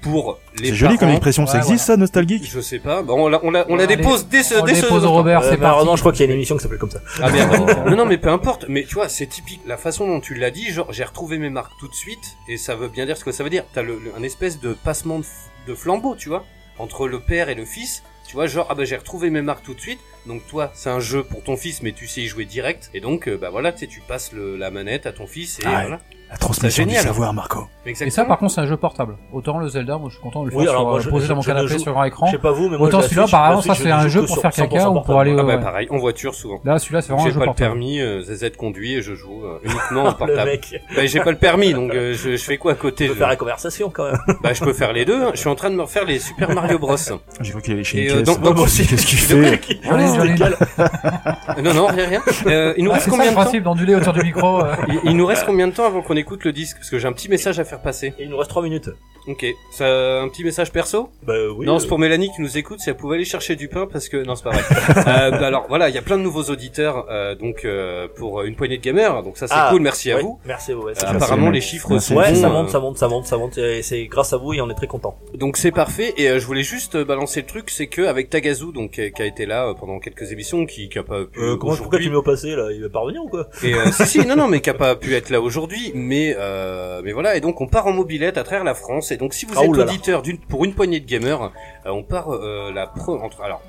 C: pour les
F: C'est
C: parents.
F: joli comme expression, ça
D: Ouais,
F: existe
C: *laughs*
F: ça, nostalgique
C: Je sais pas. Bah, on la, on la, on la
D: Allez,
C: dépose dès ce,
D: on
C: dès ce.
D: dépose au Robert,
A: Euh,
D: c'est parti.
A: malheureusement, je crois qu'il y a une émission qui s'appelle comme ça.
C: Ah
D: *laughs*
C: merde. non, non, mais peu importe. Mais tu vois, c'est typique. La façon dont tu l'as dit, genre, j'ai retrouvé mes marques tout de suite, et ça veut bien dire ce que ça veut dire. T'as le, le- un espèce de passement de, f- de flambeau, tu vois, entre le père et le fils. Tu vois, genre, ah bah j'ai retrouvé mes marques tout de suite. Donc toi, c'est un jeu pour ton fils, mais tu sais y jouer direct. Et donc, euh, bah voilà, tu sais, tu passes le- la manette à ton fils et
F: Ah ouais.
C: voilà.
F: La transmission du
C: génial.
F: savoir, Marco.
D: Et
C: Exactement.
D: ça par contre c'est un jeu portable. Autant le Zelda, moi je suis content de le
A: Oui,
D: faire sur,
A: alors, moi,
D: euh,
A: je-
D: poser
A: je-
D: dans mon
A: je ne
D: canapé
A: joue-
D: sur un écran.
A: Je sais pas vous, mais moi
D: Autant
A: je-
D: celui-là,
A: la Switch-
D: apparemment,
A: la
D: ça
A: Switch,
D: c'est
A: je
D: un
A: joue
D: jeu
A: que
D: pour
A: sur
D: faire
A: 100%
D: caca ou pour
A: portable.
D: aller.
C: Ah
D: euh,
C: bah
D: ouais.
C: pareil, en voiture souvent.
D: Là celui-là c'est vraiment un
C: J'ai
D: jeu
C: pas le
D: portable.
C: permis, euh, ZZ conduit et je joue euh,
A: *laughs*
C: uniquement en
A: Le
C: portable.
A: mec,
C: Bah, j'ai pas
A: *laughs*
C: le permis, donc euh, je, je fais quoi à côté
A: il peut
C: je-
A: faire la conversation quand même.
C: Bah je peux faire les deux. hein. Je suis en train de me refaire les Super Mario
A: *laughs*
C: Bros.
F: J'ai cru qu'il allait chez
C: Et,
F: une
C: euh,
F: caisse.
C: donc- donc-
F: Qu'est-ce
C: *laughs*
F: qu'il fait
D: J'en ai- j'en ai-
C: non non rien rien. Euh, il nous
D: Ah,
C: reste
D: C'est ça
C: combien
D: le
C: de temps
D: principe d'onduler autour du micro. euh.
C: il, il nous reste combien de temps avant qu'on écoute le disque Parce que j'ai un petit message à faire passer.
A: Et il nous reste 3 minutes.
C: Ok. Ça, un petit message perso
A: Bah euh, oui.
C: Non,
A: euh,
C: c'est pour Mélanie qui nous écoute. Si elle pouvait aller chercher du pain, parce que non,
A: *laughs*
C: c'est pas vrai. Euh, bah, alors voilà, il y a plein de nouveaux auditeurs, euh, donc euh, pour une poignée de gamers. Donc ça c'est
A: Ah,
C: cool. Merci à
A: ouais,
C: vous.
A: Merci à vous. ouais,
C: Euh,
A: c'est clair.
C: apparemment
F: Merci.
C: les chiffres
F: Merci.
C: sont
A: Ouais,
C: bons,
A: ça
C: euh,
A: monte, ça monte, ça monte, ça monte, et c'est grâce à vous et on est très content.
C: Donc c'est parfait et euh, je voulais juste euh, balancer le truc, c'est que avec Tagazu donc euh, qui a été là euh, pendant quelques émissions, qui, qui a pas pu
A: Euh, comment, pourquoi tu
C: aujourd'hui.
A: mets au passé là Il va pas revenir ou quoi
C: Et euh, si si non non mais qui a pas pu être là aujourd'hui, mais euh, mais voilà et donc on part en mobilette à travers la France et donc si vous
A: Ah,
C: êtes
A: oulala.
C: auditeur d'une pour une poignée de gamers, euh, on part euh, la pre- entre alors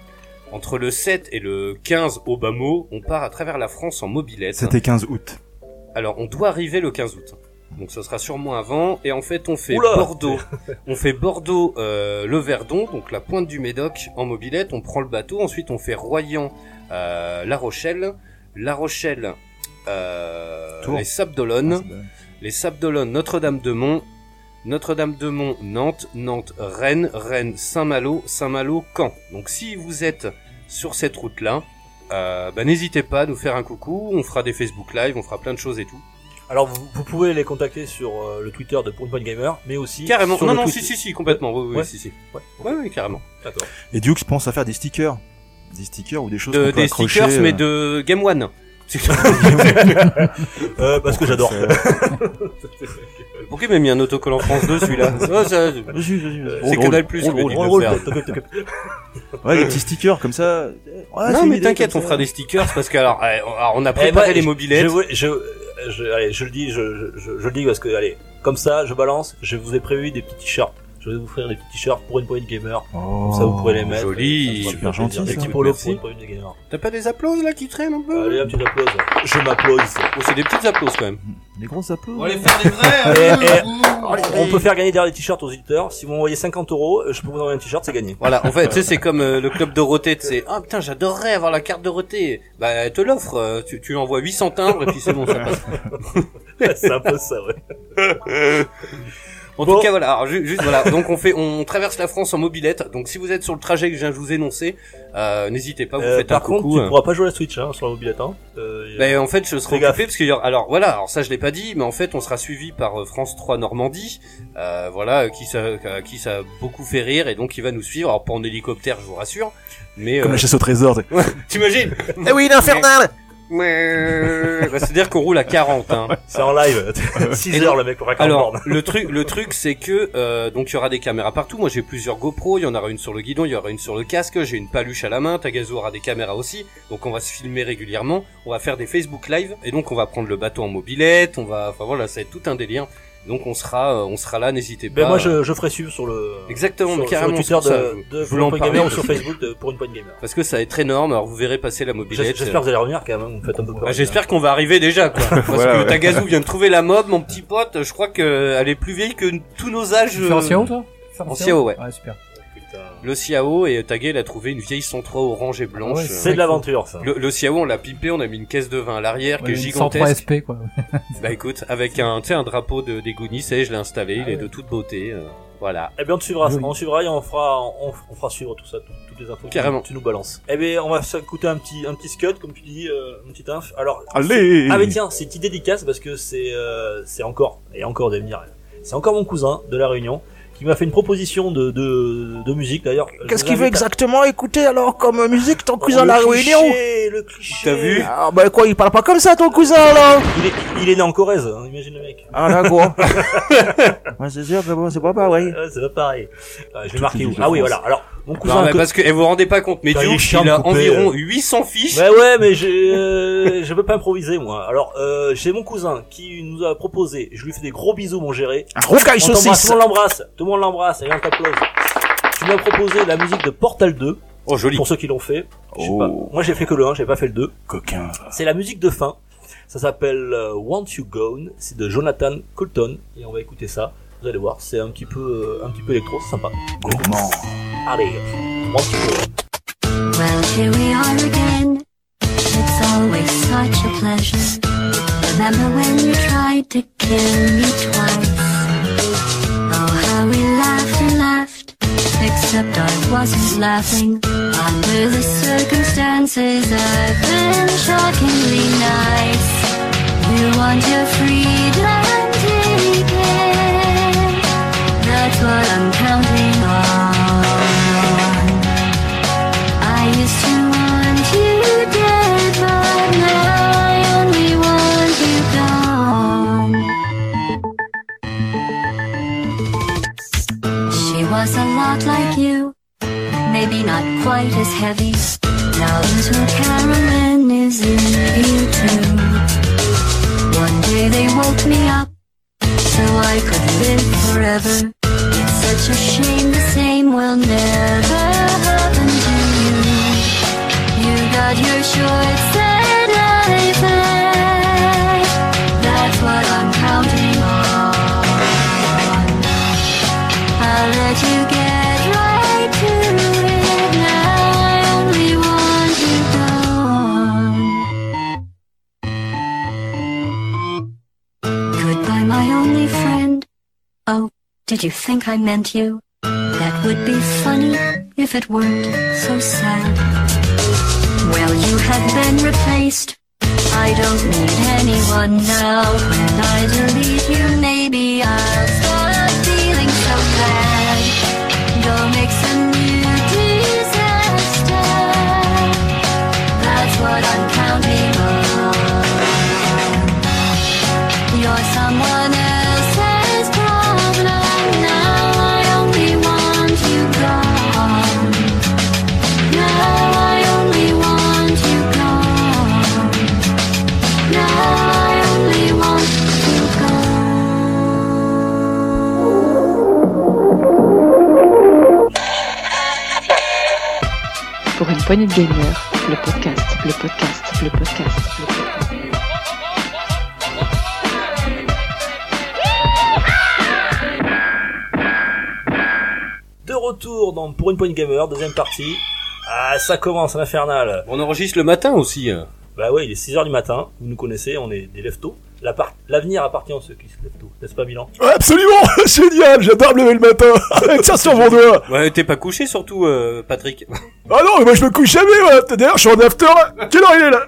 C: entre le 7 et le 15 au bas mot, on part à travers la France en mobilette.
F: C'était 15 août.
C: Alors, on doit arriver le 15 août. Donc, ça sera sûrement avant. Et en fait, on fait
A: Oula
C: Bordeaux. on fait Bordeaux, euh, le Verdon, donc la pointe du Médoc en mobilette. On prend le bateau. Ensuite, on fait Royan, euh, La Rochelle. La Rochelle, euh,
F: Tours.
C: les Sables d'Olonne. les Sables d'Olonne, Notre-Dame-de-Mont. Notre-Dame-de-Mont, Nantes. Nantes, Rennes. Rennes, Saint-Malo. Saint-Malo, Caen. Donc, si vous êtes sur cette route-là, euh, bah, n'hésitez pas à nous faire un coucou. On fera des Facebook Live. On fera plein de choses et tout.
A: Alors vous, vous pouvez les contacter sur euh, le Twitter de Point Point Gamer, mais aussi
C: Carrément.
A: Sur
C: Non,
A: le
C: non,
A: tweet-
C: si, si, si, complètement. Oui, oui,
A: Ouais.
C: si, si.
A: Ouais.
C: Oui, oui, carrément.
A: D'accord.
F: Et Dukes pense à faire des stickers. Des stickers ou des choses
C: De,
F: qu'on peut
C: des
F: accrocher,
C: stickers, mais
F: euh,
C: de Game One.
F: *laughs*
A: Euh, parce que j'adore.
C: Pourquoi il m'a mis un autocollant France 2,
F: *laughs*
C: celui-là Ah, ça,
A: Euh,
C: C'est
F: Drôle,
C: Canal Plus.
F: drôle, drôle,
A: Roll, roll, t'inquiète, t'inquiète.
F: Ouais, les petits stickers comme ça. Ouais, Ah, c'est
C: Non,
F: une
C: mais
F: idée,
C: t'inquiète, on
F: comme ça. bah,
C: fera des stickers parce que alors, euh, alors, on a
A: Eh, moi,
C: préparé les
A: je-
C: mobilettes.
A: Je, vous- je, euh, je- allez, je le dis, je, je, je- je le dis parce que allez, comme ça, je balance. Je vous ai prévu des petits t-shirts. Je vais vous offrir des petits t-shirts pour une poignée de gamer.
F: Oh.
A: Comme ça, vous pourrez les mettre.
C: Oh, joli.
A: Ça fera
F: Super
A: plaisir.
F: gentil,
A: Des
F: ça.
A: petits polos
C: Merci.
A: pour une poignée de gamer.
C: T'as pas des applauses là qui traînent un peu
A: Allez, un petit applause. Je
C: *laughs*
A: m'applause.
C: Bon, c'est des petites applauses quand même.
F: Des grosses applaudissements.
C: faire des
A: Eh,
C: vrais. hein.
A: eh, on peut faire gagner derrière des t-shirts aux éditeurs. Si vous m'envoyez 50 euros, je peux vous envoyer un t-shirt, c'est gagné.
C: Voilà, en fait, tu sais, c'est comme euh, le club Dorothée, tu sais, ah putain, j'adorerais avoir la carte Dorothée. Bah, elle te l'offre, euh, tu, tu envoies 800 timbres et puis c'est bon, ça
A: *laughs*
C: passe.
A: c'est un peu ça, ouais.
C: En
A: Bon.
C: tout cas, voilà. Alors, ju- juste voilà. Donc, on fait, on traverse la France en mobilette. Donc, si vous êtes sur le trajet que je viens de vous énoncer, euh, n'hésitez pas. Vous
A: Euh,
C: faites
A: par
C: un
A: contre,
C: coucou.
A: tu
C: hein.
A: pourras pas jouer à la Switch hein, sur la mobilette. Hein. Euh, y a-
C: Mais en fait, je serai
A: Fais gaffe.
C: occupé parce qu'il y aura. Alors voilà. Alors ça, je l'ai pas dit, mais en fait, on sera suivi par euh, France 3 Normandie. Euh, voilà, euh, qui ça, euh, qui ça a beaucoup fait rire et donc il va nous suivre. Alors pas en hélicoptère, je vous rassure. Mais *laughs*
F: Comme
C: euh,
F: la chasse au trésor.
C: t'imagines Eh oui, l'infernal. bah, c'est-à-dire qu'on roule à 40. Hein.
A: C'est en live. 6
C: euh,
A: *laughs*
C: Et
A: heures, le mec, pour raconter.
C: Alors le truc, le truc, c'est que euh, donc il y aura des caméras partout. Moi j'ai plusieurs GoPro, il y en aura une sur le guidon, il y aura une sur le casque. J'ai une paluche à la main. Tagazu aura des caméras aussi. Donc on va se filmer régulièrement. On va faire des Facebook Live et donc on va prendre le bateau en mobilette. On va, enfin voilà, ça va être tout un délire. Donc on sera, euh, on sera là, n'hésitez pas.
A: Ben moi je, je ferai suivre sur le
C: Exactement,
A: sur,
C: mais
A: sur le
C: carrément,
A: Twitter
C: c'est pour ça,
A: de,
C: je-
A: de Pour
C: je voulais en
A: une Pointe gamer
C: parler.
A: ou sur Facebook de pour une Pointe gamer.
C: parce que ça va être énorme. Alors vous verrez passer la
A: J'es-
C: mobilette.
A: J'espère que vous allez revenir quand même, vous me faites un peu peur.
C: Bah, J'espère qu'on va arriver déjà,
F: *laughs*
C: quoi. Parce
F: Voilà,
C: que
F: ouais.
C: Tagazu vient de trouver la mob, mon petit pote. Je crois que elle est plus vieille que tous nos âges.
D: Tu fais en CIO, toi Tu fais
C: En CIO, ouais.
D: Ouais, super.
C: Le Xiao et Taguel a trouvé une vieille 103 orange et blanche.
D: Ah ouais,
A: C'est de l'aventure ça.
C: le, le Xiao, on l'a pimpé, on a mis une caisse de vin à l'arrière qui
D: Ouais,
C: est
D: une 103
C: gigantesque.
D: SP, quoi.
C: Bah écoute, avec un, tu sais, un drapeau de, des Goonies, et je l'ai installé,
A: Ah
C: il est de toute beauté. euh, voilà.
A: Eh bien, on te suivra,
D: Joli.
A: on suivra et on fera, on, on fera suivre tout ça, tout- toutes les infos. que
C: Carrément.
A: Tu nous balances. Eh bien, on va s'écouter un petit, un petit scud, comme tu dis, euh, une petite inf. Alors.
F: Allez
A: c'est- Ah, mais tiens, c'est petit dédicace parce que c'est, euh, c'est encore, et encore d'avenir. C'est encore mon cousin de la Réunion qui m'a fait une proposition de, de, de musique d'ailleurs.
E: Qu'est-ce qu'il veut exactement écouter alors comme euh, musique ton cousin de la Réunion
A: Le cliché. T'as vu
E: Ah bah quoi, il parle pas comme ça ton cousin alors
A: il est, il est né en Corrèze, hein, imagine le mec. *laughs*
E: Ah d'accord. ouais, c'est sûr que bon, c'est pas pareil.
A: Euh, c'est pas pareil. Euh, je vais marquer
F: l'île
A: où
F: de
A: Ah oui,
F: France.
A: voilà. Alors, mon cousin.
C: Non, mais
A: que-
C: parce que, et vous vous rendez pas compte, mais
A: Bah, il est
C: Diouf,
A: chiant
C: il
A: de
C: a
A: couper,
C: environ
A: euh.
C: 800 fiches.
A: Ouais, ouais, mais j'ai, euh, je veux pas improviser, moi. Alors, euh, j'ai mon cousin qui nous a proposé, je lui fais des gros bisous, mon géré.
F: Ah,
C: Ah,
E: Un rocaille
A: On t'embrasse,
E: saucisse
A: tout le monde l'embrasse, tout le monde l'embrasse, et on t'applause. Tu m'as proposé la musique de Portal 2,
C: Oh, joli.
A: pour ceux qui l'ont fait. Je sais
F: Oh.
A: pas. Moi, j'ai fait que le 1, j'ai pas fait le 2.
F: Coquin.
A: C'est la musique de fin. Ça s'appelle euh, Want You Gone, c'est de Jonathan Colton, et on va écouter ça. Vous allez voir, c'est un petit peu, euh, un petit peu électro, c'est sympa.
F: Gourmand.
A: Allez, Want You Gone.
K: Well, here we are again. It's always such a pleasure. Remember when you tried to kill me twice? Oh, how we laughed and laughed. Except I wasn't laughing. Under the circumstances, I've been shockingly nice. You want your freedom taken. That's what I'm counting on. I used to want you dead, but now I only want you gone. She was a lot like you, maybe not quite as heavy. Now little Carolyn is in you too. One day they woke me up, so I could live forever. It's such a shame the same will never happen to you. You got your short set life back. That's what I'm counting on. I'll let you get right to it now. I only want you gone. Goodbye, my only friend. Oh, did you think I meant you? That would be funny if it weren't so sad. Well, you have been replaced. I don't need anyone now. When I delete you, maybe I'll stop feeling so bad. Go make some new disaster. That's what I'm counting on. You're someone else's problem now. I only want you gone. Now I only want you gone. Now I only want you gone.
B: Pour une poignée de gamer, le podcast, le podcast, le podcast, le podcast.
A: De retour dans Pour une Point Gamer, deuxième partie. Ah, ça commence à l'infernal.
C: On enregistre le matin aussi. euh.
A: Bah ouais, il est 6h du matin, vous nous connaissez, on est des leftos. La part- L'avenir appartient à ceux qui se lèvent tôt, n'est-ce pas Milan
F: Absolument *laughs* Génial J'adore me lever le matin *laughs* Tiens sur mon doigt
C: Ouais, t'es pas couché surtout, euh, Patrick. *laughs*
F: Ah non, mais moi je me couche jamais, moi. D'ailleurs, je suis en after. Quelle heure il est là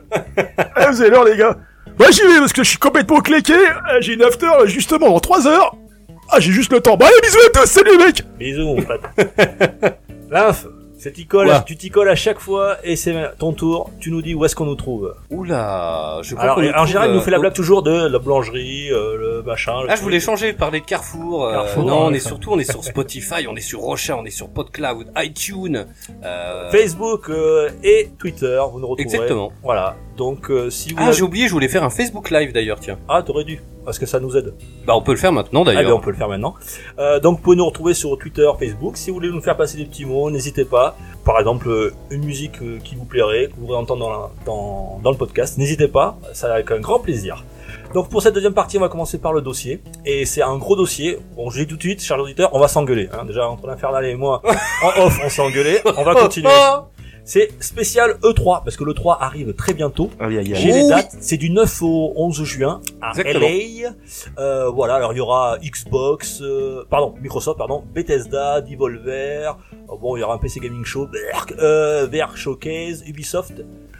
F: Ah, vous avez l'heure, les gars. Moi j'y vais parce que je suis complètement cléqué. Ah, J'ai une after là, justement dans 3 heures. Ah, j'ai juste le temps. Bon, allez, bisous à tous. Salut, les mecs.
A: Bisous mon pote. *laughs* L'inf, c'est t'y colles,
C: Ouais.
A: tu t'y colles à chaque fois et c'est ton tour, tu nous dis où est-ce qu'on nous trouve.
C: Oula, je crois
A: Alors,
C: qu'on
A: en
C: trouve,
A: général, il nous
C: euh,
A: fait la
C: au-
A: blague toujours de la boulangerie, euh, le machin. le
C: Ah, je
A: truc.
C: voulais changer, parler de Carrefour. euh,
A: Carrefour,
C: non, on
A: ouais,
C: est
A: ça.
C: surtout, on est sur Spotify, on est sur Rocha, on est sur PodCloud, iTunes. Euh...
A: Facebook euh, et Twitter, vous nous retrouverez.
C: Exactement.
A: Voilà. Donc euh, si vous
C: Ah,
A: avez-
C: j'ai oublié, je voulais faire un Facebook Live d'ailleurs, tiens.
A: ah t'aurais dû. parce que ça nous aide.
C: Bah, on peut le faire maintenant
A: Ah,
C: d'ailleurs.
A: ben, on peut le faire maintenant. Euh, donc, vous pouvez nous retrouver sur Twitter, Facebook. Si vous voulez nous faire passer des petits mots, n'hésitez pas. Par exemple, euh, une musique euh, qui vous plairait, que vous voudrez entendre dans, la- dans, dans le podcast, n'hésitez pas. Ça avec un grand plaisir. Donc, pour cette deuxième partie, on va commencer par le dossier. Et c'est un gros dossier. Bon, je dis tout de suite, chers auditeurs, on va s'engueuler. hein. Déjà, entre l'Infernal et moi, en off, on s'est engueulé. ben, On va
C: Oh, *laughs*
A: continuer. C'est spécial E3, parce que l'E3 arrive très bientôt. J'ai les
C: Oh
A: dates, c'est du 9 au 11 juin à
C: Exactement.
A: LA. Euh, voilà, alors il y aura Xbox, euh, pardon, Microsoft, pardon, Bethesda, Devolver, euh, bon, il y aura un PC Gaming Show, Berk, euh, VR Showcase, Ubisoft,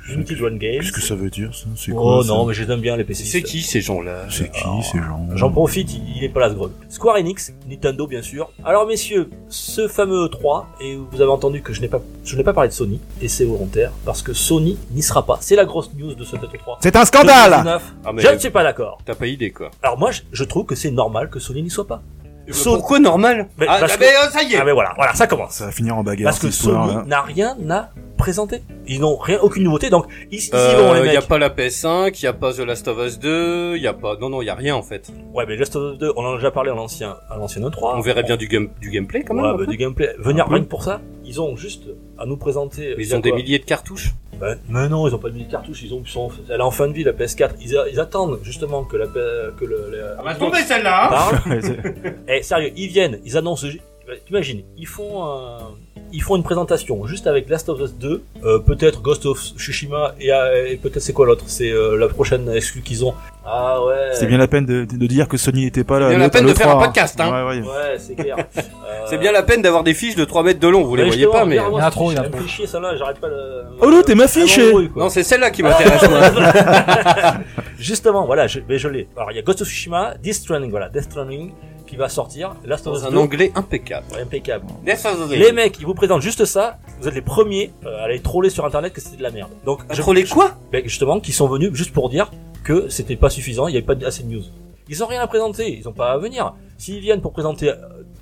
A: Limited One Games.
F: Qu'est-ce que ça veut dire, ça C'est
A: Oh
F: quoi, ça
A: non, mais je les aime bien les PC.
C: C'est qui ces gens-là
F: C'est qui ces gens
A: J'en profite, il il est pas là ce gros. Square Enix, Nintendo bien sûr. Alors messieurs, ce fameux E3, et vous avez entendu que je n'ai pas, je n'ai pas parlé de Sony, et c'est volontaire, parce que Sony n'y sera pas. C'est la grosse news de ce E E3.
F: C'est un scandale
A: 2019.
C: Ah, mais-
A: Je ne suis pas d'accord.
C: T'as pas idée quoi.
A: Alors moi, je, je trouve que c'est normal que Sony n'y soit pas. Son-
C: Pourquoi normal
A: Mais
C: Ah,
A: parce
C: ah,
A: que-
C: mais, euh, ça y est.
A: Ah mais voilà, voilà, ça commence.
F: Ça hein. va finir en bagarre,
A: Parce que
F: cette histoire,
A: Sony
F: là.
A: n'a rien à présenter. Ils n'ont rien, aucune nouveauté, donc ils, ils y vont les
C: Euh, y a
A: mecs.
C: pas la PS5, y a pas The Last of Us 2, y a pas, non non, y a rien en fait.
A: Ouais, mais Last of Us 2, on en a déjà parlé à l'ancien, à l'ancien E3.
C: On verrait bien du game, du gameplay quand même.
A: Ouais,
C: un
A: bah,
C: peu.
A: du gameplay. Venir
C: peu.
A: rien que pour ça, ils ont juste à nous présenter.
C: Mais
A: il
C: ils
A: y a
C: ont des
A: quoi
C: milliers de cartouches.
A: Bah, mais non, ils ont pas de mini cartouches, ils ont, ils sont, elle est en fin de vie la PS4. Ils, a- ils attendent justement que la P- que le. le-
C: Ah, bah, celle-là.
F: *laughs*
A: parle. Eh sérieux, ils viennent, ils annoncent. ju- bah, T'imagines, ils font un- ils font une présentation juste avec Last of Us 2, euh, peut-être Ghost of Tsushima et, euh, et peut-être c'est quoi l'autre C'est euh, la prochaine exclue qu'ils ont. Ah ouais.
F: C'est bien la peine de, de dire que Sony n'était pas là.
C: C'est bien
F: à
C: la
A: Bah,
F: l'autre-
C: peine
F: à
C: de faire un
F: l'E3,
C: podcast, hein.
F: Ouais, ouais.
A: Ouais, c'est
F: *laughs*
A: clair. Euh,
C: C'est bien la peine d'avoir des fiches de 3 mètres de long, vous les
A: bah,
C: voyez
A: justement,
C: pas mais.
A: regarde-moi
D: Il y en a
A: cette
D: trop,
A: fiche,
D: il y en a
A: elle me
D: trop.
A: fait chier, celle-là, j'arrête pas le-
F: Oh non, t'es ma
A: elle
F: fiche.
A: m'embrouille, quoi.
C: Non, c'est celle-là qui
A: *laughs*
C: m'intéresse moi.
A: Justement, voilà, je, mais je l'ai. Alors, il y a Ghost of Tsushima, Death Stranding, voilà, Death Stranding qui va sortir. Last of
C: Dans
A: Us
C: un
A: 2,
C: anglais impeccable.
A: impeccable. Les
C: Les
A: mecs, ils vous présentent juste ça. Vous êtes les premiers euh, à aller troller sur internet que c'était de la merde. Donc, je-
C: Entre les quoi
A: ben, justement, qui sont venus juste pour dire que c'était pas suffisant, il n'y avait pas assez de news. Ils ont rien à présenter, ils ont pas à venir. S'ils viennent pour présenter euh,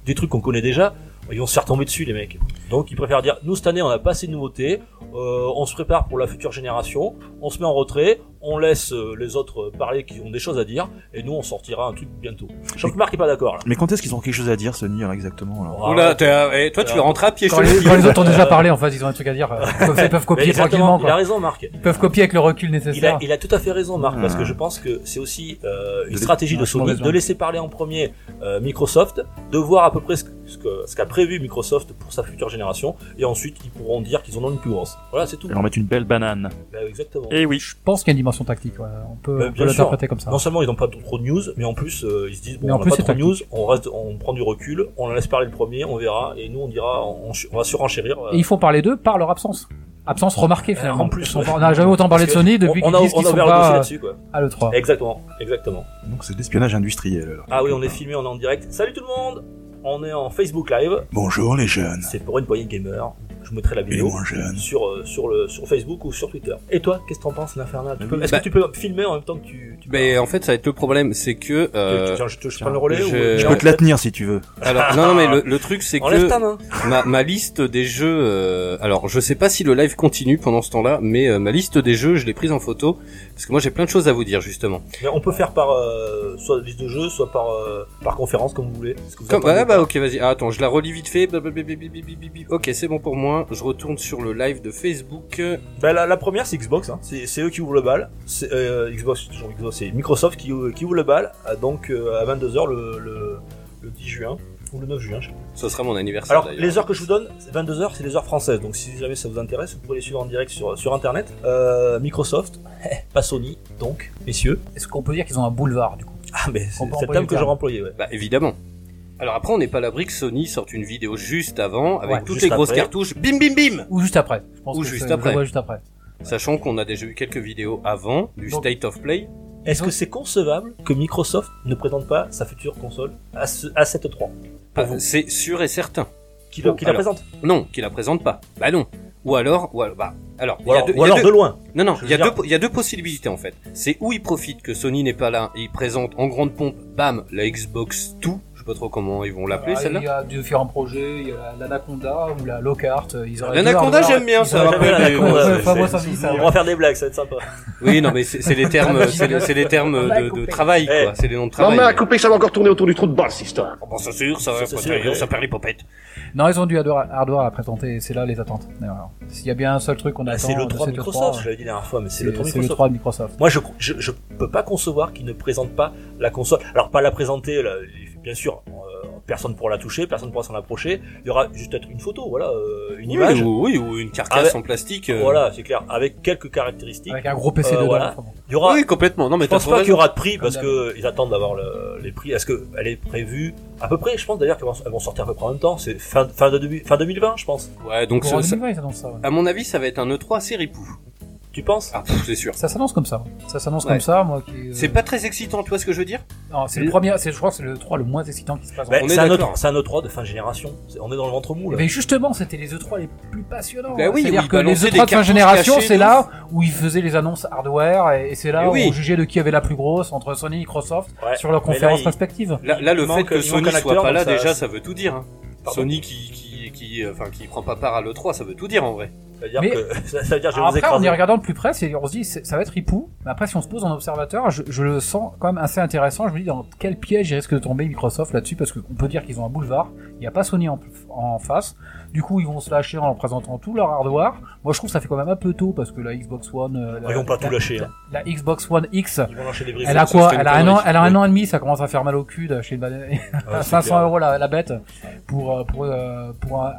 A: des trucs qu'on connaît déjà, ils vont se faire tomber dessus, les mecs. Donc, ils préfèrent dire, nous, cette année, on n'a pas assez de nouveautés, euh, on se prépare pour la future génération, on se met en retrait, on laisse euh, les autres parler qui ont des choses à dire, et nous, on sortira un truc bientôt. Je sens que Marc est pas d'accord, là.
F: Mais quand est-ce qu'ils ont quelque chose à dire, Sony, alors, exactement alors
A: Ah,
C: Oula, t'es, euh, eh, toi tu
A: Alors,
C: rentres à pied
D: Quand
C: chez
D: les,
C: les
D: quand les
C: filles.
D: autres ont déjà parlé, en fait, ils ont un truc à dire. euh, Ils peuvent- ils peuvent
A: Mais
D: copier
A: exactement,
D: tranquillement,
A: il a
D: quoi.
A: raison, Marc.
D: Ils peuvent copier avec le recul
A: Il a,
D: nécessaire.
A: il a tout à fait raison, Marc,
F: Hmm.
A: parce que je pense que c'est aussi euh, une
F: De-
A: stratégie de
D: Ouais,
A: Sony
D: mauvaise
A: de
D: langue.
A: laisser parler en premier euh, Microsoft, de voir à peu près ce que- ce que- ce qu'a prévu Microsoft pour sa future génération, et ensuite ils pourront dire qu'ils en ont une plus grosse. Voilà, c'est tout.
F: Ils leur mettent une belle banane.
A: Bah, exactement.
F: Eh oui.
D: Je pense qu'il y a une dimension tactique. ouais. On peut,
A: Bah,
D: on peut
A: bien
D: l'interpréter comme ça.
A: Non seulement ils n'ont pas trop de news, mais en plus euh, ils se disent bon,
D: Mais en
A: on n'a
D: plus,
A: pas
D: c'est
A: trop de news,
D: tactique.
A: on reste, on prend du recul, on la laisse parler le premier, on verra, et nous on dira, on, on va surenchérir. euh,
D: Et ils font parler d'eux par leur absence. Absence remarquée finalement.
A: en plus,
D: on
A: ouais.
D: on n'a jamais autant parlé de
A: parce que
D: Sony depuis
A: on,
D: qu'ils
A: on a,
D: disent
A: on
D: qu'ils
A: a
D: sont
A: ouvert le dossier
D: pas euh,
A: là-dessus, quoi.
D: à l'E3.
A: Exactement, exactement.
F: Donc c'est de l'espionnage industriel. alors.
A: Ah oui, on est filmé, on est en direct. Salut tout le monde On est en Facebook Live,
F: Bonjour les jeunes.
A: c'est pour une poignée de gamers. Je vous mettrai la
F: Et
A: vidéo
F: moins jeunes.
A: sur, euh, sur, le, sur Facebook ou sur Twitter. Et toi, qu'est-ce que t'en penses, l'Infernal Tu peux- Est-ce
C: Bah-
A: que tu peux filmer en même temps que tu... tu
C: Mais en fait, ça va être le problème, c'est que.
A: parles
C: euh,
A: Tu- tiens, je, te- je prends le relais
C: je-
A: ou... euh,
F: Je
C: Et
F: peux
C: en
F: te la tenir si tu veux.
C: Alors non,
A: *laughs*
C: non mais le, le truc c'est
A: Enlève
C: que
A: ta main
C: ma, ma liste des jeux. euh, alors je sais pas si le live continue pendant ce temps-là, mais euh, ma liste des jeux, je l'ai prise en photo parce que moi j'ai plein de choses à vous dire justement.
A: Mais on peut faire par euh, soit liste de jeu, soit par, euh, par conférence, comme vous voulez. Est-ce que vous
C: Comme,
A: entendez
C: ah bah
A: pas
C: ok vas-y. Ah, attends, je la relis vite fait. Blablabla. Ok, c'est bon pour moi. Je retourne sur le live de Facebook.
A: Bah, la, la première, c'est Xbox. hein. C'est c'est eux qui ouvrent le bal. C'est, euh, Xbox, c'est toujours Xbox, c'est Microsoft qui, qui ouvre le bal. Ah, Donc euh, à 22h le, le, le 10 juin, ou le 9 juin, je sais pas.
C: Ce sera mon anniversaire.
A: Alors,
C: d'ailleurs.
A: les heures que je vous donne, c'est 22 heures, c'est les heures françaises. Donc, si jamais ça vous intéresse, vous pourrez les suivre en direct sur, sur Internet. Euh, Microsoft, *laughs* pas Sony, donc, messieurs.
D: Est-ce qu'on peut dire qu'ils ont un boulevard du coup
A: Ah, mais c'est
D: On peut
A: c'est le terme
D: employer le
A: que
D: terme.
A: j'aurais employé, ouais.
C: Bah évidemment. Alors après, on n'est pas à l'abri que Sony sorte une vidéo juste avant avec
D: Ouais,
C: toutes
A: juste
C: les grosses
A: après.
C: cartouches. Bim bim bim.
D: Ou juste après Je pense
C: Ou
D: que
C: juste
D: c'est- je
C: après.
D: vois juste après.
C: Sachant qu'on a déjà eu quelques vidéos avant du
D: Donc-
C: State of Play.
A: Est-ce que c'est concevable que Microsoft ne présente pas sa future console à, ce, à cette 3 Pour
C: Ah,
A: vous.
C: C'est sûr et certain.
A: Qui, la-
C: Bon,
A: qui la
C: alors.
A: présente
C: Non, qui la présente pas. Bah non. Ou alors, ou alors, bah, alors,
A: Ou
C: il y a
A: alors,
C: deux,
A: ou
C: il y a
A: alors
C: deux-
A: de loin
C: non, non,
A: Je
C: il y, a
A: veux
C: deux,
A: dire-
C: po- il y a deux possibilités en fait. C'est où ils profitent que Sony n'est pas là et ils présentent en grande pompe, bam, la Xbox tout. pas trop comment ils vont
A: Euh,
C: l'appeler
D: Ah,
C: celle-là.
D: Il y a différents projets, il y a l'Anaconda ou la Lockhart. euh, ils auraient
C: L'anaconda,
D: dû leur-
C: j'aime bien,
D: ils
C: ça
D: auraient
C: rappelle
D: dû leur-
C: l'anaconda,
D: Ouais,
C: ouais,
D: enfin, moi,
C: c'est-
D: ça me dit ça, hein.
A: On
D: ouais.
A: va faire des blagues, ça va être sympa.
C: Oui, non, mais c'est c'est les termes, c'est les, c'est les termes de, de travail, quoi. C'est les noms de travail.
L: couper, ça va encore tourner autour du trou de balle, cette histoire.
C: Eh. Ah, Bon, ça sûr, ça va,
L: Ça,
C: pas
L: c'est
C: très
L: sûr,
C: bien, ça perd les popettes.
D: Non, ils ont du hardware, hardware à présenter, c'est là les attentes. Mais voilà. S'il y a bien un seul truc qu'on
A: Ah,
D: attend,
A: c'est
D: de
A: le 3
D: cette E3,
A: Microsoft, je l'avais dit la dernière fois, mais c'est le 3
D: c'est
A: Microsoft.
D: 3 de Microsoft.
A: Moi, je, je, je peux pas concevoir qu'ils ne présentent pas la console. Alors, pas la présenter, là, bien sûr, euh, personne pourra la toucher, personne pourra s'en approcher. Il y aura juste peut-être une photo, voilà, euh, une
C: Oui,
A: image.
C: ou- oui, ou une carcasse
A: Avec-
C: en plastique, euh.
A: Voilà, c'est clair, avec quelques caractéristiques.
D: Avec un gros PC dedans,
A: Euh, voilà.
D: enfin bon.
A: Il y aura.
C: Oui, complètement. Non, mais
A: je pense
C: t'as
A: pas
C: raison.
A: qu'il y aura de prix
C: Comme
A: parce
C: d'hab.
A: que ils attendent d'avoir le- les prix. Est-ce que elle est prévue à peu près Je pense d'ailleurs qu'elles vont, elles vont sortir à peu près en même temps. C'est fin, fin, de, demi- fin 2020, je pense.
C: Ouais, donc
D: Pour
C: ça, ça-
D: 2020, ils annoncent ça, ouais.
C: à mon avis, ça va être un E3 assez ripou.
A: Tu penses
C: Ah, pff, c'est sûr.
D: Ça s'annonce comme ça. Ça s'annonce
C: Ouais.
D: comme ça, moi qui. euh,
C: C'est pas très excitant, tu vois ce que je veux dire
D: Non, c'est le premier, c'est- je crois que c'est le 3 le moins excitant qui se passe.
C: Bah,
A: Ben,
D: On est
A: c'est un
D: d'accord.
A: autre, c'est un autre 3 de fin de génération. C'est- On est dans le ventre mou là.
D: Mais justement, c'était les E3 les plus passionnants.
C: Bah
A: Ben oui,
D: C'est-à-dire
A: oui,
D: que
A: balancer
D: les
A: des
D: E3 de fin
A: cartouches
D: génération,
A: cachées,
D: c'est
A: de
D: là où ils faisaient les annonces hardware et, et c'est là
C: Et
D: où
C: oui.
D: on jugeait de qui avait la plus grosse entre Sony et Microsoft
C: Ouais,
D: sur leurs
C: mais là,
D: conférences
C: il-
D: respectives.
C: Là, là, le
D: Il
C: fait
D: manque-
C: que
D: il
C: Sony
D: manque un
C: soit
D: acteur,
C: pas là,
D: donc ça-
C: déjà, ça veut tout dire. hein.
A: Pardon.
C: Sony qui, qui, qui, euh, enfin, qui prend pas part à l'E3, ça veut tout dire en vrai.
A: C'est-à-dire
D: Mais-
A: que *laughs* ça veut dire que je vais vous
D: Après, en
A: écraser.
D: y regardant de plus près, c'est- on se dit c'est- ça va être ripou. Mais après, si on se pose en observateur, je, je le sens quand même assez intéressant. Je me dis dans quel piège il risque de tomber Microsoft là-dessus parce qu'on peut dire qu'ils ont un boulevard. Il n'y a pas Sony en, en face. Du coup, ils vont se lâcher en présentant tout leur hardware. Moi, je trouve que ça fait quand même un peu tôt parce que la Xbox One. euh, la-
A: Ils vont pas
D: la-
A: tout lâcher, hein.
D: La Xbox One X.
A: Ils vont lâcher des briques.
D: Elle a
A: Ça,
D: quoi
A: c'est une
D: Elle a un an,
A: connerie.
D: elle a un an et demi. Ça commence à faire mal au cul d'acheter une banane.
C: Ah,
A: Ouais, c'est
D: 500
A: clair.
D: Ah, euros la, la bête pour euh, pour euh, pour, un-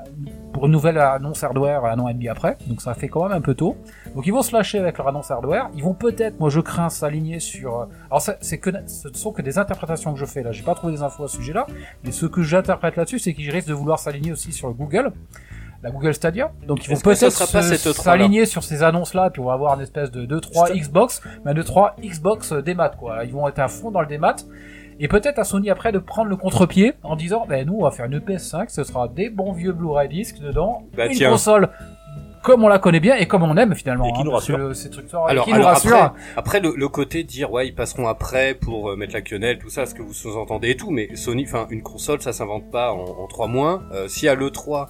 D: pour une nouvelle annonce hardware un an et demi après. Donc ça fait quand même un peu tôt. Donc ils vont se lâcher avec leur annonce hardware. Ils vont peut-être, moi je crains, s'aligner sur. euh, Alors ça, c'est que ce ne sont que des interprétations que je fais là. J'ai pas trouvé des infos à ce sujet-là, mais ce que j'interprète là-dessus, c'est qu'ils risquent de vouloir s'aligner aussi sur le Google. La Google Stadia, donc ils vont
C: Est-ce que ça
D: peut-être
C: sera pas
D: se-
C: cette E3 là
D: s'aligner sur ces annonces-là, puis on va avoir une espèce de 2-3 Xbox, mais un 2-3 Xbox euh, démat, quoi. Ils vont être à fond dans le démat, et peut-être à Sony après de prendre le contre-pied en disant, ben nous on va faire une PS5, ce sera des bons vieux Blu-ray disques dedans,
C: Bah,
D: une
C: tiens.
D: console comme on la connaît bien et comme on aime finalement. hein, parce que Ces trucs là
C: Alors,
D: qui nous
C: alors
D: rassure.
C: après, après le, le côté de dire ouais ils passeront après pour euh, mettre la quenelle tout ça ce que vous sous-entendez et tout mais Sony enfin une console ça s'invente pas en, en trois mois Euh, si à le 3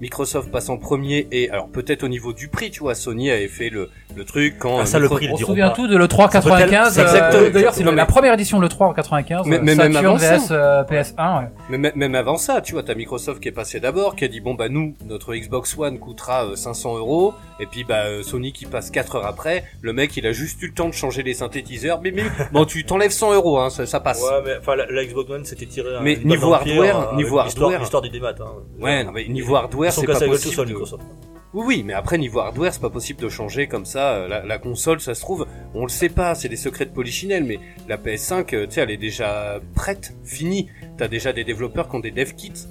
C: Microsoft passe en premier et alors peut-être au niveau du prix tu vois Sony avait fait le, le truc quand
A: Ah, ça,
C: euh,
A: le
C: Micro-
A: prix, ils
D: On se souvient tout de le 395.
C: C'est exactement-
D: D'ailleurs, c'est
C: Non,
D: la
C: mais-
D: première édition de le 395.
C: Mais-
D: euh,
C: mais même
D: Saturn
C: avant ça.
D: VS euh, PS1. ouais.
C: Mais mê- même avant ça, tu vois, t'as Microsoft qui est passé d'abord, qui a dit bon bah nous, notre Xbox One coûtera euh, 500 euros, et puis bah euh, Sony qui passe 4 heures après, le mec il a juste eu le temps de changer les synthétiseurs, mais bon tu t'enlèves 100 euros, hein, ça, ça passe.
A: Ouais, mais enfin, la, la Xbox One s'était tiré. un-
C: Mais
A: une balle
C: niveau
A: dans le pied,
C: hardware,
A: euh,
C: niveau
A: avec l'histoire-
C: hardware.
A: l'histoire du démat. Hein.
C: Ouais, non, mais niveau hardware,
A: Ils sont
C: c'est pas
A: cassés la gueule tout
C: possible
A: seuls,
C: de-
A: Microsoft.
C: Oui, oui, mais après niveau hardware, c'est pas possible de changer comme ça. euh, La, la console, ça se trouve, on le sait pas, c'est des secrets de polichinelle, mais la PS5, euh, tu sais, elle est déjà prête, finie. T'as déjà des développeurs qui ont des dev kits.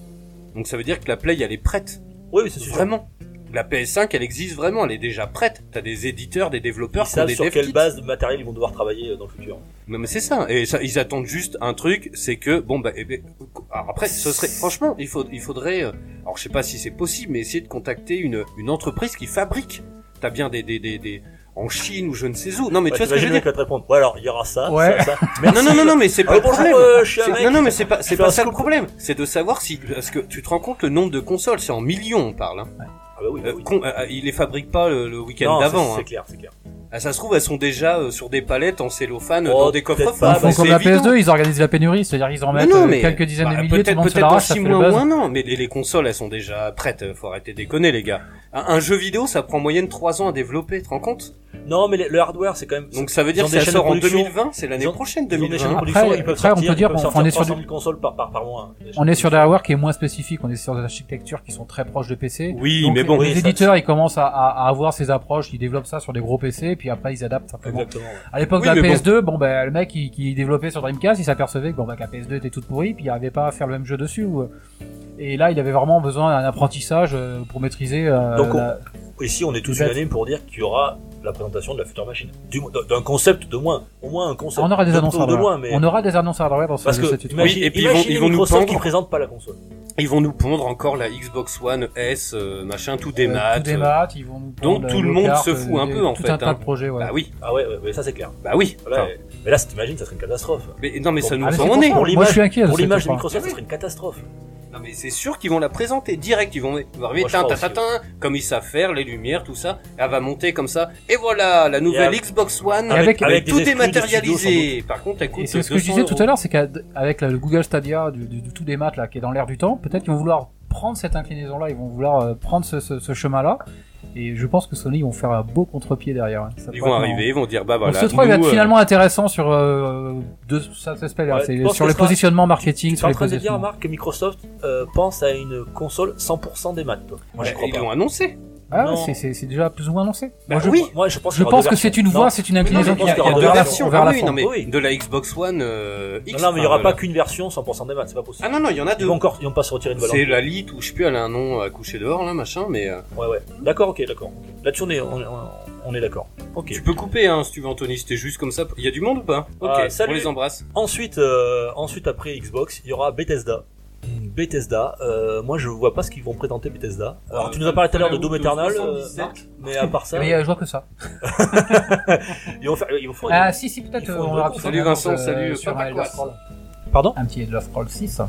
C: Donc ça veut dire que la Play, elle est prête.
A: Oui, c'est sûr.
C: Vraiment. La PS5, elle existe vraiment, elle est déjà prête. T'as des éditeurs, des développeurs
A: Ils
C: qui ont
A: savent
C: des
A: sur
C: dev
A: quelle
C: kits.
A: base de matériel ils vont devoir travailler euh, dans le futur.
C: Non mais c'est ça. Et ça, ils attendent juste un truc, c'est que bon bah eh ben, alors après ce serait franchement il faut il faudrait euh, alors je sais pas si c'est possible mais essayer de contacter une une entreprise qui fabrique. T'as bien des des des, des- en Chine ou je ne sais où. Non mais
A: Ouais,
C: tu vois ce que je
A: t'imagines
C: veux dire.
A: le mec va te répondre. Ouais, alors, il y aura ça,
C: Ouais.
A: ça, ça.
C: Non, non, non, non, mais c'est pas
A: Ah,
C: le
A: bonjour,
C: problème.
A: euh, je suis un
C: C'est-
A: mec.
C: non, non, mais c'est pas, c'est
A: Je fais
C: pas
A: un
C: ça le
A: scoop.
C: problème. C'est de savoir si, parce que tu te rends compte le nombre de consoles, c'est en millions on parle. Hein.
A: Ah, bah
C: Euh, con- euh, ils les fabriquent pas le, le week-end
A: Non,
C: d'avant.
A: c'est- c'est
C: hein.
A: clair, c'est clair.
C: Ah, ça se trouve, elles sont déjà euh, sur des palettes en cellophane euh,
A: Oh,
C: dans des
A: peut-être
C: coffres
A: pas,
D: Ils font comme la PS2, ils organisent la pénurie, c'est-à-dire ils en mettent euh, quelques dizaines
C: bah,
D: de milliers, tout le
C: peut-être
D: monde se
C: peut-être dans
D: l'arrache, ça
C: 6
D: fait le
C: mois
D: buzz.
C: ou un an, mais les, les consoles elles sont déjà prêtes, euh, faut arrêter de déconner les gars. Un, un jeu vidéo ça prend en moyenne 3 ans à développer, tu te rends compte
A: Non, mais le- le hardware, c'est quand même.
C: Donc ça veut dire
A: ils ont
C: que
A: des
C: ça
A: chaînes
C: sort
A: de
C: en
A: production.
C: 2020, c'est l'année
A: Ils ont-
C: prochaine,
A: ils ont des
C: 2020.
A: chaînes de production,
D: Après,
A: ils peuvent
D: après, on peut
A: sortir-
D: dire
A: ils peuvent
D: qu'on-
A: sortir
D: on est sur
A: 300
D: du-
A: 000 consoles par, par, par mois. hein.
D: On est sur des hardware qui est moins spécifique, on est sur des architectures qui sont très proches de PC.
C: Oui,
D: Donc,
C: mais bon.
D: Les
C: Oui, ça,
D: éditeurs, ils commencent à, à- à avoir ces approches, ils développent ça sur des gros PC, puis après ils adaptent simplement.
A: Exactement, ouais.
D: À l'époque
A: Oui,
D: de la
A: mais bon.
D: PS2, bon, ben, le mec qui, qui développait sur Dreamcast, il s'apercevait que bon, ben, que la PS2 était toute pourrie, puis il n'arrivait pas à faire le même jeu dessus. ou- Et là, il avait vraiment besoin d'un apprentissage euh, pour maîtriser. euh,
A: Donc, on-
D: la-
A: ici, on est tous
D: Peut-être.
A: unanimes pour dire qu'il y aura la présentation de la future machine. Du moins, D'un concept de moins. Au moins un concept.
D: On aura des
A: de
D: annonces
A: plus ou de
D: hardware.
A: loin, mais.
D: On aura des annonces hardware dans ce
A: Parce que,
D: cette tuto.
A: imagine,
C: Oui, et puis ils vont-
A: imaginez
C: ils vont nous
A: Microsoft qui
C: pendre.
A: présente pas la console.
C: Ils vont nous pondre encore la Xbox One S, euh, machin, tout des
D: Euh,
C: maths.
D: tout des maths, ils vont nous
C: Donc
D: pondre
C: tout le
D: le
C: monde
D: Carte,
C: se fout un
D: des-
C: peu en
D: euh, tout
C: fait.
D: un tas
C: hein.
D: de projets, ouais.
C: Bah oui.
A: Ah ouais, ouais, ouais, ça c'est clair.
C: Bah oui.
A: Voilà,
C: Enfin.
A: et- mais là, si t'imagines, ça serait une catastrophe.
C: Mais non, mais ça nous
D: Ah, mais c'est
C: en
D: pour
C: est.
D: ça, moi, je suis inquiet,
A: Pour
D: ça,
A: l'image
D: c'est
A: de
D: pas-
A: Microsoft, ça serait une catastrophe.
C: Non mais c'est sûr qu'ils vont la présenter direct, ils vont hein, ils vont arriver
A: Moi, je
C: tin,
A: pense,
C: tin, tin, tin, comme ils savent faire, les lumières, tout ça, elle va monter comme ça, et voilà, la nouvelle
A: Et avec-
C: Xbox One,
A: Et avec- avec
C: tout
A: des exclus de studios, sans
C: dématérialisé.
A: doute.
C: Par contre, elle coûte
D: Et c'est ce que
C: 200
D: je disais tout à
C: euros.
D: l'heure, c'est qu'avec le Google Stadia du, du- du tout des maths là, qui est dans l'air du temps, peut-être qu'ils vont vouloir prendre cette inclinaison-là, ils vont vouloir euh, prendre ce, ce- ce chemin-là. Et je pense que Sony ils vont faire un beau contre-pied derrière. hein. Ça
C: Ils
D: peut
C: vont
D: être marrant.
C: arriver, ils vont dire bah
D: Donc
C: voilà.
D: ce 3 va
C: nous,
D: être
C: euh,
D: finalement intéressant sur euh, deux cet aspect-là.
A: Ouais, je
D: c'est
A: pense
D: sur
A: que
D: les
A: ce sera-
D: positionnements
A: Tu
D: marketing,
A: es
D: sur
A: en
D: les
A: train de dire,
D: positionnements.
A: Marc, que Microsoft euh, pense à une console 100% des maths. toi. Moi, je
C: bah,
A: crois
C: ils
A: pas.
C: l'ont annoncé.
D: Ah,
A: Non.
D: c'est- c'est c'est déjà plus ou moins annoncé.
C: Bah
D: Moi, je-
C: oui.
A: Moi, je pense,
D: Je
A: qu'il y aura
D: pense
A: deux
D: que c'est
A: versions.
D: une voie,
A: Non.
D: c'est une
A: Mais non,
D: inclinaison
A: je pense
D: qui-
A: qu'il y
D: qui-
A: aura
C: Deux
A: deux
D: vers la-
C: versions.
D: vers
C: Ah
D: la
C: oui,
D: fin.
C: non mais
A: Oui.
C: de la Xbox One euh, X.
A: Non, non, mais il n'y
C: enfin,
A: aura pas
C: euh,
A: qu'une version 100% des maths, c'est pas possible.
C: Ah non non, il y en a
A: ils
C: deux.
A: vont encore, ils vont pas se retirer une valeur.
C: C'est la Lite ou je sais plus, elle a un nom à coucher dehors là, machin, mais euh,
A: Ouais, ouais. D'accord, ok, d'accord. Là-dessus, on est, on, on- on est d'accord. Ok.
C: tu peux couper hein si tu veux Anthony, c'était juste comme ça. Il y a du monde ou pas Ok,
A: Ah,
C: on
A: salut.
C: les embrasse.
A: Ensuite, euh, ensuite après Xbox, il y aura Bethesda. Bethesda, euh, moi je vois pas ce qu'ils vont présenter Bethesda. Alors tu nous as parlé tout à l'heure de Doom Eternal, euh, Marc, mais à part ça,
D: *laughs* Mais euh, je vois que ça.
A: ils vont faire, ils vont faire-
D: Ah si si peut-être
A: ils font
D: euh, on
A: une
D: aura
A: réponse.
D: peut-être
C: Salut
D: une annonce,
C: Vincent,
D: euh,
C: salut,
D: sur
C: Papa
D: Elder
C: Quas.
D: Scrolls.
A: Pardon
D: Un petit Elder Scrolls 6.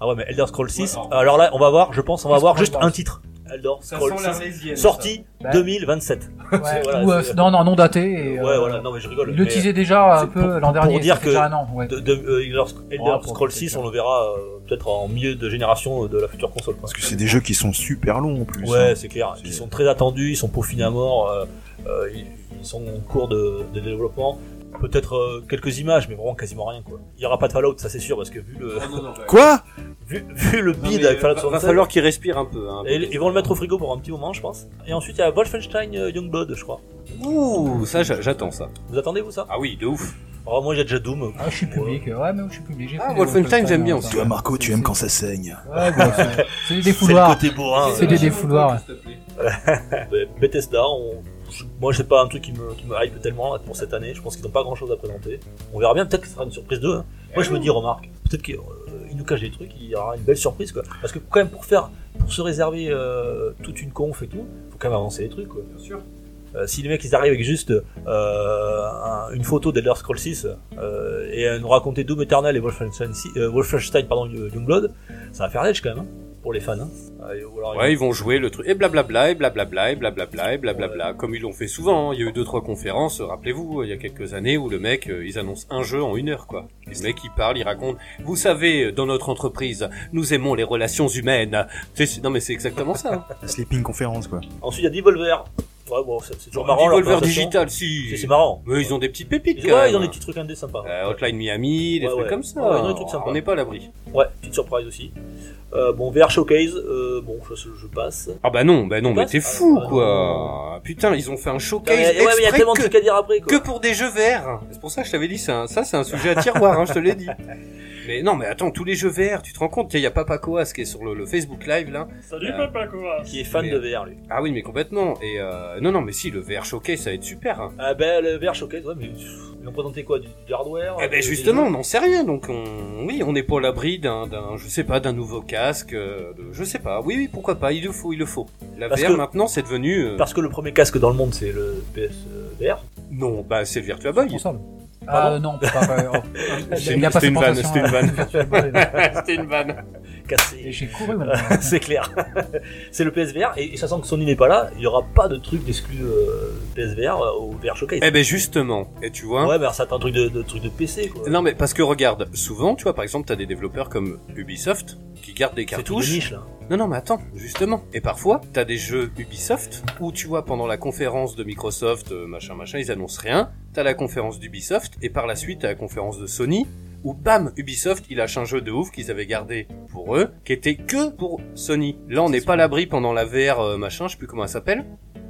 A: Ah ouais, mais Elder Scrolls 6. Alors là, on va voir, je pense, on va
D: Ça
A: voir
D: sent
A: juste
D: la
A: un
D: base.
A: titre. Elder Scrolls 6. Sorti
D: Bah.
A: 2027.
D: Ouais,
A: *laughs* C'est- voilà,
D: ou, euh,
A: c'est-
D: non, non, non daté. Et,
A: Ouais,
D: euh,
A: voilà, non mais je rigole.
D: Il le
A: mais-
D: disait déjà euh,
A: c'est
D: un
A: pour-
D: peu
A: pour
D: l'an dernier.
A: dire
D: ça fait
A: que
D: déjà un an, ouais.
A: de, de- euh, Elder, Elder
D: Ouais, Oh, pour-
A: Scrolls
D: c'est
A: 6,
D: clair.
A: on le verra euh, peut-être en milieu de génération de la future console. quoi.
F: Parce que c'est des jeux qui sont super longs en plus.
A: Ouais,
F: hein.
A: c'est clair.
F: C'est-
A: Ils sont très attendus, ils sont peaufinés à mort, euh, euh, ils, ils sont en cours de, de développement. Peut-être euh, quelques images, mais vraiment quasiment rien quoi. Il y aura pas de Fallout, ça c'est sûr, parce que vu
C: *laughs*
A: le
C: Ah,
F: Quoi
A: vu, vu le
C: Non,
A: bid
C: mais, euh,
A: avec Fallout
C: va, va
A: 76,
C: falloir qu'il respire un peu. Hein,
A: et ils ils vont le mettre au frigo pour un petit moment, je pense. Et ensuite il y a Wolfenstein euh, Youngblood, je crois.
C: euh, Ouh, ça j'a- j'attends ça.
A: Vous attendez vous ça
C: Ah oui, de ouf.
A: Alors moi j'ai déjà Doom.
D: Ah, je suis public, euh, ouais, mais je suis public. j'ai
C: Ah,
D: fait des
C: Wolfenstein, j'aime bien
D: hein,
C: aussi.
D: ça.
F: Toi Marco, tu
D: C'est-
F: aimes quand ça saigne.
D: c'est- Ouais, bon,
A: *laughs*
D: c'est- c'est des
A: C'est le
D: défouloirs.
A: côté bourrin.
D: C'est
A: euh,
D: des défouloirs. ouais.
A: *laughs* Euh, Bethesda, on- je- moi je sais pas un truc qui me, qui me hype tellement là, pour cette année, je pense qu'ils n'ont pas grand chose à présenter. On verra bien, peut-être que ce sera une surprise d'eux. hein. Moi je me dis, remarque, peut-être qu'ils euh, ils nous cachent des trucs, il y aura une belle surprise quoi. Parce que quand même pour faire, pour se réserver euh, toute une conf et tout, faut quand même avancer les trucs quoi. Bien sûr. si les mecs ils arrivent avec juste euh, un- une photo d'Elder Scrolls 6 euh, et à nous raconter Doom Eternal et Wolfenstein, si- euh, Wolfenstein pardon, Youngblood, ça va faire l'edge quand même hein, pour les fans. hein. Euh, ou alors,
C: Ouais, ils vont jouer le truc. Et blablabla, et blablabla, et blablabla, et blablabla. Comme ils l'ont fait souvent, hein. il y a eu deux trois conférences, euh, rappelez-vous, il y a quelques années où le mec, euh, ils annoncent un jeu en une heure, quoi. Et le mec, il parle, il raconte. Vous savez, euh, dans notre entreprise, nous aimons les relations humaines. C'est- c'est- Non, mais c'est exactement ça. hein.
F: La sleeping conférence quoi.
A: Ensuite, il y a Devolver. Ouais, bon, c'est c'est toujours marrant. leur
C: Devolver
A: présentation.
C: Digital, si.
A: C'est c'est marrant.
C: Mais ils ont des petites pépites,
A: Ils-
C: quand
A: ouais, ils ont
C: même. hein.
A: des petits trucs indés sympas.
C: Euh, Hotline Miami, des
A: Ouais,
C: trucs
A: ouais.
C: comme ça.
A: Ouais, ouais, ils ont des trucs sympas.
C: On n'est pas à l'abri.
A: Ouais, petite surprise aussi. Euh, bon, VR Showcase, euh, bon, ça, je, je passe.
C: Ah bah non, bah non, mais
A: passe
C: t'es
A: Ah,
C: fou,
A: bah non.
C: quoi. Putain, ils ont fait un
A: Ouais,
C: showcase
A: Ah, mais il y a
C: exprès
A: tellement de
C: que-
A: trucs à dire après,
C: que
A: quoi.
C: pour des jeux VR. C'est pour ça que je t'avais dit, c'est un- ça c'est un sujet à tiroir, hein, je te l'ai *laughs* dit. Mais non, mais attends, tous les jeux VR, tu te rends compte, il y a Papa Coas qui est sur le, le Facebook Live là.
A: Salut,
C: Euh,
A: papa, quoi. Ah, Qui est fan
C: Mais-
A: de VR, lui.
C: Ah oui, mais complètement. Et euh, non, non, mais si, le VR showcase, ça va être super. hein.
A: Ah, ben, le VR Showcase, ouais, mais pff, ils ont présenté quoi Du, du hardware
C: Eh
A: euh, des
C: ben justement, on
A: jeux
C: n'en sait rien, donc on, oui, on n'est pas à l'abri d'un, d'un, je sais pas, d'un nouveau casque, euh, de- je sais pas. Oui, oui, pourquoi pas, il le faut, il le faut. La
A: Parce
C: VR
A: que-
C: maintenant, c'est devenu... euh,
A: Parce que le premier casque dans le monde, c'est le euh, PSVR.
C: Non, bah c'est le Virtua Boy.
D: Console.
A: Pardon
D: Ah euh,
A: *laughs*
D: non, pas, pas, pas, oh.
C: C'est
D: Il
C: une-
D: a pas
C: c'était
D: cette
C: une vanne,
D: tentation,
C: c'était une vanne.
D: euh,
C: C'était une vanne.
A: Cassé.
D: J'ai couru maintenant.
A: c'est clair. *laughs* c'est le PSVR, et, et sachant que Sony n'est pas là, il n'y aura pas de truc d'exclus euh, PSVR euh, au VR Showcase.
C: Eh ben justement, et tu vois...
A: Ouais, mais alors ça, c'est un truc de, de- truc de PC, quoi.
C: Non mais parce que regarde, souvent, tu vois, par exemple, t'as des développeurs comme Ubisoft qui gardent des
A: c'est tout de
C: cartouches.
A: niche, là.
C: Non non mais attends, justement. Et parfois, t'as des jeux Ubisoft où tu vois pendant la conférence de Microsoft, euh, machin machin, ils annoncent rien. T'as la conférence d'Ubisoft et par la suite t'as la conférence de Sony où bam, Ubisoft, il lâche un jeu de ouf qu'ils avaient gardé pour eux, qui était que pour Sony. Là, on n'est pas à l'abri pendant la VR euh, machin, je sais plus comment elle s'appelle.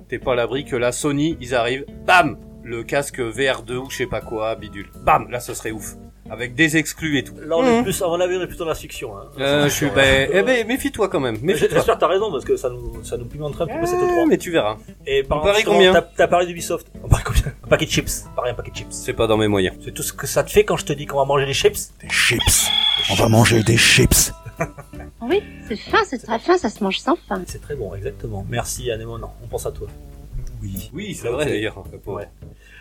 C: T'es pas à l'abri que là, Sony, ils arrivent, bam, le casque VR2 ou je sais pas quoi, bidule. Bam, là, ce serait ouf. avec des exclus et tout.
A: Là, on est
C: Mhm.
A: plus, on est plutôt dans la fiction. Hein.
C: Euh, je suis, ben, eh ben, méfie-toi quand même.
A: Mais
C: Méfie-toi.
A: j'espère que t'as raison parce que ça nous, ça nous pimentera un petit peu cette
C: Ah,
A: 3.
C: mais tu verras.
A: Et par
C: On parie
A: justement,
C: combien
A: t'as- T'as parlé d'Ubisoft. On parie combien Un paquet de chips. Pareil, un paquet de chips.
C: C'est pas dans mes moyens.
A: C'est tout ce que ça te fait quand je te dis qu'on va manger des chips
E: Des chips. On va manger des chips.
K: Oui, c'est fin, c'est très fin, ça se mange sans faim.
A: C'est très bon, exactement. Merci Anémone, on pense à toi.
C: Oui. Oui, c'est
A: Là où
C: vrai
A: t'es.
C: d'ailleurs. hein,
A: Ouais.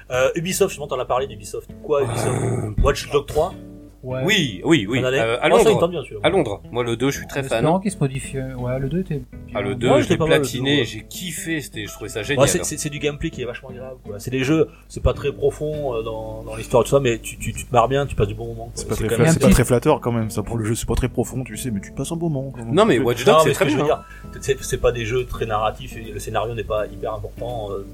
A: Euh, Ubisoft, justement, t'en as parlé d'Ubisoft. Quoi Ubisoft Watch Dogs 3
C: Oui, oui, Euh, oui.
A: On allait
C: Euh, à
A: Moi, ça, il me
C: Londres.
A: tente bien, celui-là.
C: à Londres. Moi, le 2, je suis très
D: Le
C: fan.
D: Spiran qui se modifie. euh, Ouais, le 2 était.
C: Ah, le 2,
A: Moi,
C: je l'ai
A: j'étais pas mal, le deux,
C: platiné,
A: ouais.
C: j'ai kiffé, c'était, je trouvais ça
A: Ouais,
C: génial.
A: c'est- c'est c'est du gameplay qui est vachement agréable. quoi. C'est des jeux, c'est pas très profond euh, dans, dans l'histoire tout ça, mais tu, tu, tu te marres bien, tu passes du bon moment. quoi.
F: C'est pas, très,
A: quand
F: fla-
A: même-
F: c'est pas très flatteur quand même, ça pour le jeu, c'est pas très profond, tu sais, mais tu te passes un bon moment. quand même.
A: Non, mais ce que je veux dire, c'est- C'est pas des jeux très narratifs, et le scénario n'est pas hyper important euh,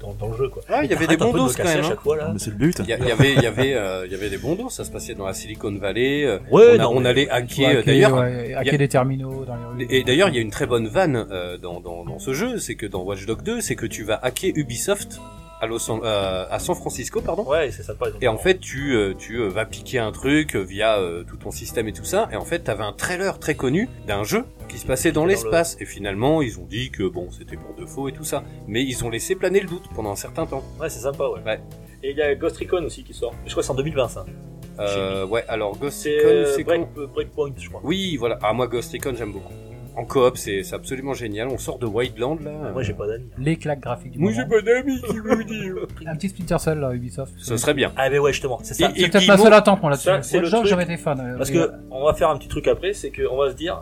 A: dans, dans le jeu. Quoi.
C: Ah, il y
A: Et
C: avait des
A: t'arrêtes un
C: bons
A: peu de me
C: doses quand
A: casser
C: même.
A: à
C: hein.
A: chaque fois, là.
C: Il y, a- il y avait, il y avait, euh, il y avait des bons doses. Ça se passait dans la Silicon Valley. euh,
A: Ouais,
C: on, a-
A: non,
C: on
A: mais-
C: allait
D: Tu vois,
C: hacker. euh,
D: hacker,
C: D'ailleurs,
D: ouais,
C: il y a-
D: hacker des terminaux dans les rues.
C: Et d'ailleurs, il y a une très bonne vanne euh, dans, dans, dans ce jeu, c'est que dans Watch Dogs 2, c'est que tu vas hacker Ubisoft à, Los An- euh, à San Francisco, pardon.
A: Ouais, c'est sympa.
C: Et en fait, tu, euh, tu euh, vas piquer un truc euh, via euh, tout ton système et tout ça. Et en fait, t'avais un trailer très connu d'un jeu qui se passait dans
A: le-
C: l'espace. Et finalement, ils ont dit que bon, c'était pour de faux et tout ça. Mais ils ont laissé planer le doute pendant un certain temps.
A: Ouais, c'est sympa, ouais.
C: Ouais.
A: Et il y a Ghost Recon aussi qui sort. Je crois que c'est en 2020 ça.
C: Euh, ouais, alors Ghost
A: C'est
C: Recon,
A: euh,
C: c'est
A: Break-
C: con.
A: euh, Breakpoint, je crois.
C: Oui, voilà. Ah, moi, Ghost Recon, j'aime beaucoup. En coop, c'est c'est absolument génial. On sort de Wildland, là.
A: Moi, j'ai pas hein. d'amis.
D: Les claques graphiques. du
C: Moi,
D: moment.
C: j'ai pas d'amis qui vous disent.
A: *laughs*
D: Un petit Splinter Cell, là, Ubisoft.
C: Ce serait bien.
A: Ah, ben ouais, justement, c'est ça.
D: C'est peut-être ma seule attente, moi, là-dessus.
A: Ça, c'est
D: Watch
A: le
D: Dogs,
A: truc.
D: j'avais été fan, euh,
A: Parce
D: et,
A: que
D: euh,
A: on va faire un petit truc après, c'est qu'on va se dire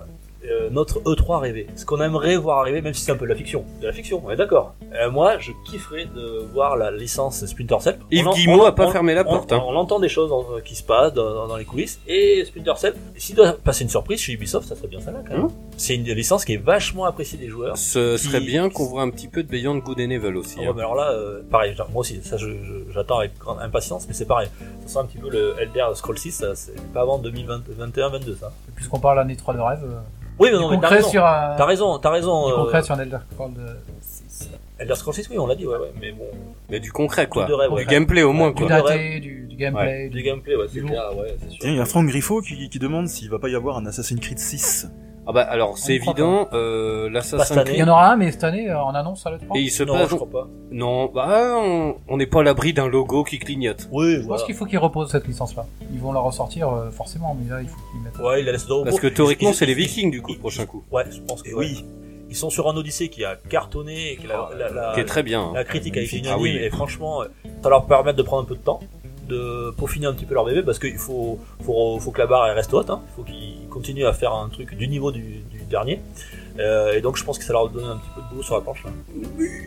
A: euh, notre E3 rêvé. Ce qu'on aimerait voir arriver, même si c'est un peu de la fiction. De la fiction, on est d'accord. Euh, moi, je kifferais de voir la licence Splinter Cell.
C: Yves
A: On en-
C: Guillemot
A: on-
C: a pas
A: on-
C: fermé la
A: on-
C: porte, hein.
A: On entend des choses dans- qui se passent dans, dans- dans les coulisses. Et Splinter Cell, s'il doit passer une surprise chez Ubisoft, ça serait bien ça là quand
C: Mmh.
A: même. C'est une licence qui est vachement appréciée des joueurs.
C: Ce
A: Qui-
C: serait bien qu'on voit un petit peu de Beyond Good and Evil aussi.
A: Ah ouais,
C: hein.
A: mais alors là, euh, pareil, genre, moi aussi, ça je- je- j'attends avec grande impatience, mais c'est pareil. Ça sent un petit peu le Elder Scroll 6, ça, c'est pas avant 2021-22 ça.
D: Puisqu'on parle d'un étroit de rêve. euh,
A: Oui, mais
D: du
A: non, mais t'as
D: concret
A: raison.
D: sur un-
A: T'as raison, t'as raison.
D: du
A: euh,
D: concret sur un Elder Scrolls, euh,
A: Elder Scrolls 6, oui, on l'a dit, ouais, ouais, mais bon.
C: Mais du concret, quoi.
A: Tout de rêve,
C: du
A: ouais.
C: gameplay au moins,
A: Du
C: quoi.
A: de rêve.
D: du, du gameplay.
A: Du gameplay, ouais, c'est bien, ouais, c'est sûr.
F: Tiens, il y a Franck Griffo qui, qui demande s'il va pas y avoir un Assassin's Creed 6.
C: Ah bah alors, c'est
D: On croit
C: évident, euh, l'Assassin's
D: Il y en
C: Creed...
D: aura un, mais cette année, euh, on annonce à le 3.
C: Et il se
A: Non,
C: passe...
A: je crois pas.
C: Non, bah on on n'est pas à l'abri d'un logo qui clignote.
A: Oui,
D: Je pense qu'il faut qu'ils reposent cette licence-là. Ils vont la ressortir, euh, forcément, mais là, il faut qu'ils mettent.
A: Ouais, il la laisse dans
C: Parce que théoriquement, c'est les
A: Vikings.
C: Vikings, du coup, le prochain coup.
A: Ouais, je pense que oui. Ils sont sur un Odyssée qui a cartonné, et qui, la, la- la-
C: Qui est très bien, hein.
A: Euh, La critique a été
C: Magnifique.
A: unanime,
C: Ah oui.
A: et franchement, euh, ça leur permet de prendre un peu de temps, de peaufiner un petit peu leur bébé, parce qu'il faut, faut, faut que la barre elle reste haute, hein. il faut qu'ils continuent à faire un truc du niveau du, du dernier. Euh, et donc je pense que ça leur donne un petit peu de boulot sur la planche. Là.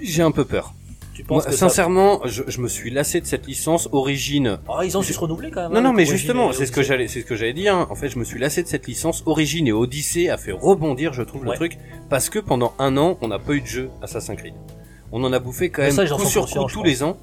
C: J'ai un peu peur.
A: Tu penses
C: Moi,
A: que ça-
C: sincèrement, je, je me suis lassé de cette licence origine.
A: Ah, ils ont juste renouvelé quand même.
C: Non,
A: hein,
C: non, mais
A: Origine
C: justement,
A: et
C: c'est ce que
A: Odyssey.
C: j'allais, c'est ce que j'allais dire. hein. En fait, je me suis lassé de cette licence. Origine et Odyssée a fait rebondir, je trouve, le
A: Ouais.
C: truc, parce que pendant un an, on n'a pas eu de jeu Assassin's Creed. On en a bouffé quand
A: Mais
C: même
A: ça, j'en
C: coup
A: suis
C: sur
A: conscient,
C: coup
A: je
C: tous
A: pense.
C: les ans.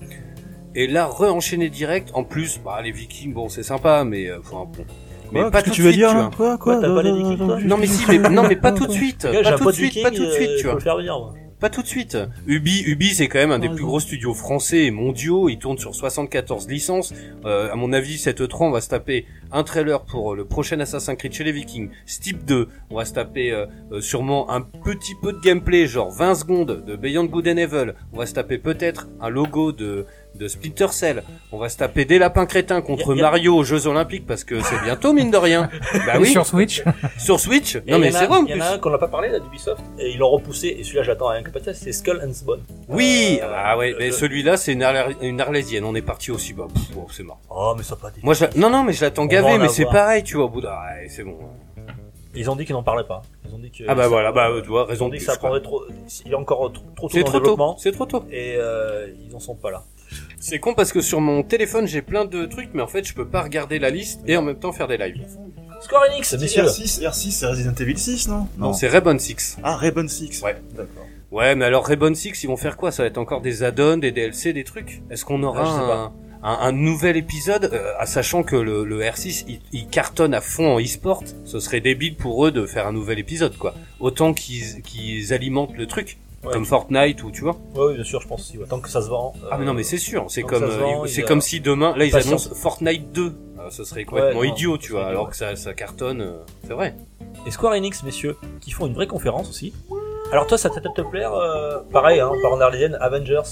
C: Et là, re-enchaîner direct. En plus, bah, les Vikings, bon, c'est sympa, mais euh, enfin, bon. Mais
F: Quoi,
C: pas
F: qu'est-ce que
C: tout
F: tu
C: de
F: veux
C: suite,
F: dire
C: tu
F: hein
C: vois.
F: Quoi, quoi
A: t'as pas les Vikings, toi
C: Non mais si, mais non mais pas tout de suite,
A: Les *laughs* gars, j'ai un
C: pas tout de
A: pote
C: suite,
A: Viking,
C: pas tout de suite,
A: euh,
C: tu
A: faut
C: vois.
A: le faire venir, moi.
C: Pas tout de suite. Ubi, Ubi, c'est quand même un des plus gros studios français et mondiaux. Ils tournent sur 74 licences. Euh, à mon avis, cette E3, on va se taper un trailer pour euh, le prochain Assassin's Creed chez les Vikings, Steep 2. On va se taper euh, euh, sûrement un petit peu de gameplay, genre 20 secondes de Beyond Good and Evil. On va se taper peut-être un logo de de Splinter Cell. On va se taper des lapins crétins contre
A: Y a- y a-
C: Mario aux Jeux Olympiques parce que c'est bientôt mine
A: *laughs*
C: de rien. bah
A: Ah
D: Et
C: oui.
D: sur Switch.
C: Sur Switch.
A: Et il
C: Non
A: y
C: mais
A: en a-
C: c'est vrai en
A: Il y
C: plus.
A: en a un qu'on n'a pas parlé là d'Ubisoft, et ils l'ont repoussé, et celui-là j'attends avec impatience, c'est Skull and Euh, Bones.
C: Oui, ah ouais, mais celui-là c'est une, Arlé- une arlésienne, on est parti aussi bas. Pff, bon, c'est mort.
A: Oh, mais ça pas dit.
C: Moi je la- non non, mais je l'attends
A: On
C: gavé,
A: va en
C: mais c'est
A: avoir.
C: pareil, tu vois au bout d'un ouais, c'est bon.
A: Ils ont dit qu'ils n'en parlaient pas. Ils ont dit que
C: Ah bah
A: ça-
C: voilà, bah tu vois,
A: ils ont
C: raison de
A: dit que
C: plus.
A: ça
C: quoi.
A: prendrait trop. Il est encore trop, trop tôt
C: C'est
A: dans le
C: trop tôt.
A: développement.
C: C'est trop tôt.
A: Et euh, ils en sont pas là.
C: C'est con parce que sur mon téléphone, j'ai plein de trucs mais en fait, je peux pas regarder la liste et en même temps faire des lives.
A: Square Enix, messieurs.
F: R6, R6, c'est Resident Evil 6, non
C: Non, c'est Rainbow Six.
F: Ah, Rainbow 6.
C: Ouais.
F: D'accord.
C: Ouais, mais alors Rainbow Six, ils vont faire quoi Ça va être encore des add-ons, des DLC, des trucs Est-ce qu'on aura
A: Ah, je sais
C: un, un- un nouvel épisode euh, à Sachant que le, le R6, il, il cartonne à fond en e-sport, ce serait débile pour eux de faire un nouvel épisode, quoi. Autant qu'ils qu'ils alimentent le truc.
A: Ouais,
C: comme Fortnite ou tu vois.
A: Oui, bien sûr, je pense aussi. ouais. Tant que ça se vend. euh,
C: Ah mais non mais c'est sûr, c'est
A: tant
C: comme
A: que ça se vend,
C: euh,
A: ils,
C: c'est
A: euh,
C: comme si demain là ils
A: patience.
C: annoncent Fortnite 2. Euh, ce serait complètement
A: Ouais, non,
C: idiot, tu
A: ce
C: vois,
A: serait
C: alors
A: idiot,
C: que ça, ça cartonne, euh, c'est vrai.
A: Et Square Enix, messieurs, qui font une vraie conférence aussi. Alors toi, ça t'a peut-être te plaire, euh, pareil, hein, par en Arlésienne, Avengers,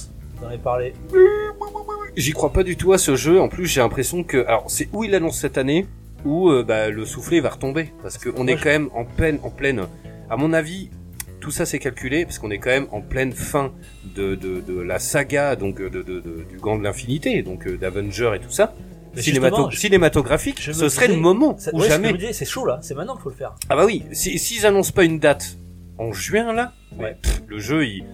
A: j'en ai parlé.
C: J'y crois pas du tout à ce jeu. En plus, j'ai l'impression que alors c'est où il annonce cette année où euh, bah, le soufflet va retomber parce qu'on est quand même en pleine en pleine à mon avis tout ça c'est calculé parce qu'on est quand même en pleine fin de, de, de la saga donc euh, de, de- de- du gant de l'infinité donc euh, d'Avenger et tout ça
A: Mais
C: Cinémato-
A: justement, je-
C: cinématographique
A: Je me
C: ce serait
A: disais-
C: le moment
A: ça-
C: ou
A: ouais,
C: jamais
A: Je me disais, c'est chaud là, c'est maintenant qu'il faut le faire.
C: ah bah oui, si- s'ils annoncent pas une date en juin là, mais pff, le jeu il-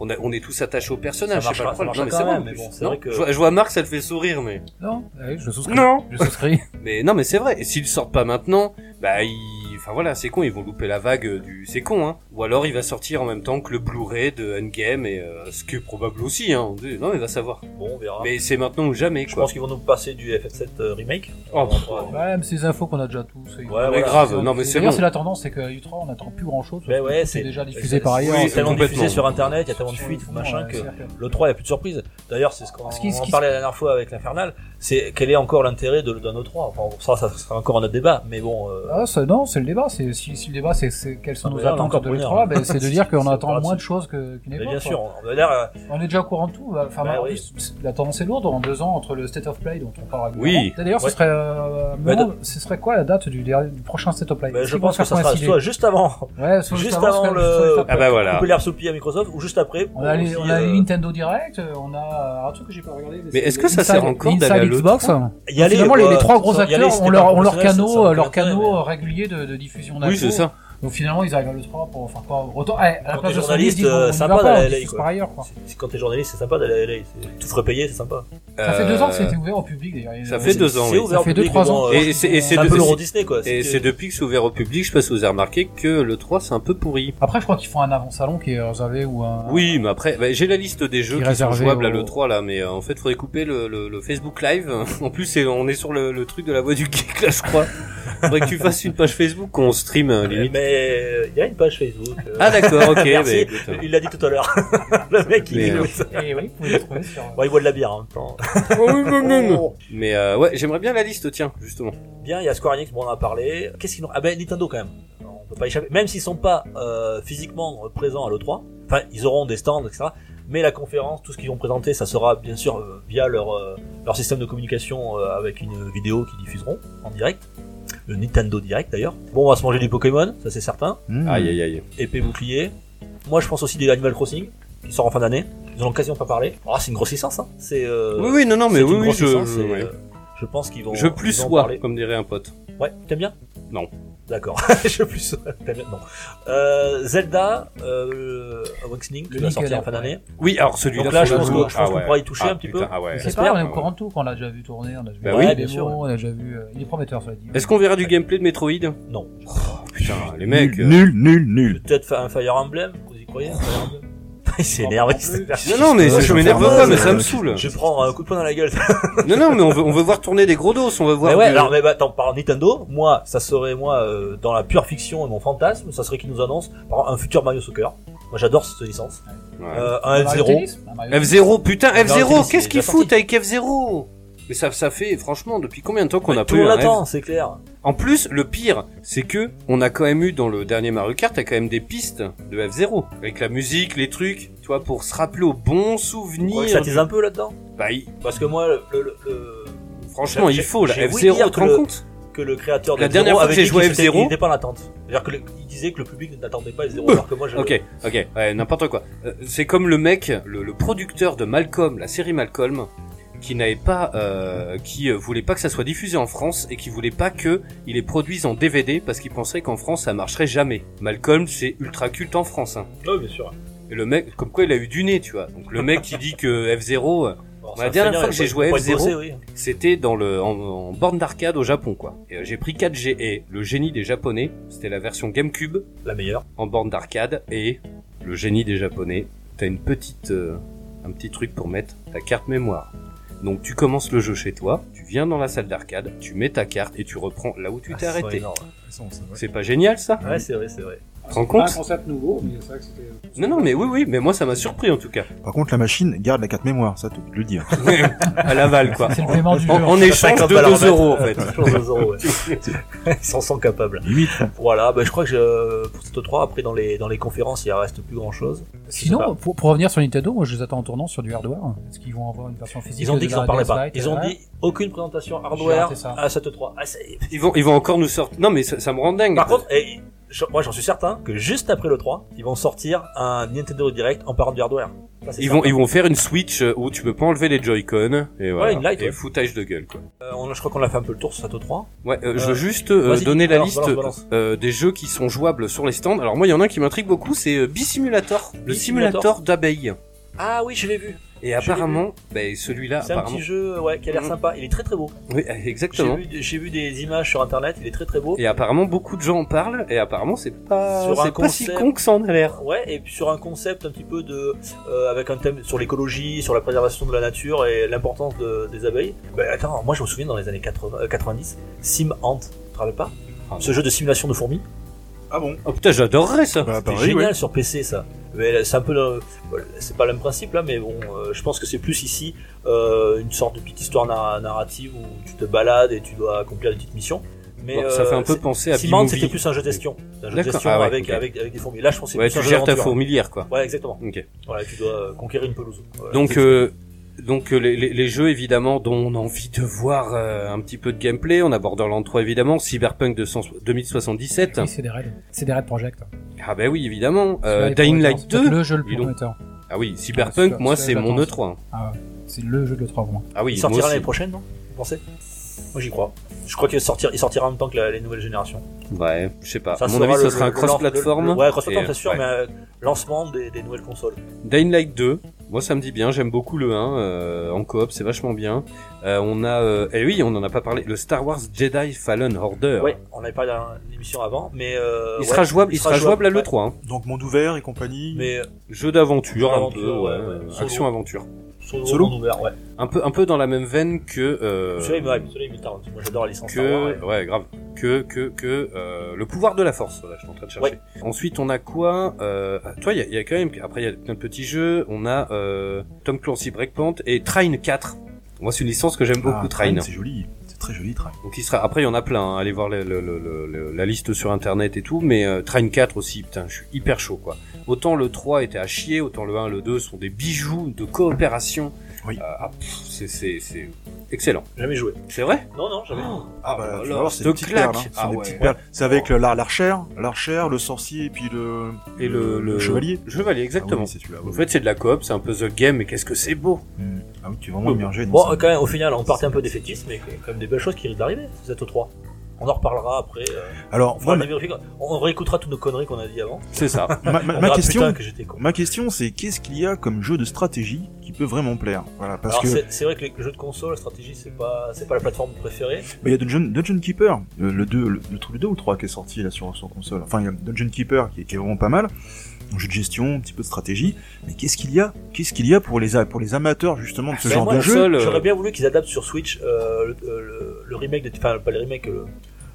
C: on, a- on est tous attachés au personnage,
A: Ça
C: je sais pas
A: marchera-
C: le problème.
A: ça
C: Non,
A: marchera
C: mais c'est
A: quand même,
C: vrai, en plus.
A: mais bon, c'est
C: Non,
A: vrai que-
C: je, vois, je vois Marc, ça le fait sourire, mais.
D: Non, ah oui, je souscris.
C: Non.
D: Je
A: *laughs*
D: souscris.
C: Mais non, mais c'est vrai. Et s'ils sortent pas maintenant, bah ils, enfin voilà, c'est con, ils vont louper la vague euh, du, c'est con, hein. Ou alors il va sortir en même temps que le Blu-ray de Endgame et euh, ce qui est probable aussi, hein. On dit, Non, mais va savoir.
A: Bon, on verra.
C: Mais c'est maintenant ou jamais,
A: Je
C: quoi.
A: pense qu'ils vont nous passer du FF7 euh, remake.
C: Oh, pff,
A: Ouais,
D: Ouais, mais c'est des infos qu'on a déjà tous. Ouais,
A: voilà.
C: bah,
A: grave, non, mais c'est
D: D'ailleurs,
A: bon.
D: c'est la tendance, c'est qu'à U3, on n'attend plus grand chose.
A: Mais ouais,
D: c'est déjà
A: c'est-
D: diffusé par ailleurs.
A: c'est tellement diffusé
C: complètement.
A: sur internet, il y a tellement de fuites, machin,
D: ouais,
A: que
D: c'est clair.
A: le 3, il n'y a plus de surprise. D'ailleurs, c'est ce qu'on
D: Ce qui- ce
A: on en
D: qui-
A: parlait la dernière fois avec l'Infernal, c'est quel est encore l'intérêt de- d'un E3. Enfin, ça, ça sera encore un autre débat, mais bon. euh,
D: Ah, ça, non, c'est le débat. C'est, si, si le débat, c'est, c'est quelles sont
A: Ah, mais
D: nos
A: là, on est
D: attentes
A: encore
D: de
A: pour une
D: l'E3,
A: heure. *laughs*
D: ben, c'est de dire qu'on
A: C'est pas
D: attend moins
A: là-dessus.
D: de choses que, qu'une
A: Mais
D: époque.
A: bien
D: quoi.
A: sûr, on a l'air, euh,
D: On est déjà au courant de tout. bah, Enfin,
A: Bah
D: maintenant,
A: oui.
D: juste, la tendance est lourde. En deux ans, entre le State of Play dont on parle
A: Oui.
D: régulièrement. D'ailleurs, ce
A: Ouais.
D: serait, euh,
A: Bah,
D: moment, ce serait quoi la date du, dernier- du prochain State of Play
A: Ben,
D: Est-ce
A: je
D: qu'ils vont
A: pense que
D: faire
A: ça sera
D: coïncider
A: soit juste avant,
D: Ouais, soit
A: juste
D: juste avant,
A: avant
D: soit- soit
A: le
D: juste après.
C: Ah bah voilà.
A: couper l'herbe sous le pied à Microsoft, ou juste après.
D: On a, les-
A: aussi,
D: on a eu
A: euh,
D: Nintendo Direct, on a euh, un truc que j'ai pas regardé.
C: Mais est-ce
D: c'est
C: que ça
D: Inside-
C: sert encore d'aller
D: Inside
C: à l'E3?
D: Xbox
A: Il y allait,
D: Finalement, les,
A: quoi,
D: les trois
A: ça,
D: gros
A: il y allait,
D: acteurs
A: c'était
D: ont
A: pas
D: leur, ont
A: professionnel,
D: leur
A: ça, ça
D: canot, euh,
A: aurait
D: leur
A: été intérêt,
D: canot régulier de, de diffusion
C: Oui,
D: d'infos.
C: c'est ça.
D: Donc finalement, ils arrivent à l'E3 pour faire quoi Autant, eh, à la
A: Quand
D: place
A: t'es
D: de Sony, ils
A: journaliste,
D: disent on
A: euh,
D: y va
A: sympa
D: pas, on
A: d'aller à LA,
D: diffuse
A: quoi.
D: par ailleurs. quoi.
A: C'est- Quand t'es journaliste, c'est sympa d'aller à LA. c'est- Tu te ferais payer, c'est sympa.
D: Ça fait deux ans que
C: Euh,
D: c'était ouvert au public d'ailleurs. Il y a-
C: Ça fait deux ans.
A: C'est
C: oui.
A: ouvert
D: Ça fait
A: au
D: deux,
A: public,
D: trois
A: mais
D: ans.
A: bon, euh,
C: Et c'est et c'est
A: C'est un
C: de-
A: peu l'Euro
C: c'est-
A: Disney, quoi.
C: Et c'est depuis que c'est ouvert au public, je sais pas si vous avez remarqué que le 3 c'est un peu pourri.
D: Après, je crois qu'ils font un avant-salon qui est réservé ou un.
C: Oui, mais après, bah, j'ai la liste des jeux
D: Qui est
C: qui sont
D: réservé
C: jouables à
D: au-
C: l'E3 là, mais euh, en fait, faudrait couper le, le- le Facebook Live. *laughs* En plus, c'est- on est sur le, le truc de la voix du geek là, je crois. faudrait que tu fasses une page Facebook qu'on stream euh,
A: Mais
C: limite.
A: mais il y a une page Facebook. euh.
C: Ah, d'accord, ok,
A: Merci.
C: bah, écoute.
A: Il l'a dit tout à l'heure. *laughs* Le mec, il
C: Mais,
A: écoute.
D: Et oui, vous pouvez le trouver sur. euh,
A: Bon, il boit de la bière hein. en même temps. Oh.
C: Mais euh, ouais, j'aimerais bien la liste, tiens, justement.
A: Bien, il y a Square Enix, bon, on en a parlé. Qu'est-ce qu'ils ont Ah ben Nintendo quand même. On peut pas échapper. Même s'ils sont pas euh, physiquement présents à l'E3, enfin, ils auront des stands, etc. Mais la conférence, tout ce qu'ils vont présenter, ça sera bien sûr euh, via leur, euh, leur système de communication euh, avec une vidéo qu'ils diffuseront en direct. Le Nintendo Direct d'ailleurs. Bon, on va se manger du Pokémon, ça c'est certain.
F: Hmm.
E: Mmh.
C: Aïe aïe aïe.
A: Épée bouclier. Moi, je pense aussi des Animal Crossing qui sort en fin d'année. Ils en ont quasiment pas parlé. Ah, c'est une grosse licence, hein. C'est. euh,
C: Oui, oui, non, non, mais
A: c'est
C: oui,
A: une
C: oui,
A: grosse
C: je-
A: licence,
C: je-
A: c'est,
C: ouais.
A: euh, je pense qu'ils vont.
C: je plus
A: ils vont en
C: sois,
A: parler.
C: comme dirait un pote.
A: Ouais, t'aimes bien
C: Non.
A: D'accord, *laughs* je plus. T'aimes bien Non. Euh, Zelda, euh, Awakening, qui
D: Le
A: va
D: Link
A: sortir en
D: Alert,
A: fin d'année.
C: Oui, alors celui-là.
A: Donc là, je
C: faut le
A: pense que-
C: jouer.
A: je pense qu'on
C: ouais.
A: pourra y toucher
C: Ah,
A: un petit
C: putain,
A: peu.
C: Ah ouais.
D: C'est
A: J'espère,
D: pas grave, on est
C: ouais.
D: au courant de tout, qu'on l'a déjà vu tourner, on a déjà vu
C: Bah
D: la
C: oui,
D: démo,
A: bien sûr, ouais.
D: on a déjà vu. euh, Il est prometteur, cela dit.
C: Est-ce qu'on verra du gameplay de Metroid
A: Non.
C: Putain, les mecs.
E: Nul,
C: euh,
E: nul, nul, nul.
A: Peut-être fa- un Fire Emblem, vous y croyez un Fire
C: *laughs*
A: Emblem Il s'est énervé, c'est
C: Non, non, mais
E: Ouais,
C: je
E: je
C: m'énerve
E: comprends.
C: pas, mais
E: Euh,
C: ça me
E: je-
C: saoule.
A: Je vais prendre un coup de poing dans la gueule.
C: Non, non, mais on veut, on veut voir tourner des gros dos, on veut voir.
A: mais ouais,
C: du-
A: alors, mais bah, attends, par Nintendo, moi, ça serait, moi, euh, dans la pure fiction et mon fantasme, ça serait qu'ils nous annoncent par exemple, un futur Mario Soccer. Moi, j'adore cette licence.
C: Ouais.
A: Euh, un
D: Mario
A: F0.
D: Tennis Un Bah, Mario
C: F0, putain,
A: Non,
C: F0,
A: c'est-
C: qu'est-ce
A: c'est
C: qu'ils
A: déjà
C: foutent avec F0 Mais ça, ça fait, franchement, depuis combien de temps qu'on a
A: Tout
C: plus
A: le
C: eu
A: monde
C: un F-
A: attend, c'est clair.
C: En plus, le pire, c'est que on a quand même eu dans le dernier Mario Kart, t'as quand même des pistes de F0 avec la musique, les trucs, tu vois, pour se rappeler au bon souvenir.
A: Ouais, ça t'aise un peu là-dedans.
C: Bah, il-
A: Parce que moi, le, le- le-
C: franchement,
A: J'ai-
C: il faut là.
A: j'ai oublié
C: F0,
A: dire
C: tu te
A: que
C: rends
A: le-
C: compte
A: que le créateur de
C: La
A: F0
C: dernière fois que
A: avait
C: j'ai
A: dit
C: joué
A: qu'il s'était-
C: F0.
A: il n'était pas en attente. C'est-à-dire que le- il disait que le public n'attendait pas F0, alors que moi, je.
C: Ok, ok, ouais, n'importe quoi. Euh, c'est comme le mec, le, le producteur de Malcolm, la série Malcolm, qui n'avait pas, euh, qui euh, voulait pas que ça soit diffusé en France et qui voulait pas que il les produise en DVD parce qu'il pensait qu'en France ça marcherait jamais. Malcolm, c'est ultra culte en France. Hein.
A: Ouais, Ah bien sûr.
C: Et le mec, comme quoi il a eu du nez, tu vois. Donc le mec qui dit que F0, euh,
A: Alors,
C: Bah,
A: c'est
C: la
A: un
C: dernière
A: seigneur,
C: fois que
A: il
C: j'ai
A: faut-
C: joué à
A: faut être
C: F0,
A: bossé, oui.
C: c'était dans le en, en borne d'arcade au Japon, quoi. Et, euh, j'ai pris 4GE, le génie des Japonais. C'était la version GameCube
A: La meilleure.
C: en borne d'arcade et le génie des japonais. T'as une petite, euh, un petit truc pour mettre ta carte mémoire. Donc tu commences le jeu chez toi, tu viens dans la salle d'arcade, tu mets ta carte et tu reprends là où tu t'es
A: Ah, c'est
C: arrêté.
A: énorme.
C: C'est pas génial ça
A: Ouais, c'est vrai, c'est vrai.
C: te rends compte
D: Ah, C'est pas un concept nouveau, mais c'est vrai que euh, c'était.
C: Non, non, mais oui, oui, mais moi ça m'a surpris en tout cas. *laughs*
E: Par contre, la machine garde la carte mémoire, ça, tu peux le dire.
C: à l'aval quoi.
D: C'est le paiement du jeu.
C: En- en échange de 2 euros en fait.
A: Toujours 2 euros, ouais.
C: *laughs*
A: Ils s'en sont capables. Voilà, bah, je crois que je- pour cette 3, après dans les, dans les conférences, il reste plus grand chose.
D: Sinon, pour, pour revenir sur Nintendo, moi je les attends en tournant sur du hardware. Est-ce qu'ils vont avoir une version physique
A: Ils ont
D: de
A: dit qu'ils
D: la
A: n'en
D: euh,
A: parlaient
D: DS
A: pas.
D: Lite,
A: Ils ont
D: ouais.
A: dit aucune présentation
D: J'ai
A: hardware
D: raté ça.
A: à cette 3. Ah, c'est-
C: Ils vont, ils vont encore nous sortir. Non, mais ça, ça me rend dingue.
A: Par contre, eh, je- moi j'en suis certain que juste après le 3, ils vont sortir un Nintendo Direct en parlant du hardware. Ça, c'est
C: ils vont,
A: certain.
C: ils vont faire une Switch euh, où tu peux pas enlever les Joy-Con. Et
A: Ouais,
C: voilà.
A: une Lite,
C: Et
A: ouais.
C: foutage de gueule quoi.
A: Euh, on- je crois qu'on a fait un peu le tour sur cette 3.
C: Ouais, euh, je
A: Euh,
C: veux juste euh,
A: vas-y,
C: donner la
A: balance,
C: liste
A: balance, balance.
C: euh, des jeux qui sont jouables sur les stands. Alors moi, il y en a un qui m'intrigue beaucoup, c'est euh, Bisimulator, le
A: Bisimulator.
C: simulateur d'abeilles.
A: Ah oui, je l'ai vu.
C: Et
A: Je l'ai
C: apparemment, ben, celui-là,
A: C'est un
C: apparemment.
A: petit jeu ouais, qui a l'air
C: Mhm.
A: sympa. Il est très très beau.
C: Oui,
A: J'ai
C: exactement.
A: vu, j'ai vu des images sur internet, il est très très beau.
C: Et apparemment, beaucoup de gens en parlent. Et apparemment, c'est pas,
A: Sur un
C: c'est pas si
A: concept.
C: con que ça en a l'air.
A: Ouais, et puis sur un concept un petit peu de. euh, avec un thème sur l'écologie, sur la préservation de la nature et l'importance de- des abeilles. Bah, attends, moi je me souviens dans les années 80, euh, 90, Sim Hunt, tu te rappelles pas
C: Ah,
A: Ce jeu de simulation de fourmis.
E: Ah bon
C: Oh putain, j'adorerais ça.
E: Bah,
A: C'est
E: pareil,
A: génial
E: ouais.
A: sur PC ça. Mais là, c'est un peu le- voilà, c'est pas le même principe là, mais bon, euh, je pense que c'est plus ici euh, une sorte de petite histoire nar- narrative où tu te balades et tu dois accomplir des petites missions. Mais euh,
C: Bon, ça fait un peu
A: c'est-
C: penser à
A: Simon,
C: Bee-Movie.
A: c'était plus un jeu de gestion, un jeu de
C: D'accord.
A: gestion
C: Ah ouais,
A: avec,
C: ok.
A: avec avec des fourmis. Là, je pense que c'est
C: Ouais,
A: plus un
C: tu
A: jeu
C: gères ta
A: d'aventure.
C: fourmilière, quoi.
A: Ouais, exactement.
C: Ok.
A: Voilà, tu dois euh, conquérir une pelouse. Voilà,
C: Donc,
A: c'est-
C: euh, donc euh, les, les- les jeux évidemment dont on a envie de voir euh, un petit peu de gameplay, on a Borderlands 3 évidemment, Cyberpunk 200 2077.
D: Oui, c'est des raids. C'est des raids project.
C: Ah bah oui évidemment, euh,
D: Celui-là, il
C: Dying
D: promet,
C: Light
D: c'est
C: 2.
D: peut-être le jeu le plus
C: dis donc.
D: prometteur.
C: Ah oui, Cyberpunk,
D: Ah,
C: moi
D: celui-là,
C: c'est mon
D: j'attends.
C: E3. hein.
D: Ah ouais. C'est le jeu de l'E3 pour moi.
C: Ah oui,
A: il
C: moi
A: sortira
C: aussi.
A: l'année prochaine, non Vous pensez Moi, j'y crois. Je crois qu'il sortira, il sortira en même temps que la- les nouvelles générations.
C: Ouais, je sais pas.
A: Ça
C: Ah, à mon
A: sera
C: avis,
A: le-
C: ça sera un
A: le- le- le-
C: cross-platform.
A: le- Ouais, cross-platform,
C: Et,
A: c'est sûr,
C: ouais.
A: mais euh, lancement des, des nouvelles consoles.
C: Dying Light 2, moi ça me dit bien, j'aime beaucoup le 1 euh, en coop, c'est vachement bien. Euh, on a, euh, eh oui, on en a pas parlé, le Star Wars Jedi Fallen Order.
A: Ouais, on avait parlé dans l'émission avant, mais euh,
C: Il
A: ouais,
C: sera jouable, il sera jouable à
A: ouais.
C: l'E3. hein.
E: Donc, monde ouvert et compagnie.
A: Mais euh,
C: Jeu d'aventure, un peu,
A: Aventure,
C: ouais,
A: ouais,
C: euh,
A: ouais.
C: action aventure.
A: solo,
E: Solo
A: monde ouvert, ouais.
C: Un peu, un peu dans la même veine que euh,
A: Celui-là, il me hype, celui-là, il me taraude. Moi, j'adore la licence. Star Wars, ouais.
C: que, ouais, grave, que, que, que euh, le pouvoir de la force. Voilà, je suis en train de chercher.
A: Ouais.
C: Ensuite, on a quoi euh, Toi, il y a, il y a quand même. Après, il y a plein de petits jeux. On a euh, Tom Clancy Breakpoint et Train 4. Moi, c'est une licence que j'aime beaucoup,
E: Ah,
C: Train.
E: C'est joli. C'est très joli, Train.
C: Donc, il sera. Après, il y en a plein. hein. Allez voir le- le- le- le- le- la liste sur internet et tout. Mais euh, Train 4 aussi, putain, je suis hyper chaud, quoi. Autant le 3 était à chier, autant le 1, le 2 sont des bijoux de coopération.
E: Oui.
C: Euh, ah, pff, c'est- c'est c'est excellent.
A: Jamais joué.
C: C'est vrai
A: Non, non, jamais.
C: Oh,
E: Ah bah, tu vas
C: alors,
E: voir, c'est
C: de
E: des petites perles.
C: claque.
E: hein. C'est
C: Ah
E: des
C: ouais.
E: petites perles. C'est avec le- la- l'archère, l'archère, le sorcier et puis le
C: Et le, le-
E: chevalier.
C: le Chevalier, exactement.
E: Ah oui, c'est celui-là. ouais,
C: En
E: ouais.
C: fait, c'est de la coop, c'est un puzzle game, mais qu'est-ce que c'est beau
E: Hmm. Ah oui, tu es vraiment immergé. dans
A: Bon,
E: ça.
A: quand même, au final, on partait un peu des fétiches, mais quand même des belles choses qui risquent d'arriver, cette O3. On en reparlera après. euh,
E: Alors,
A: on,
E: moi,
A: fera
E: ma,
A: des vérifications. on réécoutera toutes nos conneries qu'on a dit avant.
C: C'est *laughs* ça.
E: ma- ma-
A: On
E: ma
A: verra,
E: question,
A: Ah, Putain, que j'étais con.
E: ma question, c'est qu'est-ce qu'il y a comme jeu de stratégie qui peut vraiment plaire Voilà, parce
A: Alors,
E: que
A: c'est- c'est vrai que les jeux de console, la stratégie, c'est pas, c'est pas la plateforme préférée.
E: bah, il y a Dungeon, Dungeon Keeper, euh, le 2 le, le truc 2 ou 3 qui est sorti là sur, sur console. Enfin, il y a Dungeon Keeper qui, est- qui est vraiment pas mal. Un jeu de gestion, un petit peu de stratégie. Mais qu'est-ce qu'il y a Qu'est-ce qu'il y a pour les a- pour les amateurs justement de
C: Bah,
E: ce
A: Ben,
E: genre
A: moi,
E: de
A: la
E: jeu
C: seule-
A: J'aurais bien voulu qu'ils adaptent sur Switch euh, le, le- le remake, de, enfin pas le remake, le-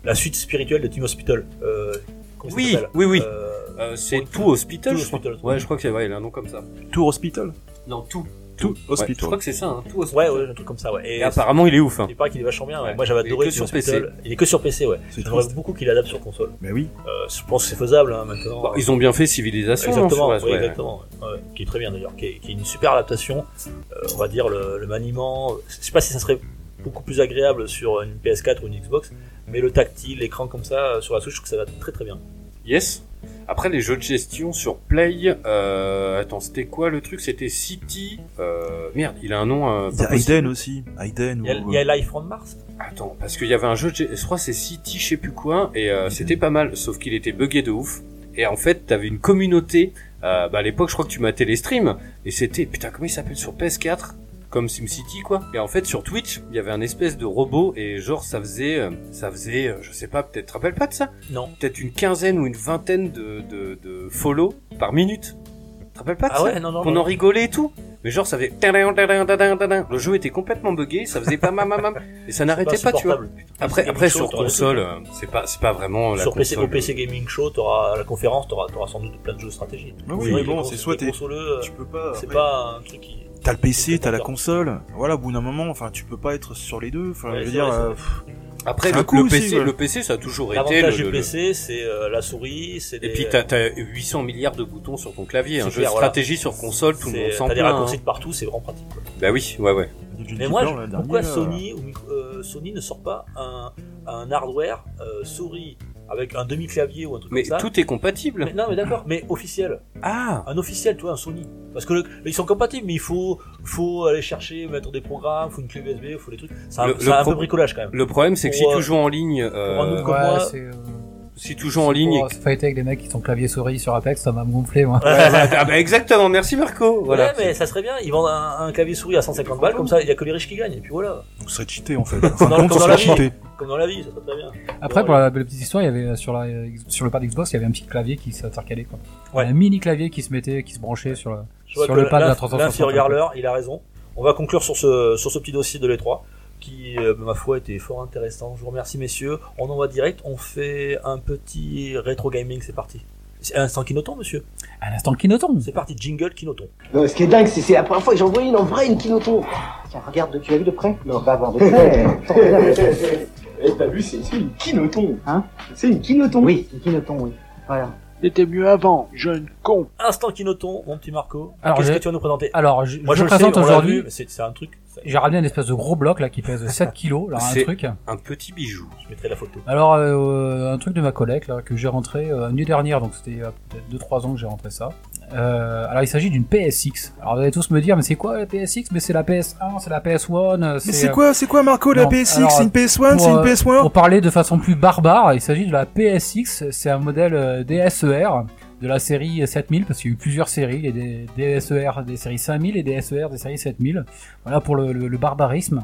A: la suite spirituelle de Team Hospital. Euh, comment ça
C: Oui,
A: s'appelle
C: oui, oui.
A: Euh,
C: Euh, c'est
A: Tout-
C: tout Hospital,
A: Tout
C: je crois.
A: Hospital.
C: Ouais, je crois que c'est ouais, il a un nom comme ça.
E: Tour Hospital
C: Non, tout.
E: Tout
C: Ouais, je
E: Hospital.
C: crois que c'est ça, hein, tout
A: ouais,
C: Hospital.
A: ouais, un truc comme ça, ouais.
C: Et,
A: Et,
C: apparemment, il est ouf. Hein.
A: il paraît qu'il est vachement bien. ouais.
C: Ouais.
A: Moi, j'avais
C: Il est
A: adoré
C: que
A: Team
C: sur PC.
A: Hospital. Il est que sur PC, ouais.
E: C'est
A: J'aimerais
E: triste.
A: beaucoup qu'il adapte sur console.
E: Bah oui.
A: Euh, je pense que c'est faisable hein, maintenant.
C: Bon, ils ont bien fait Civilisation. non,
A: Exactement,
C: sur
A: oui,
C: la- ouais.
A: exactement. ouais. Ouais, qui est très bien d'ailleurs, qui, est- qui est une super adaptation. Euh, on va dire le, le maniement. euh, Je sais pas si ça serait beaucoup plus agréable sur une PS4 ou une Xbox, mais le tactile, l'écran comme ça euh, sur la Switch, je trouve que ça va très très bien.
C: Yes. Après, les jeux de gestion sur Play. Euh... Attends, c'était quoi le truc C'était City. Euh... Merde, il a un nom. Euh,
E: Il y
C: pas
E: a
C: possible.
E: Aiden aussi. Aiden.
A: Il y a,
E: ou- euh,
A: il y a Life from Mars.
C: Attends, parce qu'il y avait un jeu, de gé- je crois que c'est City, je sais plus quoi, et
A: Mhm.
C: euh, c'était pas mal, sauf qu'il était buggé de ouf. Et en fait, t'avais une communauté, euh, bah à l'époque, je crois que tu matais les streams, et c'était, putain, comment il s'appelle sur PS4 comme SimCity quoi. Et en fait sur Twitch, il y avait un espèce de robot et genre ça faisait, euh, ça faisait, euh, je sais pas, peut-être, tu te rappelles pas de ça
A: Non.
C: Peut-être une quinzaine ou une vingtaine de, de, de follow par minute. Tu te rappelles pas de
A: Ah
C: ça
A: ouais, non, non,
C: Qu'on
A: non.
C: en rigolait et tout. Mais genre, ça faisait. Le jeu était complètement buggé, ça faisait pas mam, mam, mam, et ça n'arrêtait pas, tu vois.
A: supportable.
C: Après,
A: Gaming
C: après
A: Show,
C: sur
A: t'auras-
C: console, euh, c'est pas, c'est pas vraiment la
A: sur PC,
C: console. euh.
A: au PC Gaming Show, t'auras à la conférence, t'auras auras sans doute plein de jeux de stratégie.
F: Ah oui,
A: mais
F: bon, c'est soit t'es-
A: tu peux pas. euh, C'est pas un truc qui.
F: T'as le PC, t'as la console. Voilà, au bout d'un moment, enfin, tu peux pas être sur les deux. Enfin,
A: Ouais,
F: je veux
A: c'est
F: dire.
A: vrai, c'est
F: euh,
A: vrai.
F: pff,
C: Après,
F: c'est
C: le,
F: un coup
C: le
F: aussi,
C: PC,
F: voilà.
C: le PC, ça a toujours été.
A: L'avantage
C: le-
A: du
C: le-
A: PC, c'est euh, la souris, c'est
C: Et
A: des-
C: puis t'as t'as 800 milliards de boutons sur ton clavier, un
A: C'est
C: jeu de
A: clair, voilà.
C: stratégie sur console, tout le
A: C'est-
C: monde s'en
A: T'as des
C: plaint.
A: raccourcis
C: hein.
A: de partout, c'est vraiment pratique. quoi.
C: Bah oui, ouais, ouais.
A: Mais moi, je- pourquoi Sony, ou micro- euh, Sony ne sort pas un, un hardware euh, souris avec un demi-clavier ou un truc
C: Mais
A: comme ça
C: tout est compatible.
A: Mais- non, mais d'accord, mais officiel.
C: Ah
A: Un officiel, tu vois, un Sony. Parce que le- ils sont compatibles, mais il faut, faut aller chercher, mettre des programmes, faut une clé USB, faut des trucs. C'est un,
C: Le-
A: c'est
C: le
A: un
C: pro-
A: peu bricolage quand même.
C: Le problème, c'est que si
A: Pour,
C: tu
A: euh,
C: joues en ligne,
A: pour un
C: euh,
A: autre comme moi,
D: c'est, euh,
C: si tu joues en ligne, et
D: pour, euh, se fighter avec des mecs qui sont clavier souris sur Apex, ça m'a gonflé, moi.
C: Ouais, ouais. *laughs*
A: *laughs*
C: Ah bah exactement, merci Marco. Voilà.
A: euh, Ouais, mais ça serait bien, ils vendent un, un clavier souris à 150 balles, comme ça, il y a que les riches qui gagnent, et puis voilà.
F: On serait cheaté en fait.
A: Comme dans,
F: Enfin, on
A: comme dans la
F: serait
A: vie,
F: cheaté.
A: comme dans la vie, ça serait très bien.
D: Après, pour la, la petite histoire, il y avait euh, sur, la, euh, sur le pad Xbox, il y avait un petit clavier qui s'intercalait, quoi. Un mini clavier qui se mettait, qui se branchait sur, la-
A: Je vois
D: sur
A: que
D: le pad de
A: l'in-
D: la 360.
A: L'infi regarde l'heure, il a raison. On va conclure sur ce, sur ce petit dossier de l'E3 qui, euh, ma foi, était fort intéressant. Je vous remercie, messieurs. On en va direct. On fait un petit rétro gaming. C'est parti. C'est un instant kinoton, monsieur.
D: Un instant kinoton.
A: C'est parti, jingle kinoton.
H: Non, ce qui est dingue, c'est c'est la première fois que j'en vois une en vrai, une Kinoton. Tiens, regarde, tu l'as vu de près Non,
M: *laughs*
H: pas avant de près. Attends, regarde de près.
M: Eh, t'as vu, c'est c'est une quinoton.
H: Hein
M: C'est une quinoton.
H: Oui, une Kinoton, oui. Voilà.
M: C'était mieux avant, jeune con.
A: Instant kinoton, mon petit Marco.
D: Alors,
A: Qu'est-ce
D: j'ai-
A: que tu vas nous présenter
D: Alors, je-
A: Moi,
D: je
A: je,
D: vous
A: le sais,
D: présente
A: on l'a
D: aujourd'hui-
A: vu, mais C'est c'est un truc.
D: J'ai ramené un espèce de gros bloc, là,
C: *laughs*
D: qui pèse 7 kilos, là, un
C: c'est
D: truc.
C: un petit bijou.
A: Je mettrai la photo.
D: Alors, euh, un truc de ma collègue là, que j'ai rentré euh, l'année dernière, donc c'était euh, peut-être 2-3 ans que j'ai rentré ça. Euh, alors, il s'agit d'une PSX. Alors, vous allez tous me dire, mais c'est quoi la PSX Mais c'est la PS1, c'est la PS1. euh,
F: Mais c'est quoi, c'est quoi, Marco, la
D: Non,
F: PSX
D: alors,
F: C'est une PS1,
D: pour,
F: c'est une
D: euh,
F: PS1
D: Pour parler de façon plus barbare, il s'agit de la PSX, c'est un modèle euh, DSER de la série 7000, parce qu'il y a eu plusieurs séries, il y a des DSER E des séries 5000 et des DSER des séries 7000. Voilà pour le, le- le barbarisme.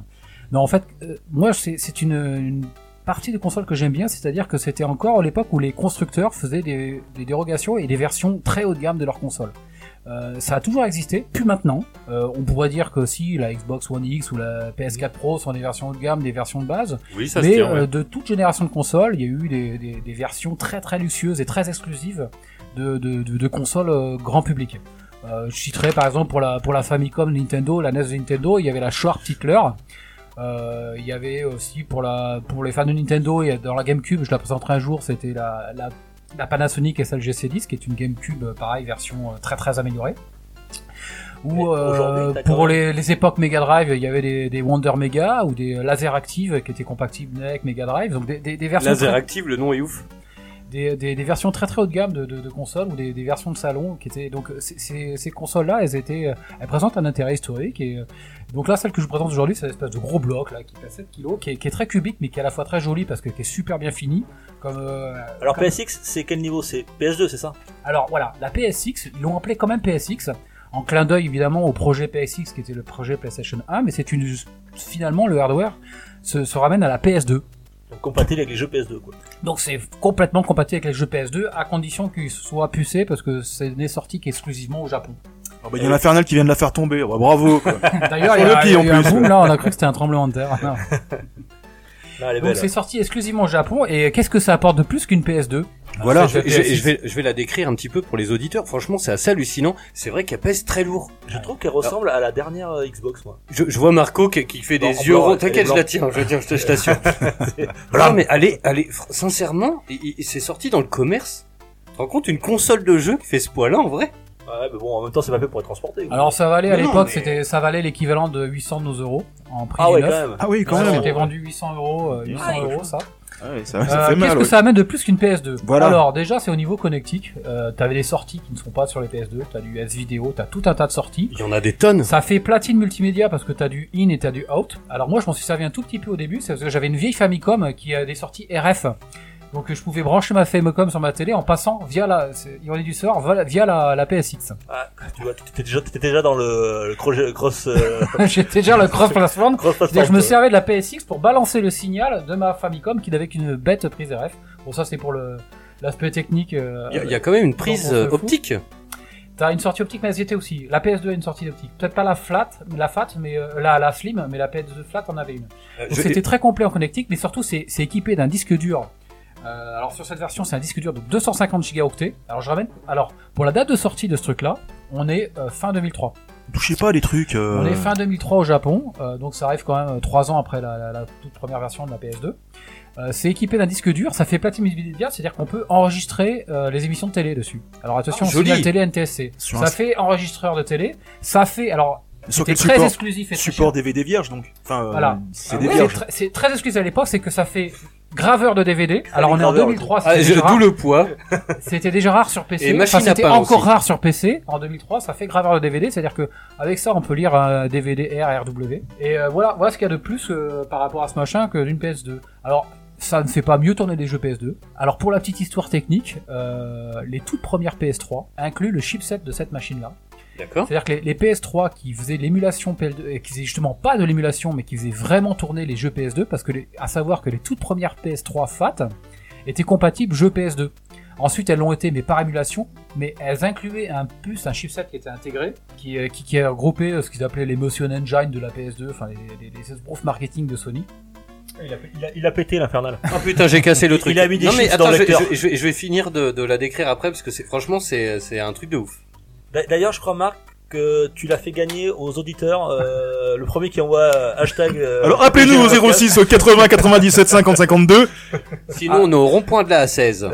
D: Non, en fait, euh, moi, c'est c'est une, une partie de console que j'aime bien, c'est-à-dire que c'était encore l'époque où les constructeurs faisaient des, des dérogations et des versions très haut de gamme de leurs consoles. Euh, ça a toujours existé, plus maintenant. Euh, on pourrait dire que si la Xbox One X ou la PS4 Pro sont des versions haut de gamme, des versions de base,
C: Oui, ça se
D: mais
C: tient, ouais.
D: euh, de toute génération de consoles, il y a eu des, des- des versions très très luxueuses et très exclusives de, de- de- de consoles euh, grand public. Euh, je citerai par exemple pour la, pour la Famicom Nintendo, la NES de Nintendo, il y avait la Sharp Tickler. Euh, il y avait aussi pour, la, pour les fans de Nintendo, et dans la GameCube, je la présenterai un jour, c'était la, la, la Panasonic SLGC10, qui est une GameCube, euh, pareil, version euh, très très améliorée. Ou euh,
A: aujourd'hui, t'as quand
D: pour
A: même-
D: les, les époques Mega Drive, il y avait des, des Wonder Mega ou des Laser Active qui étaient compatibles avec Mega Drive, donc des, des- des versions
C: Laser
D: très-
C: active, le nom est ouf.
D: des, des- des versions très très haut de gamme de, de- de consoles ou des, des versions de salon qui étaient donc ces- ces, ces consoles là elles étaient euh, elles présentent un intérêt historique et euh, donc là celle que je vous présente aujourd'hui c'est une espèce de gros bloc là qui fait 7 kilos qui est, qui est très cubique mais qui est à la fois très jolie parce que qui est super bien fini comme euh,
A: Alors,
D: comme-
A: PSX, c'est quel niveau C'est PS2, c'est ça
D: alors voilà, la PSX, ils l'ont appelée quand même PSX, en clin d'œil évidemment au projet PSX qui était le projet PlayStation 1, mais c'est une finalement le hardware se, se ramène à la PS2.
A: Donc, compatible avec les jeux PS2, quoi.
D: Donc c'est complètement compatible avec les jeux PS2 à condition qu'ils soient pucés parce que c'est n'est sorti qu'exclusivement
A: *laughs*
D: au Japon.
F: Ah bah, Il y a l'Infernal qui vient de la faire tomber. Ah bah, bravo quoi.
D: D'ailleurs,
F: Sur
D: il y
F: le
D: a,
F: pied,
D: il y a
F: en
D: eu un
F: plus.
D: boom là, on a cru que c'était un tremblement de terre. Non.
A: Non, elle est
D: Donc
A: belle.
D: c'est sorti exclusivement au Japon et qu'est-ce que ça apporte de plus qu'une PS2
C: Ah, Voilà, je,
D: C'est-
C: je- je vais, je vais la décrire un petit peu pour les auditeurs. Franchement, c'est assez hallucinant. C'est vrai qu'elle pèse très lourd.
A: Je trouve qu'elle ressemble à la dernière euh, Xbox, moi.
C: Je, je vois Marco qui, qui fait des
A: Blanc,
C: yeux
A: blanc,
C: ronds.
A: elle est
C: T'inquiète, je la
A: blanche.
C: tiens, je, la tiens, je te- je *laughs* t'assure. voilà, mais allez, allez, fr- sincèrement, il- il- il s'est sorti dans le commerce. Tu te rends compte, une console de jeu qui fait ce poids-là en vrai
A: Ouais, mais bon, en même temps, c'est pas fait pour être transporté. quoi.
D: Alors ça valait à
A: Non,
D: l'époque,
A: mais-
D: c'était ça valait l'équivalent de 800 de nos euros en prix
A: Ah
D: du
A: ouais,
D: neuf.
A: quand même.
F: Ah oui, quand
D: Ça,
F: même.
D: C'était vendu 800 euros, euh, 800
A: Ah,
D: euros ça.
F: Ouais, ça, ça
D: Euh,
F: fait mal.
D: Qu'est-ce que
F: ouais.
D: ça amène de plus qu'une PS2
F: Voilà.
D: Alors déjà c'est au niveau connectique, euh, t'avais des sorties qui ne sont pas sur les PS2, t'as du S-Vidéo, t'as tout un tas de sorties.
C: Il y en a des tonnes.
D: Ça fait platine multimédia parce que t'as du in et t'as du out. Alors moi je m'en suis servi un tout petit peu au début, c'est parce que j'avais une vieille Famicom qui a des sorties RF. Donc je pouvais brancher ma Famicom sur ma télé en passant via la, c'est- il y en a du sort, voilà- via la, la *laughs* PSX.
A: Ah, tu vois, t'étais déjà, t'étais déjà dans le, le croche- cross.
C: *laughs*
A: euh,
D: J'étais déjà le cross platform.
A: cross-platform,
D: C'est-à-dire que je me
A: quoi.
D: servais de la PSX pour balancer le signal de ma Famicom qui n'avait qu'une bête prise RF. Bon ça c'est pour le l'aspect technique. euh,
C: Il y, a- il y a quand même une prise
D: on se
C: euh,
D: fout.
C: optique.
D: T'as une sortie optique, mais la SVT aussi. La PS2 a une sortie optique. Peut-être pas la flat, la fat, mais euh, la, la slim, mais la PS2 flat en avait une.
C: Euh,
D: Donc
C: je-
D: c'était très complet en connectique, mais surtout c'est c'est équipé d'un disque dur. Euh, alors sur cette version, c'est un disque dur de 250 gigaoctets. Alors je ramène. Alors pour la date de sortie de ce truc-là, on est euh, fin 2003.
F: Touchez pas les trucs. euh,
D: On est fin 2003 au Japon, euh, donc ça arrive quand même euh, trois ans après la, la- la toute première version de la PS2. Euh, c'est équipé d'un disque dur, ça fait platine multimédia, c'est-à-dire qu'on peut enregistrer euh, les émissions de télé dessus. Alors attention,
F: Ah,
D: c'est de la
F: joli.
D: télé NTSC.
F: Sur
D: ça
F: un-
D: fait enregistreur de télé, ça fait alors
F: Sur
D: c'était
F: quel
D: très
F: support
D: exclusif et très
F: Support
D: cher.
F: DVD vierge donc. Enfin, euh,
D: Voilà.
F: c'est
D: Ah
F: des
D: oui,
F: vierges.
D: c'est tr- C'est très exclusif à l'époque, c'est que ça fait graveur de DVD. Alors on est en
C: graveur,
D: 2003,
C: Ah,
D: c'était
C: je-
D: déjà
C: d'où
D: rare.
C: le poids.
D: C'était déjà rare sur PC.
C: Et machine
D: Enfin,
C: à
D: c'était
C: pain
D: encore
C: aussi.
D: rare sur PC. En 2003, ça fait graveur de DVD, c'est-à-dire que avec ça, on peut lire euh, un DVD R, RW. Et euh, voilà, voilà ce qu'il y a de plus euh, par rapport à ce machin que d'une PS2. Alors ça ne fait pas mieux tourner des jeux PS2. Alors pour la petite histoire technique, euh, les toutes premières PS3 incluent le chipset de cette machine-là.
C: D'accord.
D: C'est-à-dire que les, les PS3 qui faisaient l'émulation PL2, et euh, qui faisaient justement pas de l'émulation, mais qui faisaient vraiment tourner les jeux PS2, parce que, les- à savoir que les toutes premières PS3 FAT étaient compatibles jeux PS2. Ensuite, elles l'ont été, mais par émulation, mais elles incluaient un puce, un chipset qui était intégré, qui, euh, qui, qui regroupait euh, ce qu'ils appelaient les Motion Engine de la PS2, enfin les, les, les esbroufes marketing de Sony.
A: Il a, il a- il a pété l'infernal.
C: Ah putain, j'ai cassé le truc.
A: Il a mis des
C: non mais
A: chips
C: attends,
A: dans le
C: je,
A: lecteur.
C: je- je vais- je vais finir de, de la décrire après parce que c'est franchement c'est c'est un truc de ouf.
A: D'a- D'ailleurs, je crois, Marc, que tu l'as fait gagner aux auditeurs. euh, le premier qui envoie euh, hashtag. euh,
F: Alors appelez-nous au 06 80 97 50 52.
C: Sinon on est au rond-point de la A16.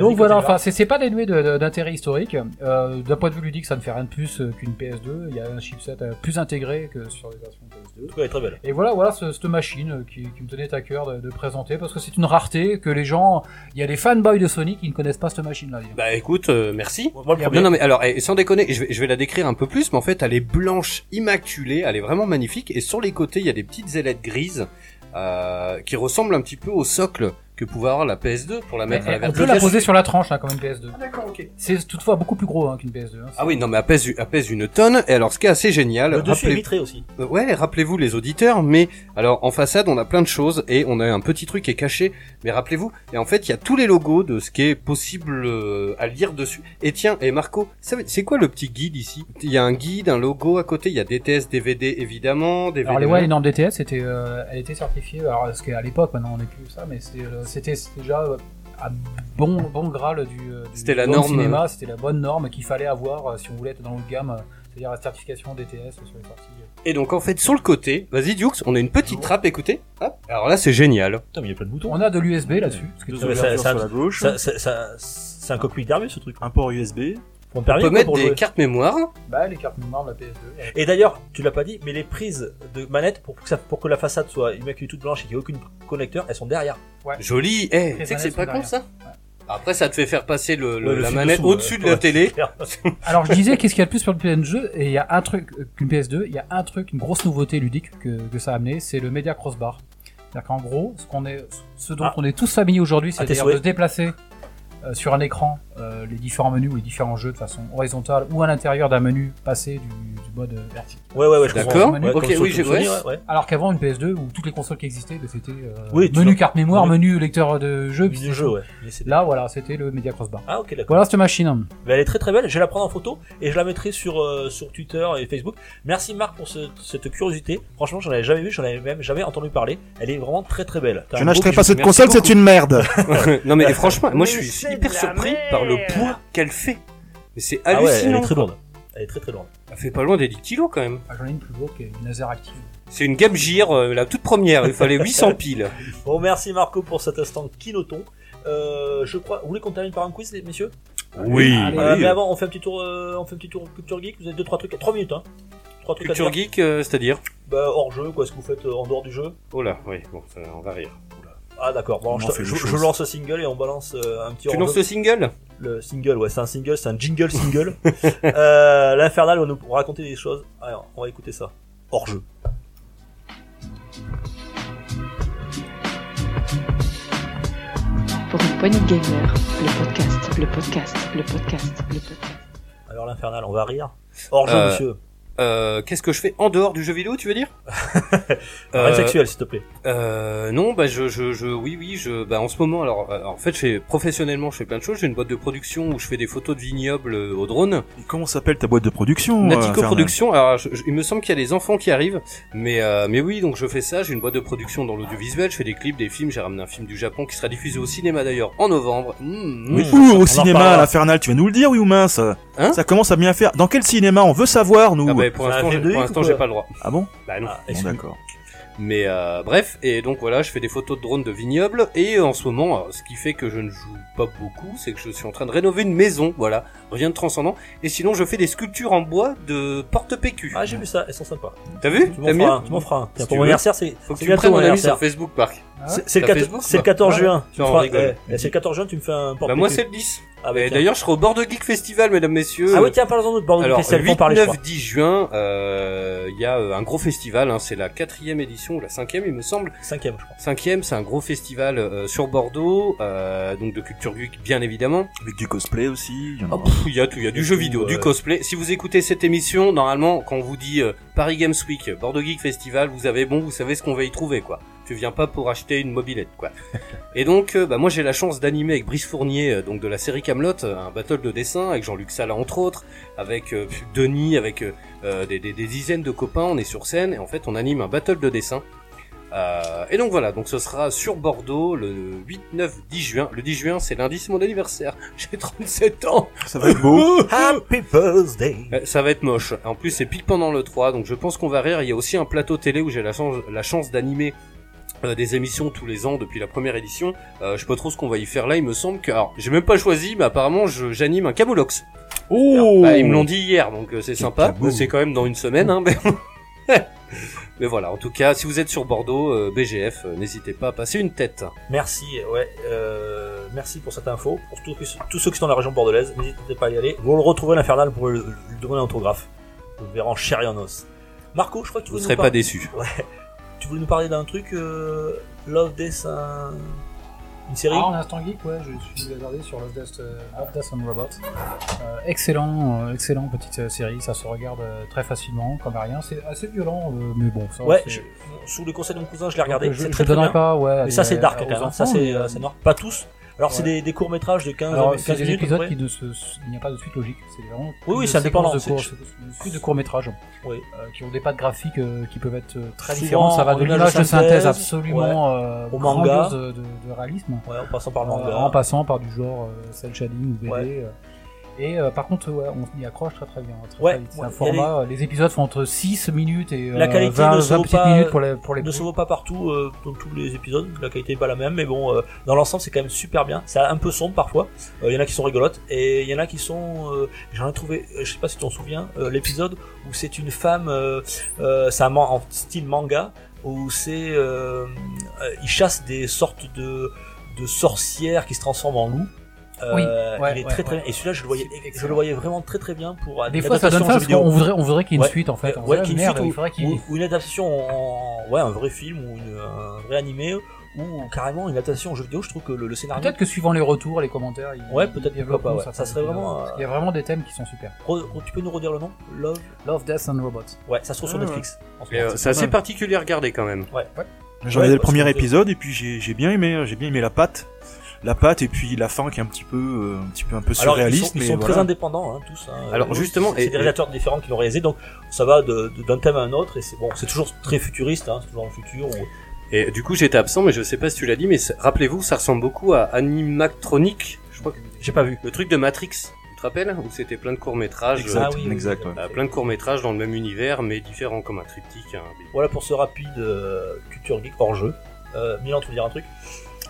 D: Donc voilà, enfin, c'est- c'est pas dénué de- de- d'intérêt historique. Euh, D'un point de vue ludique, ça ne fait rien de plus euh, qu'une PS2. Il y a un chipset euh, plus intégré que sur les versions PS2.
A: elle est très belle.
D: Et voilà, voilà ce- cette machine euh, qui, qui me tenait à cœur de, de présenter parce que c'est une rareté que les gens, il y a des fanboys de Sony qui ne connaissent pas cette machine-là. disons.
C: Bah écoute, euh, merci.
A: Moi, le premier.
C: non, non, mais alors, eh, sans déconner, je vais, je vais la décrire un peu plus, mais en fait, elle est blanche, immaculée, elle est vraiment magnifique, et sur les côtés, il y a des petites ailettes grises euh, qui ressemblent un petit peu au socle que pouvait avoir la PS2 pour la mettre à la
D: on
C: version
D: peut la
C: PS2.
D: poser sur la tranche hein, comme une PS2.
C: Ah, D'accord, ok.
D: C'est toutefois beaucoup plus gros hein, qu'une PS2. hein.
C: Ah oui, non, mais elle pèse, elle pèse une tonne. Et alors, ce qui est assez génial.
A: Le dessus est
C: rappelez-
A: vitré aussi.
C: Euh, Ouais, rappelez-vous les auditeurs, mais alors en façade, on a plein de choses et on a un petit truc qui est caché. Mais rappelez-vous, et en fait, il y a tous les logos de ce qui est possible euh, à lire dessus. Et tiens, et Marco, ça veut- c'est quoi le petit guide ici Il y a un guide, un logo à côté. Il y a DTS, DVD évidemment. DVD
D: Alors les ouais, les normes DTS, c'était, euh, elle était certifiée. Alors ce qu'à l'époque, maintenant on n'est plus ça, mais c'était, euh, c'était c'était déjà euh, un bon bon graal du, euh, du
C: C'était la
D: bon
C: norme,
D: cinéma.
C: euh.
D: C'était la bonne norme qu'il fallait avoir euh, si on voulait être dans le haut de gamme, euh, c'est-à-dire la certification DTS sur les sorties.
C: Et donc en fait, sur le côté, vas-y Dux, on a une petite trappe. Écoutez, Hop. alors là, c'est génial.
A: Putain, mais il y a plein de boutons.
D: On a de l'USB là-dessus. parce que
A: Deux
D: tu-
A: ouvertures
F: ça-
A: sur
F: ça-
A: la gauche. ça- ça- ça- C'est un cockpit d'armée ce truc.
F: Un port USB.
A: Pour me
C: On
A: permettre
C: peut
A: quoi,
C: mettre
A: pour
C: des
A: jouer
C: cartes mémoire.
D: Bah les cartes mémoire de la PS2.
A: Et d'ailleurs, tu l'as pas dit, mais les prises de manette pour que, ça, pour que la façade soit immaculée toute blanche et qu'il n'y ait aucune connecteur, elles sont derrière.
D: Ouais.
C: Joli. Eh, tu sais que c'est pas con
D: derrière.
C: ça. Après, ça te fait faire passer le, le-
A: Ouais, le
C: la
A: fil
C: manette
A: dessous,
C: au-dessus
A: euh,
C: de la
A: ouais,
C: télé.
D: Alors je disais qu'est-ce qu'il y a de plus sur le PNG et il y a un truc euh, qu'une PS2, il y a un truc, une grosse nouveauté ludique que, que ça a amené, c'est le Media Crossbar. C'est-à-dire qu'en gros, ce qu'on est, ce dont
A: Ah.
D: on est tous familiers aujourd'hui,
A: tes
D: c'est-à-dire de
A: souhaits.
D: déplacer euh, sur un écran euh, les différents menus ou les différents jeux de façon horizontale ou à l'intérieur d'un menu passé du, du mode euh, vertical.
A: Ouais, ouais, ouais, je
C: D'accord.
A: comprends. Ouais,
C: Ok,
A: comme sur-
C: oui, j'ai-
A: comme Sony,
C: ouais.
A: ouais.
D: Alors qu'avant une PS2 où toutes les consoles qui existaient, bah, c'était euh,
A: Oui, tu
D: menu
A: vois.
D: carte mémoire,
A: Oui.
D: menu lecteur de jeu. puis
A: Mini
D: c'est
A: jeu,
D: tout.
A: ouais. Mais c'est-
D: Là voilà, c'était le Media Crossbar.
A: Ah, ok, d'accord.
D: Voilà cette machine.
A: Mais elle est très très belle, je vais la prendre en photo et je la mettrai sur, euh, sur Twitter et Facebook. Merci Marc pour ce- cette curiosité. Franchement, j'en avais jamais vu, j'en avais même jamais entendu parler. Elle est vraiment très très belle. T'as
F: Je
A: un
F: n'achèterai
A: beau
F: pas
A: bijou.
F: cette
C: Merci
F: console, c'est
C: beaucoup.
F: une merde.
C: non mais franchement, moi je
A: Mais
C: suis
A: c'est
C: hyper
A: de la
C: surpris par le poids qu'elle fait. Mais c'est
A: Ah ouais, elle
C: hallucinant.
A: est très
C: quoi.
A: lourde. Elle est très très lourde.
C: Elle fait pas loin des 10 kilos quand même.
D: Ah, J'en ai une plus lourde qui est une laser active.
C: C'est une Game Gear, euh, la toute première. Il fallait
A: *laughs*
C: 800 piles.
A: Bon, merci Marco pour cet instant kinoton. Euh, je crois. Vous voulez qu'on termine par un quiz, les messieurs
F: Ah Oui.
D: Allez,
A: Euh,
F: oui.
A: Mais avant, on fait un petit tour, euh, on fait un petit tour culture geek. Vous avez deux trois trucs, trois minutes, hein. Trois trucs à
C: Culture
A: dire.
C: geek, euh, c'est-à-dire.
A: Bah, hors jeu, quoi. Ce que vous faites euh, en dehors du jeu.
C: Oh là, oui, bon, ça, on va rire.
A: Ah d'accord. Bon,
F: On
A: je,
F: en fait
A: je-
F: des
A: je
F: choses.
A: lance le single et on balance euh, un petit.
C: tu
A: hors
C: lances
A: jeu.
C: le single
A: Le single, ouais, c'est un single, c'est un jingle single. *laughs* euh, L'infernal va nous raconter des choses. Allez, on va écouter ça. Hors jeu.
B: Pour une poignée de gamer, le podcast, le podcast, le podcast, le podcast.
A: Alors l'infernal, on va rire. Hors jeu,
C: Euh,
A: monsieur.
C: Euh, Qu'est-ce que je fais en dehors du jeu vidéo, tu
A: *laughs*
C: veux dire
A: Rien de sexuel, s'il te plaît.
C: Euh, non, bah je, je, je, oui, oui, je, bah en ce moment, alors, euh, en fait, je fais, professionnellement, je fais plein de choses. J'ai une boîte de production où je fais des photos de vignobles euh, au drone.
F: Comment s'appelle ta boîte de production euh,
C: Natico
F: Fernand
C: Production. Alors, je- je- il me semble qu'il y a des enfants qui arrivent, mais euh, mais oui, donc je fais ça. J'ai une boîte de production dans l'audiovisuel. Je fais des clips, des films. J'ai ramené un film du Japon qui sera diffusé au cinéma d'ailleurs en novembre. Mmh,
F: Oui,
C: mmh.
F: où au cinéma, à l'infernal, tu vas nous le dire, oui ou mince Ça commence à bien faire. Dans quel cinéma On veut savoir, nous.
C: Ah bah, pour l'instant, j'ai- pour l'instant, j'ai pas le droit.
F: Ah bon
C: Bah non.
F: Bon, d'accord.
C: Mais euh, bref, et donc voilà, je fais des photos de drones de vignobles, et en ce moment, euh, ce qui fait que je ne joue pas beaucoup, c'est que je suis en train de rénover une maison, voilà, rien de transcendant, et sinon je fais des sculptures en bois de porte-PQ.
A: Ah, j'ai vu ça, elles sont sympas.
C: T'as vu
A: Tu m'en feras
C: T'as mis
A: un, tu m'en feras un. Tiens,
C: Si
A: pour
C: tu
A: mon
C: veux.
A: anniversaire, c'est.
C: Faut que
A: c'est hein,
C: tu me
A: bientôt
C: prennes
A: mon
C: mon ami
A: anniversaire.
C: sur Facebook, Bah, Parc.
A: C'est- C'est le,
C: T'as
A: 14
C: Facebook,
A: c'est le
C: quoi
A: 14
C: Ouais,
A: juin.
C: Tu
A: Tu
C: vas en
A: feras-
C: rigoler.
A: eh, C'est le 14 juin, tu me fais un porte
C: Bah moi c'est le 10.
A: Ah bah,
C: Et
A: tiens.
C: d'ailleurs je serai au Bordeaux Geek Festival mesdames messieurs.
A: Ah oui, tiens, parlons-en de Bordeaux Geek
C: Alors,
A: Festival, faut en
C: 8,
A: parler, je
C: 9,
A: crois.
C: 10 juin, euh, il y a euh, un gros festival, hein, c'est la quatrième édition, ou la cinquième il me semble.
A: Cinquième je crois.
C: Cinquième, c'est un gros festival euh, sur Bordeaux, euh, donc de culture geek bien évidemment.
F: Avec du cosplay aussi.
C: Oh, pff, Il y a tout, il y a du jeu vidéo, du cosplay. Si vous écoutez cette émission, normalement quand on vous dit euh, Paris Games Week, Bordeaux Geek Festival, vous avez bon, vous savez ce qu'on va y trouver quoi. Tu viens pas pour acheter une mobilette quoi. Et donc, euh, bah, moi j'ai la chance d'animer avec Brice Fournier, euh, donc de la série Camelot, un battle de dessin avec Jean-Luc Sala entre autres, avec euh, Denis, avec euh, euh, des, des- des dizaines de copains. On est sur scène et en fait on anime un battle de dessin. Euh, et donc voilà, donc ce sera sur Bordeaux le 8, 9, 10 juin. Le 10 juin, c'est lundi, c'est mon anniversaire. *laughs* J'ai 37 ans.
F: Ça va
A: *laughs*
F: être beau.
A: Happy birthday.
C: Eh, Ça va être moche. En plus, c'est pile pendant le 3, donc je pense qu'on va rire. Il y a aussi un plateau télé où j'ai la chance, la chance d'animer euh, des émissions tous les ans depuis la première édition. Euh, je sais pas trop ce qu'on va y faire là. Il me semble que, alors, j'ai même pas choisi, mais apparemment, je- j'anime un camoulox.
F: Oh
C: Bah, ils me l'ont dit hier, donc euh, c'est sympa.
F: kaboum.
C: C'est quand même dans une semaine, hein, mais... *laughs* mais voilà. En tout cas, si vous êtes sur Bordeaux, euh, BGF, euh, n'hésitez pas à passer une tête.
A: Merci, ouais, euh, merci pour cette info. Pour tous, tous ceux qui sont dans la région bordelaise, n'hésitez pas à y aller. Vous le retrouverez à l'infernal pour lui lui demander un autographe. Vous le verrez en chair et en os. Marco, je crois que tu
C: Vous
A: voulais nous
C: serez pas
A: par-
C: déçus.
A: Ouais. Tu voulais nous parler d'un truc, euh, Love Death, un- une série
D: Ah, en instant geek, ouais, je suis regardé sur Love Death, euh, Love, Death and Robot. Euh, excellent, euh, excellent petite euh, série, ça se regarde euh, très facilement, comme à rien. C'est assez violent, euh, mais bon, ça.
A: Ouais,
D: c'est-
A: je- sous le conseil de mon cousin, je l'ai regardé.
D: je-
A: c'est très,
D: je te
A: très
D: donnerai
A: bien.
D: pas, ouais, à
A: Mais ça,
D: des-
A: c'est dark,
D: aux
A: quand même. hein.
D: enfants,
A: ça, c'est
D: mais, euh,
A: c'est noir. Pas tous. Alors, c'est
D: Ouais.
A: des, des courts-métrages de 15,
D: Alors,
A: 15
D: c'est
A: minutes.
D: des
A: à peu
D: épisodes
A: près.
D: qui ne se, il n'y a pas de suite logique. C'est vraiment
A: Oui, oui,
D: une
A: c'est indépendant,
D: séquence De
A: c'est-
D: court, une suite de courts métrages.
A: Oui.
D: qui ont des pattes graphiques euh, qui peuvent être euh, très
A: Souvent
D: différents. Ça va
A: en
D: de l'image de synthèse absolument
A: ouais,
D: euh,
A: au manga,
D: grandiose de, de- de réalisme,
A: ouais, en passant par le
D: euh,
A: manga,
D: en passant par du genre euh, cel shading ou BD. euh. et euh, par contre, ouais, on y accroche très très bien. hein, très,
A: Ouais,
D: très vite. c'est
A: ouais,
D: un
A: y a
D: format. euh, Les... épisodes font entre 6 minutes et euh,
A: la qualité
D: 20,
A: ne se
D: 20
A: vaut
D: petites
A: pas,
D: minutes pour les euh, pour les
A: ne se vaut pas partout euh, dans tous les épisodes. La qualité n'est pas la même, mais bon, euh, dans l'ensemble, c'est quand même super bien. C'est un peu sombre parfois. Euh, Il y en a qui sont rigolotes et il y en a qui sont. euh, J'en ai trouvé. euh, Je sais pas si tu t'en souviens euh, l'épisode où c'est une femme. euh, euh, c'est un man- en style manga où c'est euh, euh, ils chassent des sortes de de sorcières qui se transforment en loups.
D: Oui,
A: Euh,
D: ouais,
A: il est
D: ouais,
A: très très
D: ouais.
A: bien. Et celui-là, je le voyais, je le voyais vraiment très très bien pour.
D: Des
A: une
D: fois, ça
A: adaptation
D: donne faim,
A: en jeu
D: parce qu'on
A: vidéo.
D: voudrait- on voudrait qu'il y ait une
A: Ouais,
D: suite, en fait.
A: euh,
D: On
A: ouais,
D: dirait,
A: qu'il y ait une
D: merde,
A: suite
D: il
A: ou-
D: faudrait qu'il y ait-
A: ou- ou une adaptation en, ouais, un vrai film ou une, un vrai animé ou carrément une adaptation en jeu vidéo. Je trouve que le, le scénario.
D: Peut-être que suivant les retours, les commentaires, ils
A: Ouais, peut-être,
D: ils développent
A: pourquoi pas, ouais. Ça
D: peut-être
A: serait
D: bien.
A: vraiment, euh,
D: Il y a vraiment des thèmes qui sont super.
A: Re- re- tu peux nous redire le nom Love.
D: Love, Death and Robots.
A: Ouais, ça se trouve sur
D: Ah, ouais.
A: Netflix. en ce
C: Et,
A: moment.
C: euh, c'est assez particulier à regarder quand même.
A: Ouais.
F: J'ai regardé le premier épisode et puis j'ai j'ai bien aimé, hein. j'ai bien aimé la patte, la patte et puis la fin qui est un petit peu, euh, un petit peu un peu
A: Alors, ils
F: surréaliste.
A: sont, ils
F: mais
A: sont
F: voilà.
A: très indépendants, hein, tous. hein.
F: Alors,
A: Euh,
F: justement,
A: c'est
F: et-
A: des réalisateurs différents qui l'ont réalisé, donc ça va de- de- d'un thème à un autre. Et c'est bon, c'est toujours très futuriste, hein, c'est toujours dans le futur. on-
C: Et du coup, j'étais absent, mais je sais pas si tu l'as dit, mais c'est- rappelez-vous, ça ressemble beaucoup à Animatronic. Je crois que
A: j'ai pas vu
C: le truc de Matrix. Tu te rappelles hein, Où c'était plein de courts métrages.
F: Exact, Ah oui, oui, exact, oui.
A: Bah,
F: ouais.
C: plein de courts métrages dans le même univers, mais différents comme un triptyque. un-
A: Voilà pour ce rapide euh, culture geek hors jeu. Euh, Milan, tu veux dire un
F: Ah,
A: truc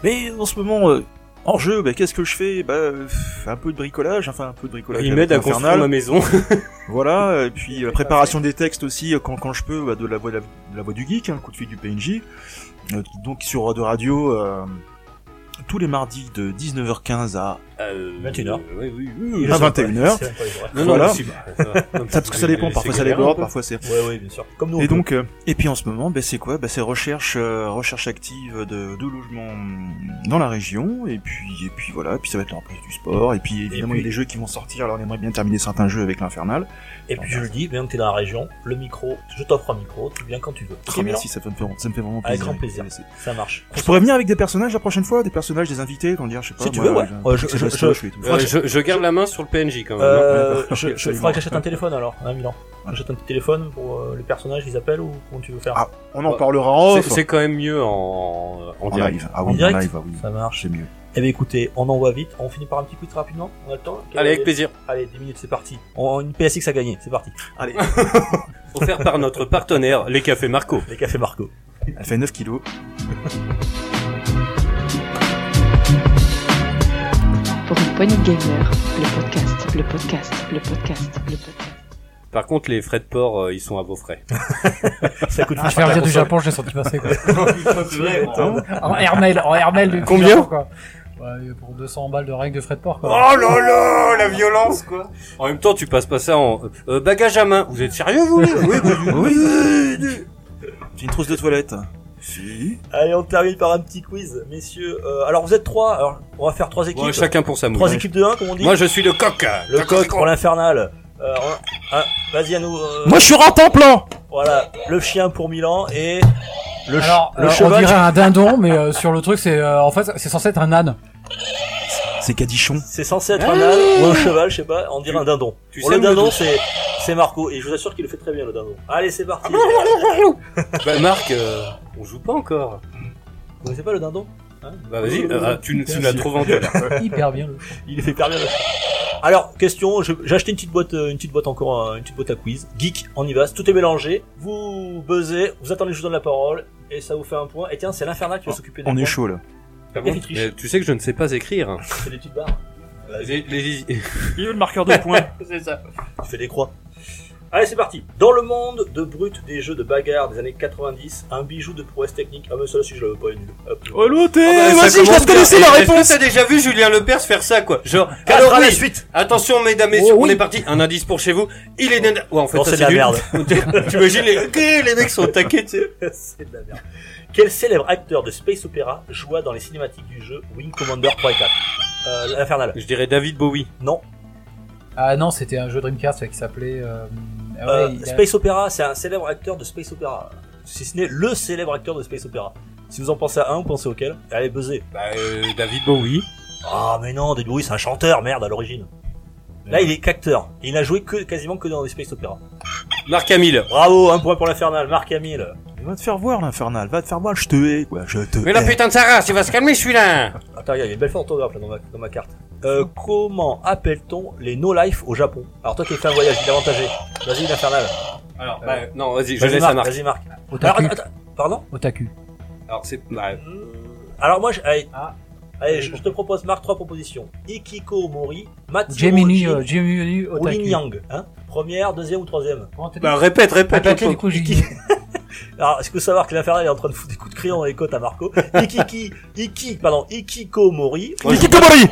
F: Mais en ce moment, euh, en jeu, bah, qu'est-ce que je fais Bah, euh, un peu de bricolage, enfin un peu de bricolage.
C: Il
F: avec
C: m'aide à construire
F: Infernal.
C: ma
F: *laughs*
C: maison.
F: voilà, et puis la préparation des textes aussi, euh, quand, quand je peux, bah, de, la voix, de la- de la voix du geek, un coup de fil du PNJ. Euh, donc sur de Radio, euh, tous les mardis de 19h15 à
C: Euh,
A: 21h.
C: Oui, oui,
F: oui, à
A: *laughs*
F: 21h.
C: Non, non,
F: Ah, Voilà.
C: mais si, bah,
F: *laughs*
C: ça va. Non, mais
F: Parce que ça
C: c'est-
F: dépend,
C: c'est
F: parfois ça
C: galère un
F: déborde,
C: peu.
F: parfois c'est.
A: Ouais, ouais, bien sûr. Comme nous, on
F: Et
A: peut.
F: donc, euh, et puis en ce moment, ben, c'est quoi ben, C'est recherche, euh, recherche active de, de logements mm, dans la région, et puis, et puis voilà, et puis ça va être la reprise du sport, et puis
A: puis-
F: évidemment, il y a des jeux qui vont sortir, alors on aimerait bien terminer certains jeux avec l'Infernal.
A: Et puis je le dis, bien que t'es dans la région, le micro, je t'offre un micro, tu viens quand tu veux.
F: Très merci, ça me fait, ça me fait vraiment plaisir.
A: Avec grand plaisir. Ça marche.
F: Je pourrais venir avec des personnages la prochaine fois, des personnages, des invités, quand dire, je sais pas.
A: Si tu
F: moi,
A: veux, ouais.
F: j'ai-
A: Ouais, je-
F: c'est
A: je-
F: Bastoche
A: je-
F: et tout.
C: Euh, je, je garde la main sur le PNJ quand même.
A: Euh,
C: hein.
A: je, je faudra que j'achète un téléphone alors, à Milan. J'achète un petit téléphone pour euh, les personnages, ils appellent ou comment tu veux faire
F: On en parlera en
C: C'est-
F: off.
C: C'est quand même mieux en, en, direct.
F: live. Ah oui,
A: En direct
F: en live, ah oui.
A: Ça marche.
F: C'est mieux.
A: Eh bien écoutez, on envoie vite, on finit par un petit quiz rapidement, on a le temps
C: Allez, avec plaisir.
A: Allez, 10 minutes, c'est parti. On, une PSX à gagner, c'est parti.
F: Oh.
A: Allez.
C: Offert par notre partenaire, les Cafés Marco.
A: Les Cafés Marco.
F: Elle fait 9 kilos.
B: Pour une poignée de gamer, le podcast, le podcast, le podcast, le podcast.
C: Par contre, les frais de port, euh, ils sont à vos frais.
A: ça coûte
D: Ah, je vais revenir du Japon, je l'ai senti
A: *laughs*
D: passer quoi.
A: c'est vrai, attends.
D: en Hermel, en Hermel du
C: Combien
D: Japon, quoi. Ouais, pour 200 balles de règles de frais de port quoi.
C: Oh là là, la violence quoi. En même temps, tu passes pas ça en euh, bagage à main. Vous êtes sérieux vous Oui, oui, oui.
F: J'ai une trousse de toilette. Si.
A: Allez, on termine par un petit quiz, messieurs. Euh, alors vous êtes trois, alors on va faire trois équipes.
C: Ouais, chacun pour sa mouille.
A: Trois équipes de 1, comme on dit.
C: Moi, je suis le coq.
A: Le coq pour l'infernal. Euh, on- ah, Vas-y à nous. euh,
F: plan
A: Voilà, le chien pour Milan et le, ch-
D: Alors,
A: le
D: alors, Euh, on
A: cheval.
D: dirait un dindon, mais euh, sur le truc, c'est euh, en fait, c'est censé être un âne.
F: C'est Cadichon.
A: C'est censé être un âne ou un cheval, je sais pas, on dirait un dindon.
C: tu
A: Bon,
C: sais
A: le
C: où le
A: dindon,
C: dos
A: c'est c'est Marco, et je vous assure qu'il le fait très bien, le dindon. Allez, c'est parti.
F: Ah,
C: Bah, Marc, euh, on joue pas encore.
A: Vous connaissez pas le dindon Hein
C: Bah vas-y, euh, tu, tu l'as trop vendu là.
D: Hyper bien le
A: Il fait hyper bien. le- Alors, question, je- j'ai acheté une petite boîte, euh, une petite boîte encore, euh, une petite boîte à quiz. Geek, on y va, tout est mélangé. Vous buzzez, vous attendez, je vous donne la parole, et ça vous fait un point. Et tiens, c'est l'infernal qui va s'occuper de
F: On est chaud là.
C: Ah bon Mais tu sais que je ne sais pas écrire. hein.
A: C'est des petites barres.
C: Les, les- *laughs*
A: Il veut le marqueur de points.
C: c'est ça.
A: Tu fais des croix. Allez, c'est parti. Dans le monde de brut des jeux de bagarre des années 90, un bijou de prouesse technique. Ah, mais ça, si je l'avais pas eu nul. Hop.
F: Oh l'autre
C: Ah bah, ça
F: Vas-y, je
C: commence
F: laisse connaissais
C: bien.
F: la
C: Est-ce que
F: réponse
C: T'as déjà vu Julien Lepers faire ça quoi Genre.
A: Alors,
C: oui.
A: la suite.
C: Attention mesdames et messieurs, on est parti. Un indice pour chez vous. Il est nana. Ouais en fait
A: Non,
C: ça,
A: c'est de la
C: nul. *laughs*
A: merde. *laughs*
C: T'imagines les ok, les mecs sont taqués. tu sais.
A: c'est de la merde. Quel célèbre acteur de Space Opera joua dans les cinématiques du jeu Wing Commander 3 et 4 euh, L'Infernal.
C: Je dirais David Bowie.
A: Non.
D: Ah non, c'était un jeu Dreamcast qui s'appelait euh, ah ouais,
A: Euh,
D: il a-
A: Space Opera, c'est un célèbre acteur de Space Opera. Si ce n'est le célèbre acteur de Space Opera. Si vous en pensez à un, vous pensez auquel Allez, buzzer.
C: Bah euh, David Bowie.
A: Ah, mais non, David Bowie, c'est un chanteur, merde, à l'origine. Là, il est qu'acteur. Il n'a joué que, quasiment que dans les Space Opera.
C: Marc Hamill.
A: Bravo, un point pour l'Infernal, Marc Hamill.
F: Va te faire voir l'infernal, va te faire voir, je te hais quoi, je te
C: Mais la
F: hais.
C: putain de Sarah, tu vas se calmer celui-là.
A: Attends, regarde, il y a une belle faute orthographe là dans ma, dans ma carte. Euh, comment appelle-t-on les no-life au Japon Alors toi qui as fait un voyage, il est avantagé. Vas-y, l'Infernal.
C: Alors
A: Euh,
C: bah non vas-y, je
A: Vas-y,
C: laisse
A: Marc.
C: à Marc.
A: Vas-y, Marc. Alors,
D: Otaku.
A: attends, attends, pardon
D: Otaku.
C: Alors c'est bah,
A: Alors moi, je, allez,
D: Euh, Ah.
A: allez, je, je te propose, Marc, trois propositions. Ikiko Mori, Matsuo
D: Gemini,
A: Jin,
D: euh, Gemini
A: ou Lin
D: Otaku.
A: Yang. Hein Première, deuxième ou troisième
D: Comment t'as dit
C: bah, répète répète.
D: Otaku,
C: l'autre.
D: du coup, j'ai dit-
A: Alors, est-ce que savoir que l'Infernal est en train de foutre des coups de crayon dans les côtes à Marco *laughs* Ikiki, Iki, pardon, Ikiko Mori,
C: Moi, je-
F: Kikomori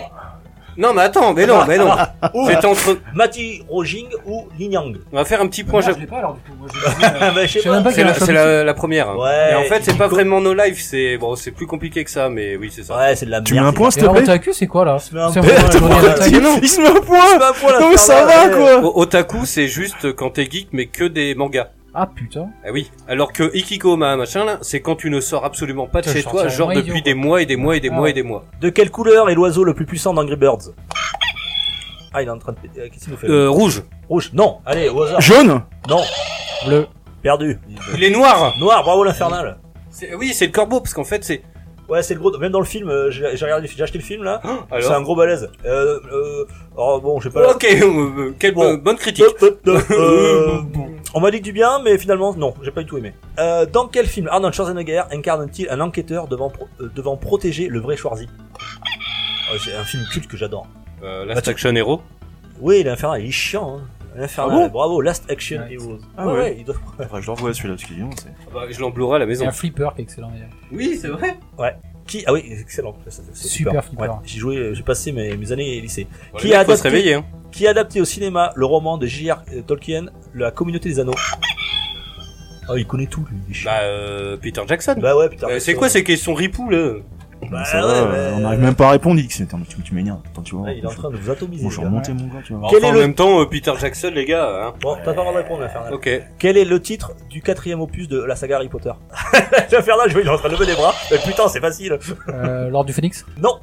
C: Non mais attends mais non mais *laughs* non.
A: ou
C: C'est entre.
A: Mati Rojing ou Lin Yang
C: On va faire un petit
D: Moi,
C: point.
D: je
C: je-
D: l'ai pas alors du coup. Moi, je l'ai dit, euh,
A: Ah, bah, je
D: Je
A: sais
D: sais
A: pas.
D: même pas
C: C'est
D: quelle
C: la,
D: est la
C: c'est la, la première.
A: Ouais,
C: Et en fait, c'est
A: Ico-
C: pas vraiment no life, c'est bon, c'est plus compliqué que ça, mais oui, c'est ça.
A: Ouais, c'est de la merde.
F: Tu mets un point
D: Et
F: s'il te
D: alors,
F: plaît
D: Otaku, c'est quoi là
A: se met un
D: C'est
A: peu-
D: vraiment la
A: Attends,
D: journée
A: attends,
D: d'Otaku.
A: c'est-
E: *laughs*
F: Il il se met un
A: C'est
F: point
A: pas pour la
E: Oh,
F: Non mais ça va
A: Starlet.
F: quoi
C: O- Otaku, c'est juste quand t'es geek, mais que des mangas.
D: Ah putain.
C: Ah oui. Alors que Ikikoma, machin, là, c'est quand tu ne sors absolument pas de
D: Putain,
C: chez
D: je
C: toi,
D: sortirais
C: genre
D: moins
C: depuis
D: idiot,
C: des
D: quoi.
C: mois et des mois et des
D: Ah
C: mois
D: ouais.
C: et des mois.
A: De quelle couleur est l'oiseau le plus puissant d'Angry Birds Ah, il est en train de. euh, Qu'est-ce qu'il nous fait
C: Euh, rouge.
A: Rouge. Non. Allez, au hasard.
F: Jaune
A: Non.
D: Bleu.
A: Perdu.
C: Il est noir.
A: Noir. Bravo l'infernal.
C: C'est- Oui, c'est le corbeau, parce qu'en fait, c'est.
A: Ouais, c'est le gros. Même dans le film, euh, j'ai j'ai regardé, j'ai acheté le film là. C'est
C: Alors.
A: un gros balèze. Euh, euh, oh bon, je sais pas.
C: Ok, euh, quelle
A: Bon.
C: bo- bonne critique.
A: Top, top, *laughs* top. Euh, on m'a dit que du bien, mais finalement, non, j'ai pas du tout aimé. Euh, dans quel film Arnold Schwarzenegger incarne-t-il un enquêteur devant, pro- euh, devant protéger le vrai Schwarzy Oh, C'est un film culte que j'adore.
C: Euh, Last Action Hero.
A: Oui, l'infernal, il est chiant. Hein. L'infernal,
F: Ah bon
A: bravo, Last Action
D: Ouais.
A: Heroes.
F: Ah ouais.
A: il doit-
F: Faudrait que je l'envoie celui-là parce qu'il est long, c'est-
C: Ah bah, je l'emblouerai à la
D: C'est
C: maison.
D: un flipper qui est excellent d'ailleurs.
C: Oui, c'est vrai.
A: Ouais. Qui Ah oui, excellent. Ça, c'est
D: Super flipper.
A: Ouais, J'ai joué, euh, j'ai passé mes, mes années au lycée.
C: Ouais, il faut se réveiller, hein.
A: Qui a adapté au cinéma le roman de J.R. Tolkien, La Communauté des Anneaux Ah, il connaît tout, lui. il est chiant.
C: Bah, euh, Peter Jackson. Euh,
A: Bah ouais, Peter
C: C'est
A: Jackson.
C: quoi ces questions ripoux, là
A: Bah
E: Ça
A: ouais,
E: va,
A: mais-
E: euh, on n'arrive même pas à répondre, il dit, Attends, mais tu, tu m'énerves, attends, tu vois.
A: Ouais, il est en train de vous atomiser,
E: Bon, je suis
A: les gars.
E: remonté, mon gars, tu vois.
C: Enfin,
A: Quel est
C: en
A: le-
C: même temps, euh, Peter Jackson, les gars, hein.
A: Bon, t'as pas le droit de répondre, l'infernal.
C: Ok.
A: Quel est le titre du quatrième opus de la saga Harry Potter *laughs* L'infernal, je vois, il est en train de lever les bras. Mais putain, c'est facile.
D: Euh, Lord du Phoenix
A: Non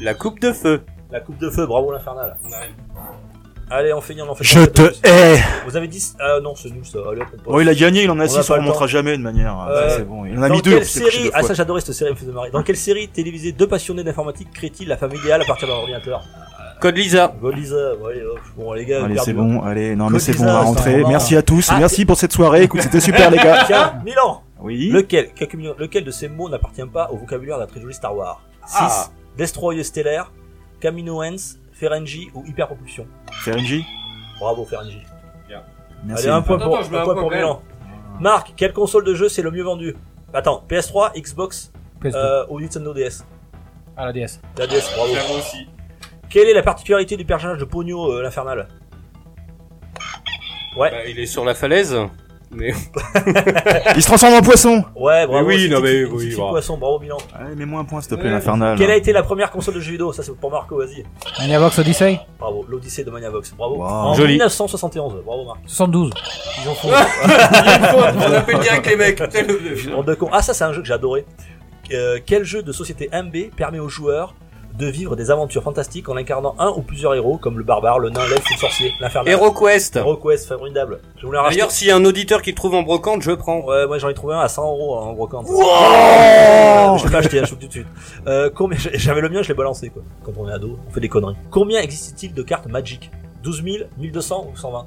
C: La coupe de feu.
A: La coupe de feu, bravo l'infernal. Allez, on finit, on en fait
E: Je
A: pas,
E: te
A: peut-être.
E: hais.
A: Vous avez 10 Ah non, c'est nul ça. Allez, hop, on passe.
E: Bon, Oh, il a gagné, il en
A: On
E: a 6,
A: pas le
E: on ne remontera
A: temps.
E: jamais de manière.
A: Euh,
E: ça, c'est bon, il en a
A: dans
E: mis deux.
A: quelle
E: en plus, il a couché
A: série...
E: deux
A: Ah
E: fois.
A: ça j'adorais cette série, elle me faisait marrer. Dans quelle série télévisée deux passionnés d'informatique créent-ils la famille idéale à partir d'un ordinateur
C: Code Lisa.
A: Golisa, bon, allez, hop, bon les gars,
E: Allez,
A: perdu,
E: c'est
A: hein.
E: bon, allez, non, mais
A: Code
E: c'est bon,
A: Lisa,
E: on va
A: ça,
E: rentrer.
A: va.
E: Merci à tous,
A: Ah,
E: merci pour cette soirée, écoute, c'était super,
A: *laughs*
E: les gars.
A: Tiens, Milan
E: Oui.
A: Lequel, quelques millions- lequel de ces mots n'appartient pas au vocabulaire de la trilogie Star Wars 6.
C: Ah.
A: Destroyer stellaire, Kaminoans, Ferengi ou Hyperpropulsion
E: Ferengi
A: Bravo Ferengi. Bien.
E: Merci.
A: Allez, un point pour,
N: Attends, je mets
A: un
N: un
A: point
N: point
A: pour
N: quand
A: Milan. Marc, quelle console de jeu c'est le mieux vendu Attends, PS3, Xbox
D: PS2.
A: euh, ou Nintendo DS
D: Ah, la DS.
A: La DS, bravo.
C: J'avoue aussi.
A: Quelle est la particularité du personnage de Pogno, euh, l'infernal Ouais.
C: Bah, il est sur la falaise. Mais.
E: Il se transforme en poisson
A: Ouais, bravo.
C: Mais oui,
A: c'est
C: non,
A: Titi-
C: mais
A: Titi
C: oui,
A: Titi
C: bravo. Ah,
A: Poisson, bravo Milan.
E: Allez, mets-moi un point, s'il te plaît, l'infernal.
A: Quelle a été la première console de jeux vidéo Ça, c'est pour Marco, vas-y.
D: Maniavox Odyssey
A: Bravo, l'Odyssée de Maniavox, bravo.
D: Wow.
A: En
D: Joli.
A: 1971, bravo Marc.
D: 72.
A: Ils ont fond.
C: On appelle direct les *laughs* mecs. Putain, le-
A: Bande de cons. Ah ça c'est un jeu que j'ai adoré. Euh, quel jeu de société MB permet aux joueurs de vivre des aventures fantastiques en incarnant un ou plusieurs héros comme le barbare, le nain, l'elfe, ou le sorcier, l'infernal.
C: HeroQuest.
A: HeroQuest, formidable. Je voulais en racheter.
C: D'ailleurs, s'il y a un auditeur qui le trouve en brocante, je prends.
A: Ouais, moi j'en ai trouvé un à 100 euros hein, en brocante. je l'ai pas acheté, hein, je trouve tout de suite. Euh, combien... J'avais le mien, je l'ai balancé quoi. Quand on est ado, on fait des conneries. Combien existe-t-il de cartes Magic 12 000, 1200 ou 120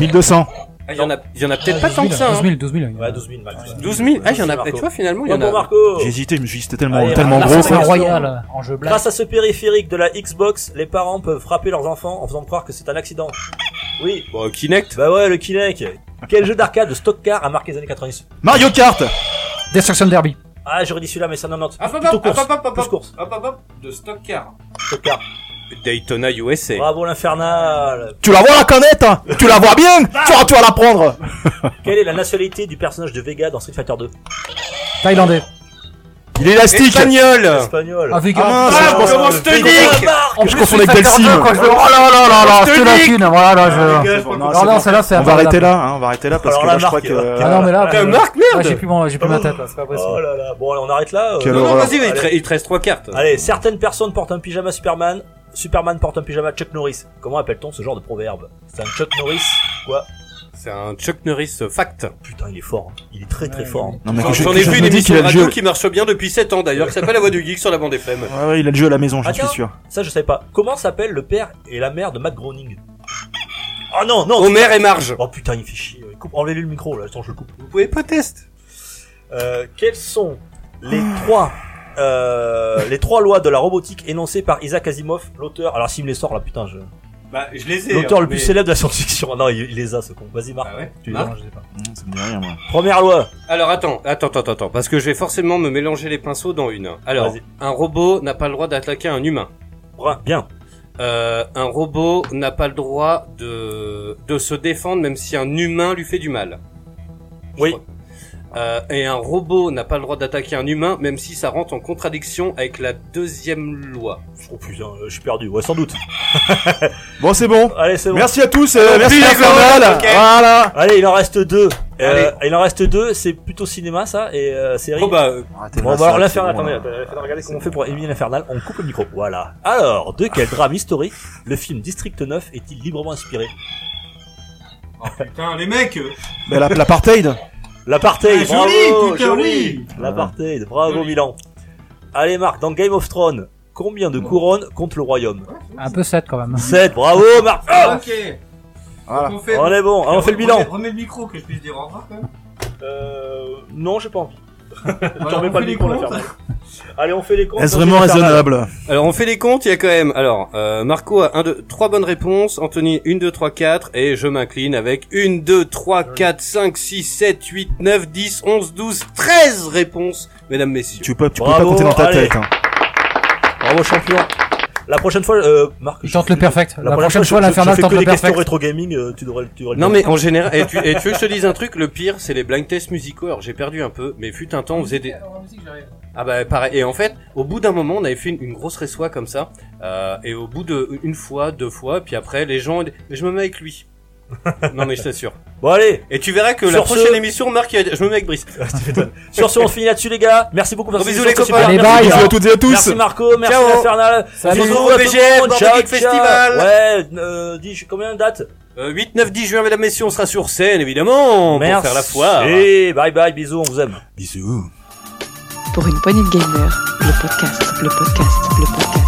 E: 1200.
C: Ah, Il y en a, il y en a peut-être
A: Ah,
C: pas tant que ça. hein.
D: 12 000, 12 000.
A: Ouais, 12 000, Max.
C: 12 000. Ah, il y en a, tu vois, finalement, il y en
A: Bon,
C: a.
A: Marco.
E: J'ai hésité, je me suis dit, c'était tellement,
A: Allez,
E: tellement
A: la
E: gros.
A: sensation.
E: ça.
D: royal, euh, en jeu black.
A: Grâce à ce périphérique de la Xbox, les parents peuvent frapper leurs enfants en faisant croire que c'est un accident. Oui.
C: Bon, Kinect.
A: Bah ouais, le Kinect. Quel jeu d'arcade de stock car a marqué les années 90
E: Mario Kart
D: Destruction Derby.
A: Ah, j'aurais dit celui-là, mais ça non, non.
N: Hop, hop,
A: Plutôt
N: hop, hop,
C: ah,
A: course.
N: hop, hop, hop,
A: Plus course.
N: hop, hop, hop, de stock car.
A: Stock car.
C: Daytona USA.
A: Bravo l'infernal.
E: Tu la vois la canette hein Tu la vois bien Tu vas, tu vas la prendre
A: Quelle est la nationalité du personnage de Vega dans Street Fighter 2
D: Thaïlandais.
E: Il est élastique
C: Espagnol.
A: Espagnol.
D: Ah, Vega.
E: Ah, mince,
C: Ah,
E: c'est
C: comment je te nique
D: Oh,
E: je confonds avec Ah, Belsim.
D: Quand je veux... Oh là là là là,
C: Je te
D: c'est la
C: nique.
D: thune. Voilà, là, je...
C: Dégage, pas
E: Non,
D: Non,
E: c'est
D: non,
E: bon.
D: celle-là, c'est
E: On va arrêter
D: abordable.
E: là, hein, on va arrêter là parce
A: Alors
E: que
A: là,
E: là, je crois
A: Marc, euh,
E: que.
D: Ah non, mais là,
A: Putain,
D: euh,
C: Marc, merde.
D: ouais, j'ai plus mon, j'ai plus ma tête, là, c'est pas
A: Oh
D: possible.
A: là là. Bon, allez, on arrête là. euh.
E: Quel
C: Non, non,
E: horreur.
C: vas-y, il te- il te reste trois cartes.
A: Allez, certaines personnes portent un pyjama Superman. Superman porte un pyjama Chuck Norris. Comment appelle-t-on ce genre de proverbe C'est un Chuck Norris Quoi
C: C'est un Chuck Norris euh, fact.
A: Putain, il est fort. hein. Il est très très
D: Ouais,
A: fort.
D: ouais.
A: hein.
E: Non, mais que je-
C: J'en
E: que
C: ai
E: je
C: vu
E: me
C: une
E: dis
C: émission
E: qu'il a
C: de
E: le
C: radio
E: jeu.
C: qui marche bien depuis 7 ans d'ailleurs, qui s'appelle La Voix du Geek sur la bande FM.
E: Ouais, ouais, il a le jeu à la maison,
A: Ah,
E: j'en suis
A: tiens.
E: sûr.
A: Ça, je savais pas. Comment s'appellent le père et la mère de Matt Groening Oh non, non
C: Homer et Marge.
A: Oh putain, il fait chier. Coupe- Enlevez-lui le micro, là. Attends, je le coupe.
C: Vous pouvez pas tester.
A: Euh, quelles sont les trois... euh, les trois lois de la robotique énoncées par Isaac Asimov, l'auteur. Alors s'il me les sort là, putain, je...
C: Bah, je les
A: l'auteur le plus célèbre de la science-fiction. Ah Non, il, il les a, ce con. Vas-y, Marc.
C: Ah ouais.
A: Tu les as
C: Marc
A: Non, je les ai pas.
E: Mmh, Ça me dit rien, moi.
A: Première loi.
C: Alors attends, attends, attends, attends, parce que je vais forcément me mélanger les pinceaux dans une. Alors,
A: Vas-y.
C: un robot n'a pas le droit d'attaquer un humain.
A: Brun. Bien.
C: Euh, un robot n'a pas le droit de de se défendre même si un humain lui fait du mal. Je
A: Oui.
C: crois. Euh, et un robot n'a pas le droit d'attaquer un humain même si ça rentre en contradiction avec la deuxième loi.
A: Oh putain, euh, je suis perdu. Ouais, sans doute.
E: Bon, c'est bon.
A: Allez, c'est bon.
E: Merci à tous, euh, merci
C: Puis,
E: à
C: Gordon,
E: Fernal.
C: ok.
E: Voilà.
A: Allez, il en reste deux. Euh,
C: Allez.
A: il en reste deux. C'est plutôt cinéma, ça, et euh, série.
C: Oh bah, euh,
E: Arrêtez
A: Bon,
E: là,
A: bah alors
E: c'est-
A: l'infernal,
E: c'est bon,
A: attendez,
E: là.
A: attendez, attendez, regardez comment on fait pour éliminer l'infernal, on coupe le micro. Voilà. Alors, de *laughs* quel drame historique le film District 9 est-il librement inspiré
N: Oh putain, les mecs euh,
E: Bah, la- L'apartheid
A: L'apartheid,
N: Ah,
A: bravo
N: joli, putain,
A: joli.
N: oui.
A: L'apartheid, bravo
N: Joli.
A: Milan Allez Marc, dans Game of Thrones, combien de couronnes compte le royaume
D: Un peu 7 quand même.
A: 7, bravo Marc
N: ah, Ok.
E: Voilà.
N: On fait.
A: On est bon, on fait le bilan
N: Remets le micro que je puisse dire au revoir quand même.
A: Euh... Non, j'ai pas envie. J'en mets
O: on
A: pas
O: fait
A: le
O: les
A: micro, on l'a
O: comptes.
A: fermé. Allez, on fait les comptes.
F: Est-ce
A: Roger
F: vraiment
A: Bernard.
F: raisonnable
C: Alors on fait les comptes, il y a quand même. Alors euh, Marco a 1, 2, 3 bonnes réponses, Anthony 1, 2, 3, 4 et je m'incline avec 1, 2, 3, 4, 5, 6, 7, 8, 9, 10, 11, 12, 13 réponses, mesdames, messieurs.
F: Tu peux, tu peux pas
C: Bravo,
F: compter dans ta
C: allez.
F: tête. hein.
A: Bravo champion. La prochaine fois, euh, Marc.
D: Il tente le perfect. La,
A: prochaine
D: prochaine fois,
A: je- je-
D: l'infernal
A: je fais
D: tente
A: que
D: le
A: des questions
D: perfect.
A: rétro gaming, euh, tu devrais, tu devrais le
C: Non
A: faire.
C: mais en général, et tu, et tu veux que je te dise un truc, le pire c'est les blind tests musicaux, alors j'ai perdu un peu, mais fut un temps on faisait des... Ah bah pareil, et en fait, au bout d'un moment on avait fait une, une grosse réçoit comme ça, euh, et au bout de une fois, deux fois, puis après les gens... Mais je me mets avec lui. non mais je t'assure.
A: Bon allez. *laughs*
C: Et tu verras que la
A: Sur ce-
C: prochaine émission, Marc, il va- je me mets avec Brice.
A: Sur ce, on finit là-dessus, les gars. Merci beaucoup.
C: Gros
A: Merci
C: bisous, les
A: c'était
C: copains.
A: super.
C: Allez,
A: Merci
C: bye.
A: beaucoup.
C: Bisous à toutes et à tous.
A: hein. Merci Marco, merci
C: Ciao.
A: l'infernal.
C: Salut.
A: On se retrouve
C: Au
A: à tout le
C: BGF,
A: monde.
C: Bordeaux
A: Ciao,
C: Geek
A: ciao.
C: Festival.
A: Ouais, euh, dis, je- combien de dates
C: Euh, 8, 9, 10 juin, mesdames, messieurs, on sera sur scène, évidemment,
A: Merci.
C: pour faire la foire.
A: Et Eh, bye bye, bisous, on vous aime.
F: Bisous.
B: Pour une poignée de gamers, le podcast, le podcast, le podcast.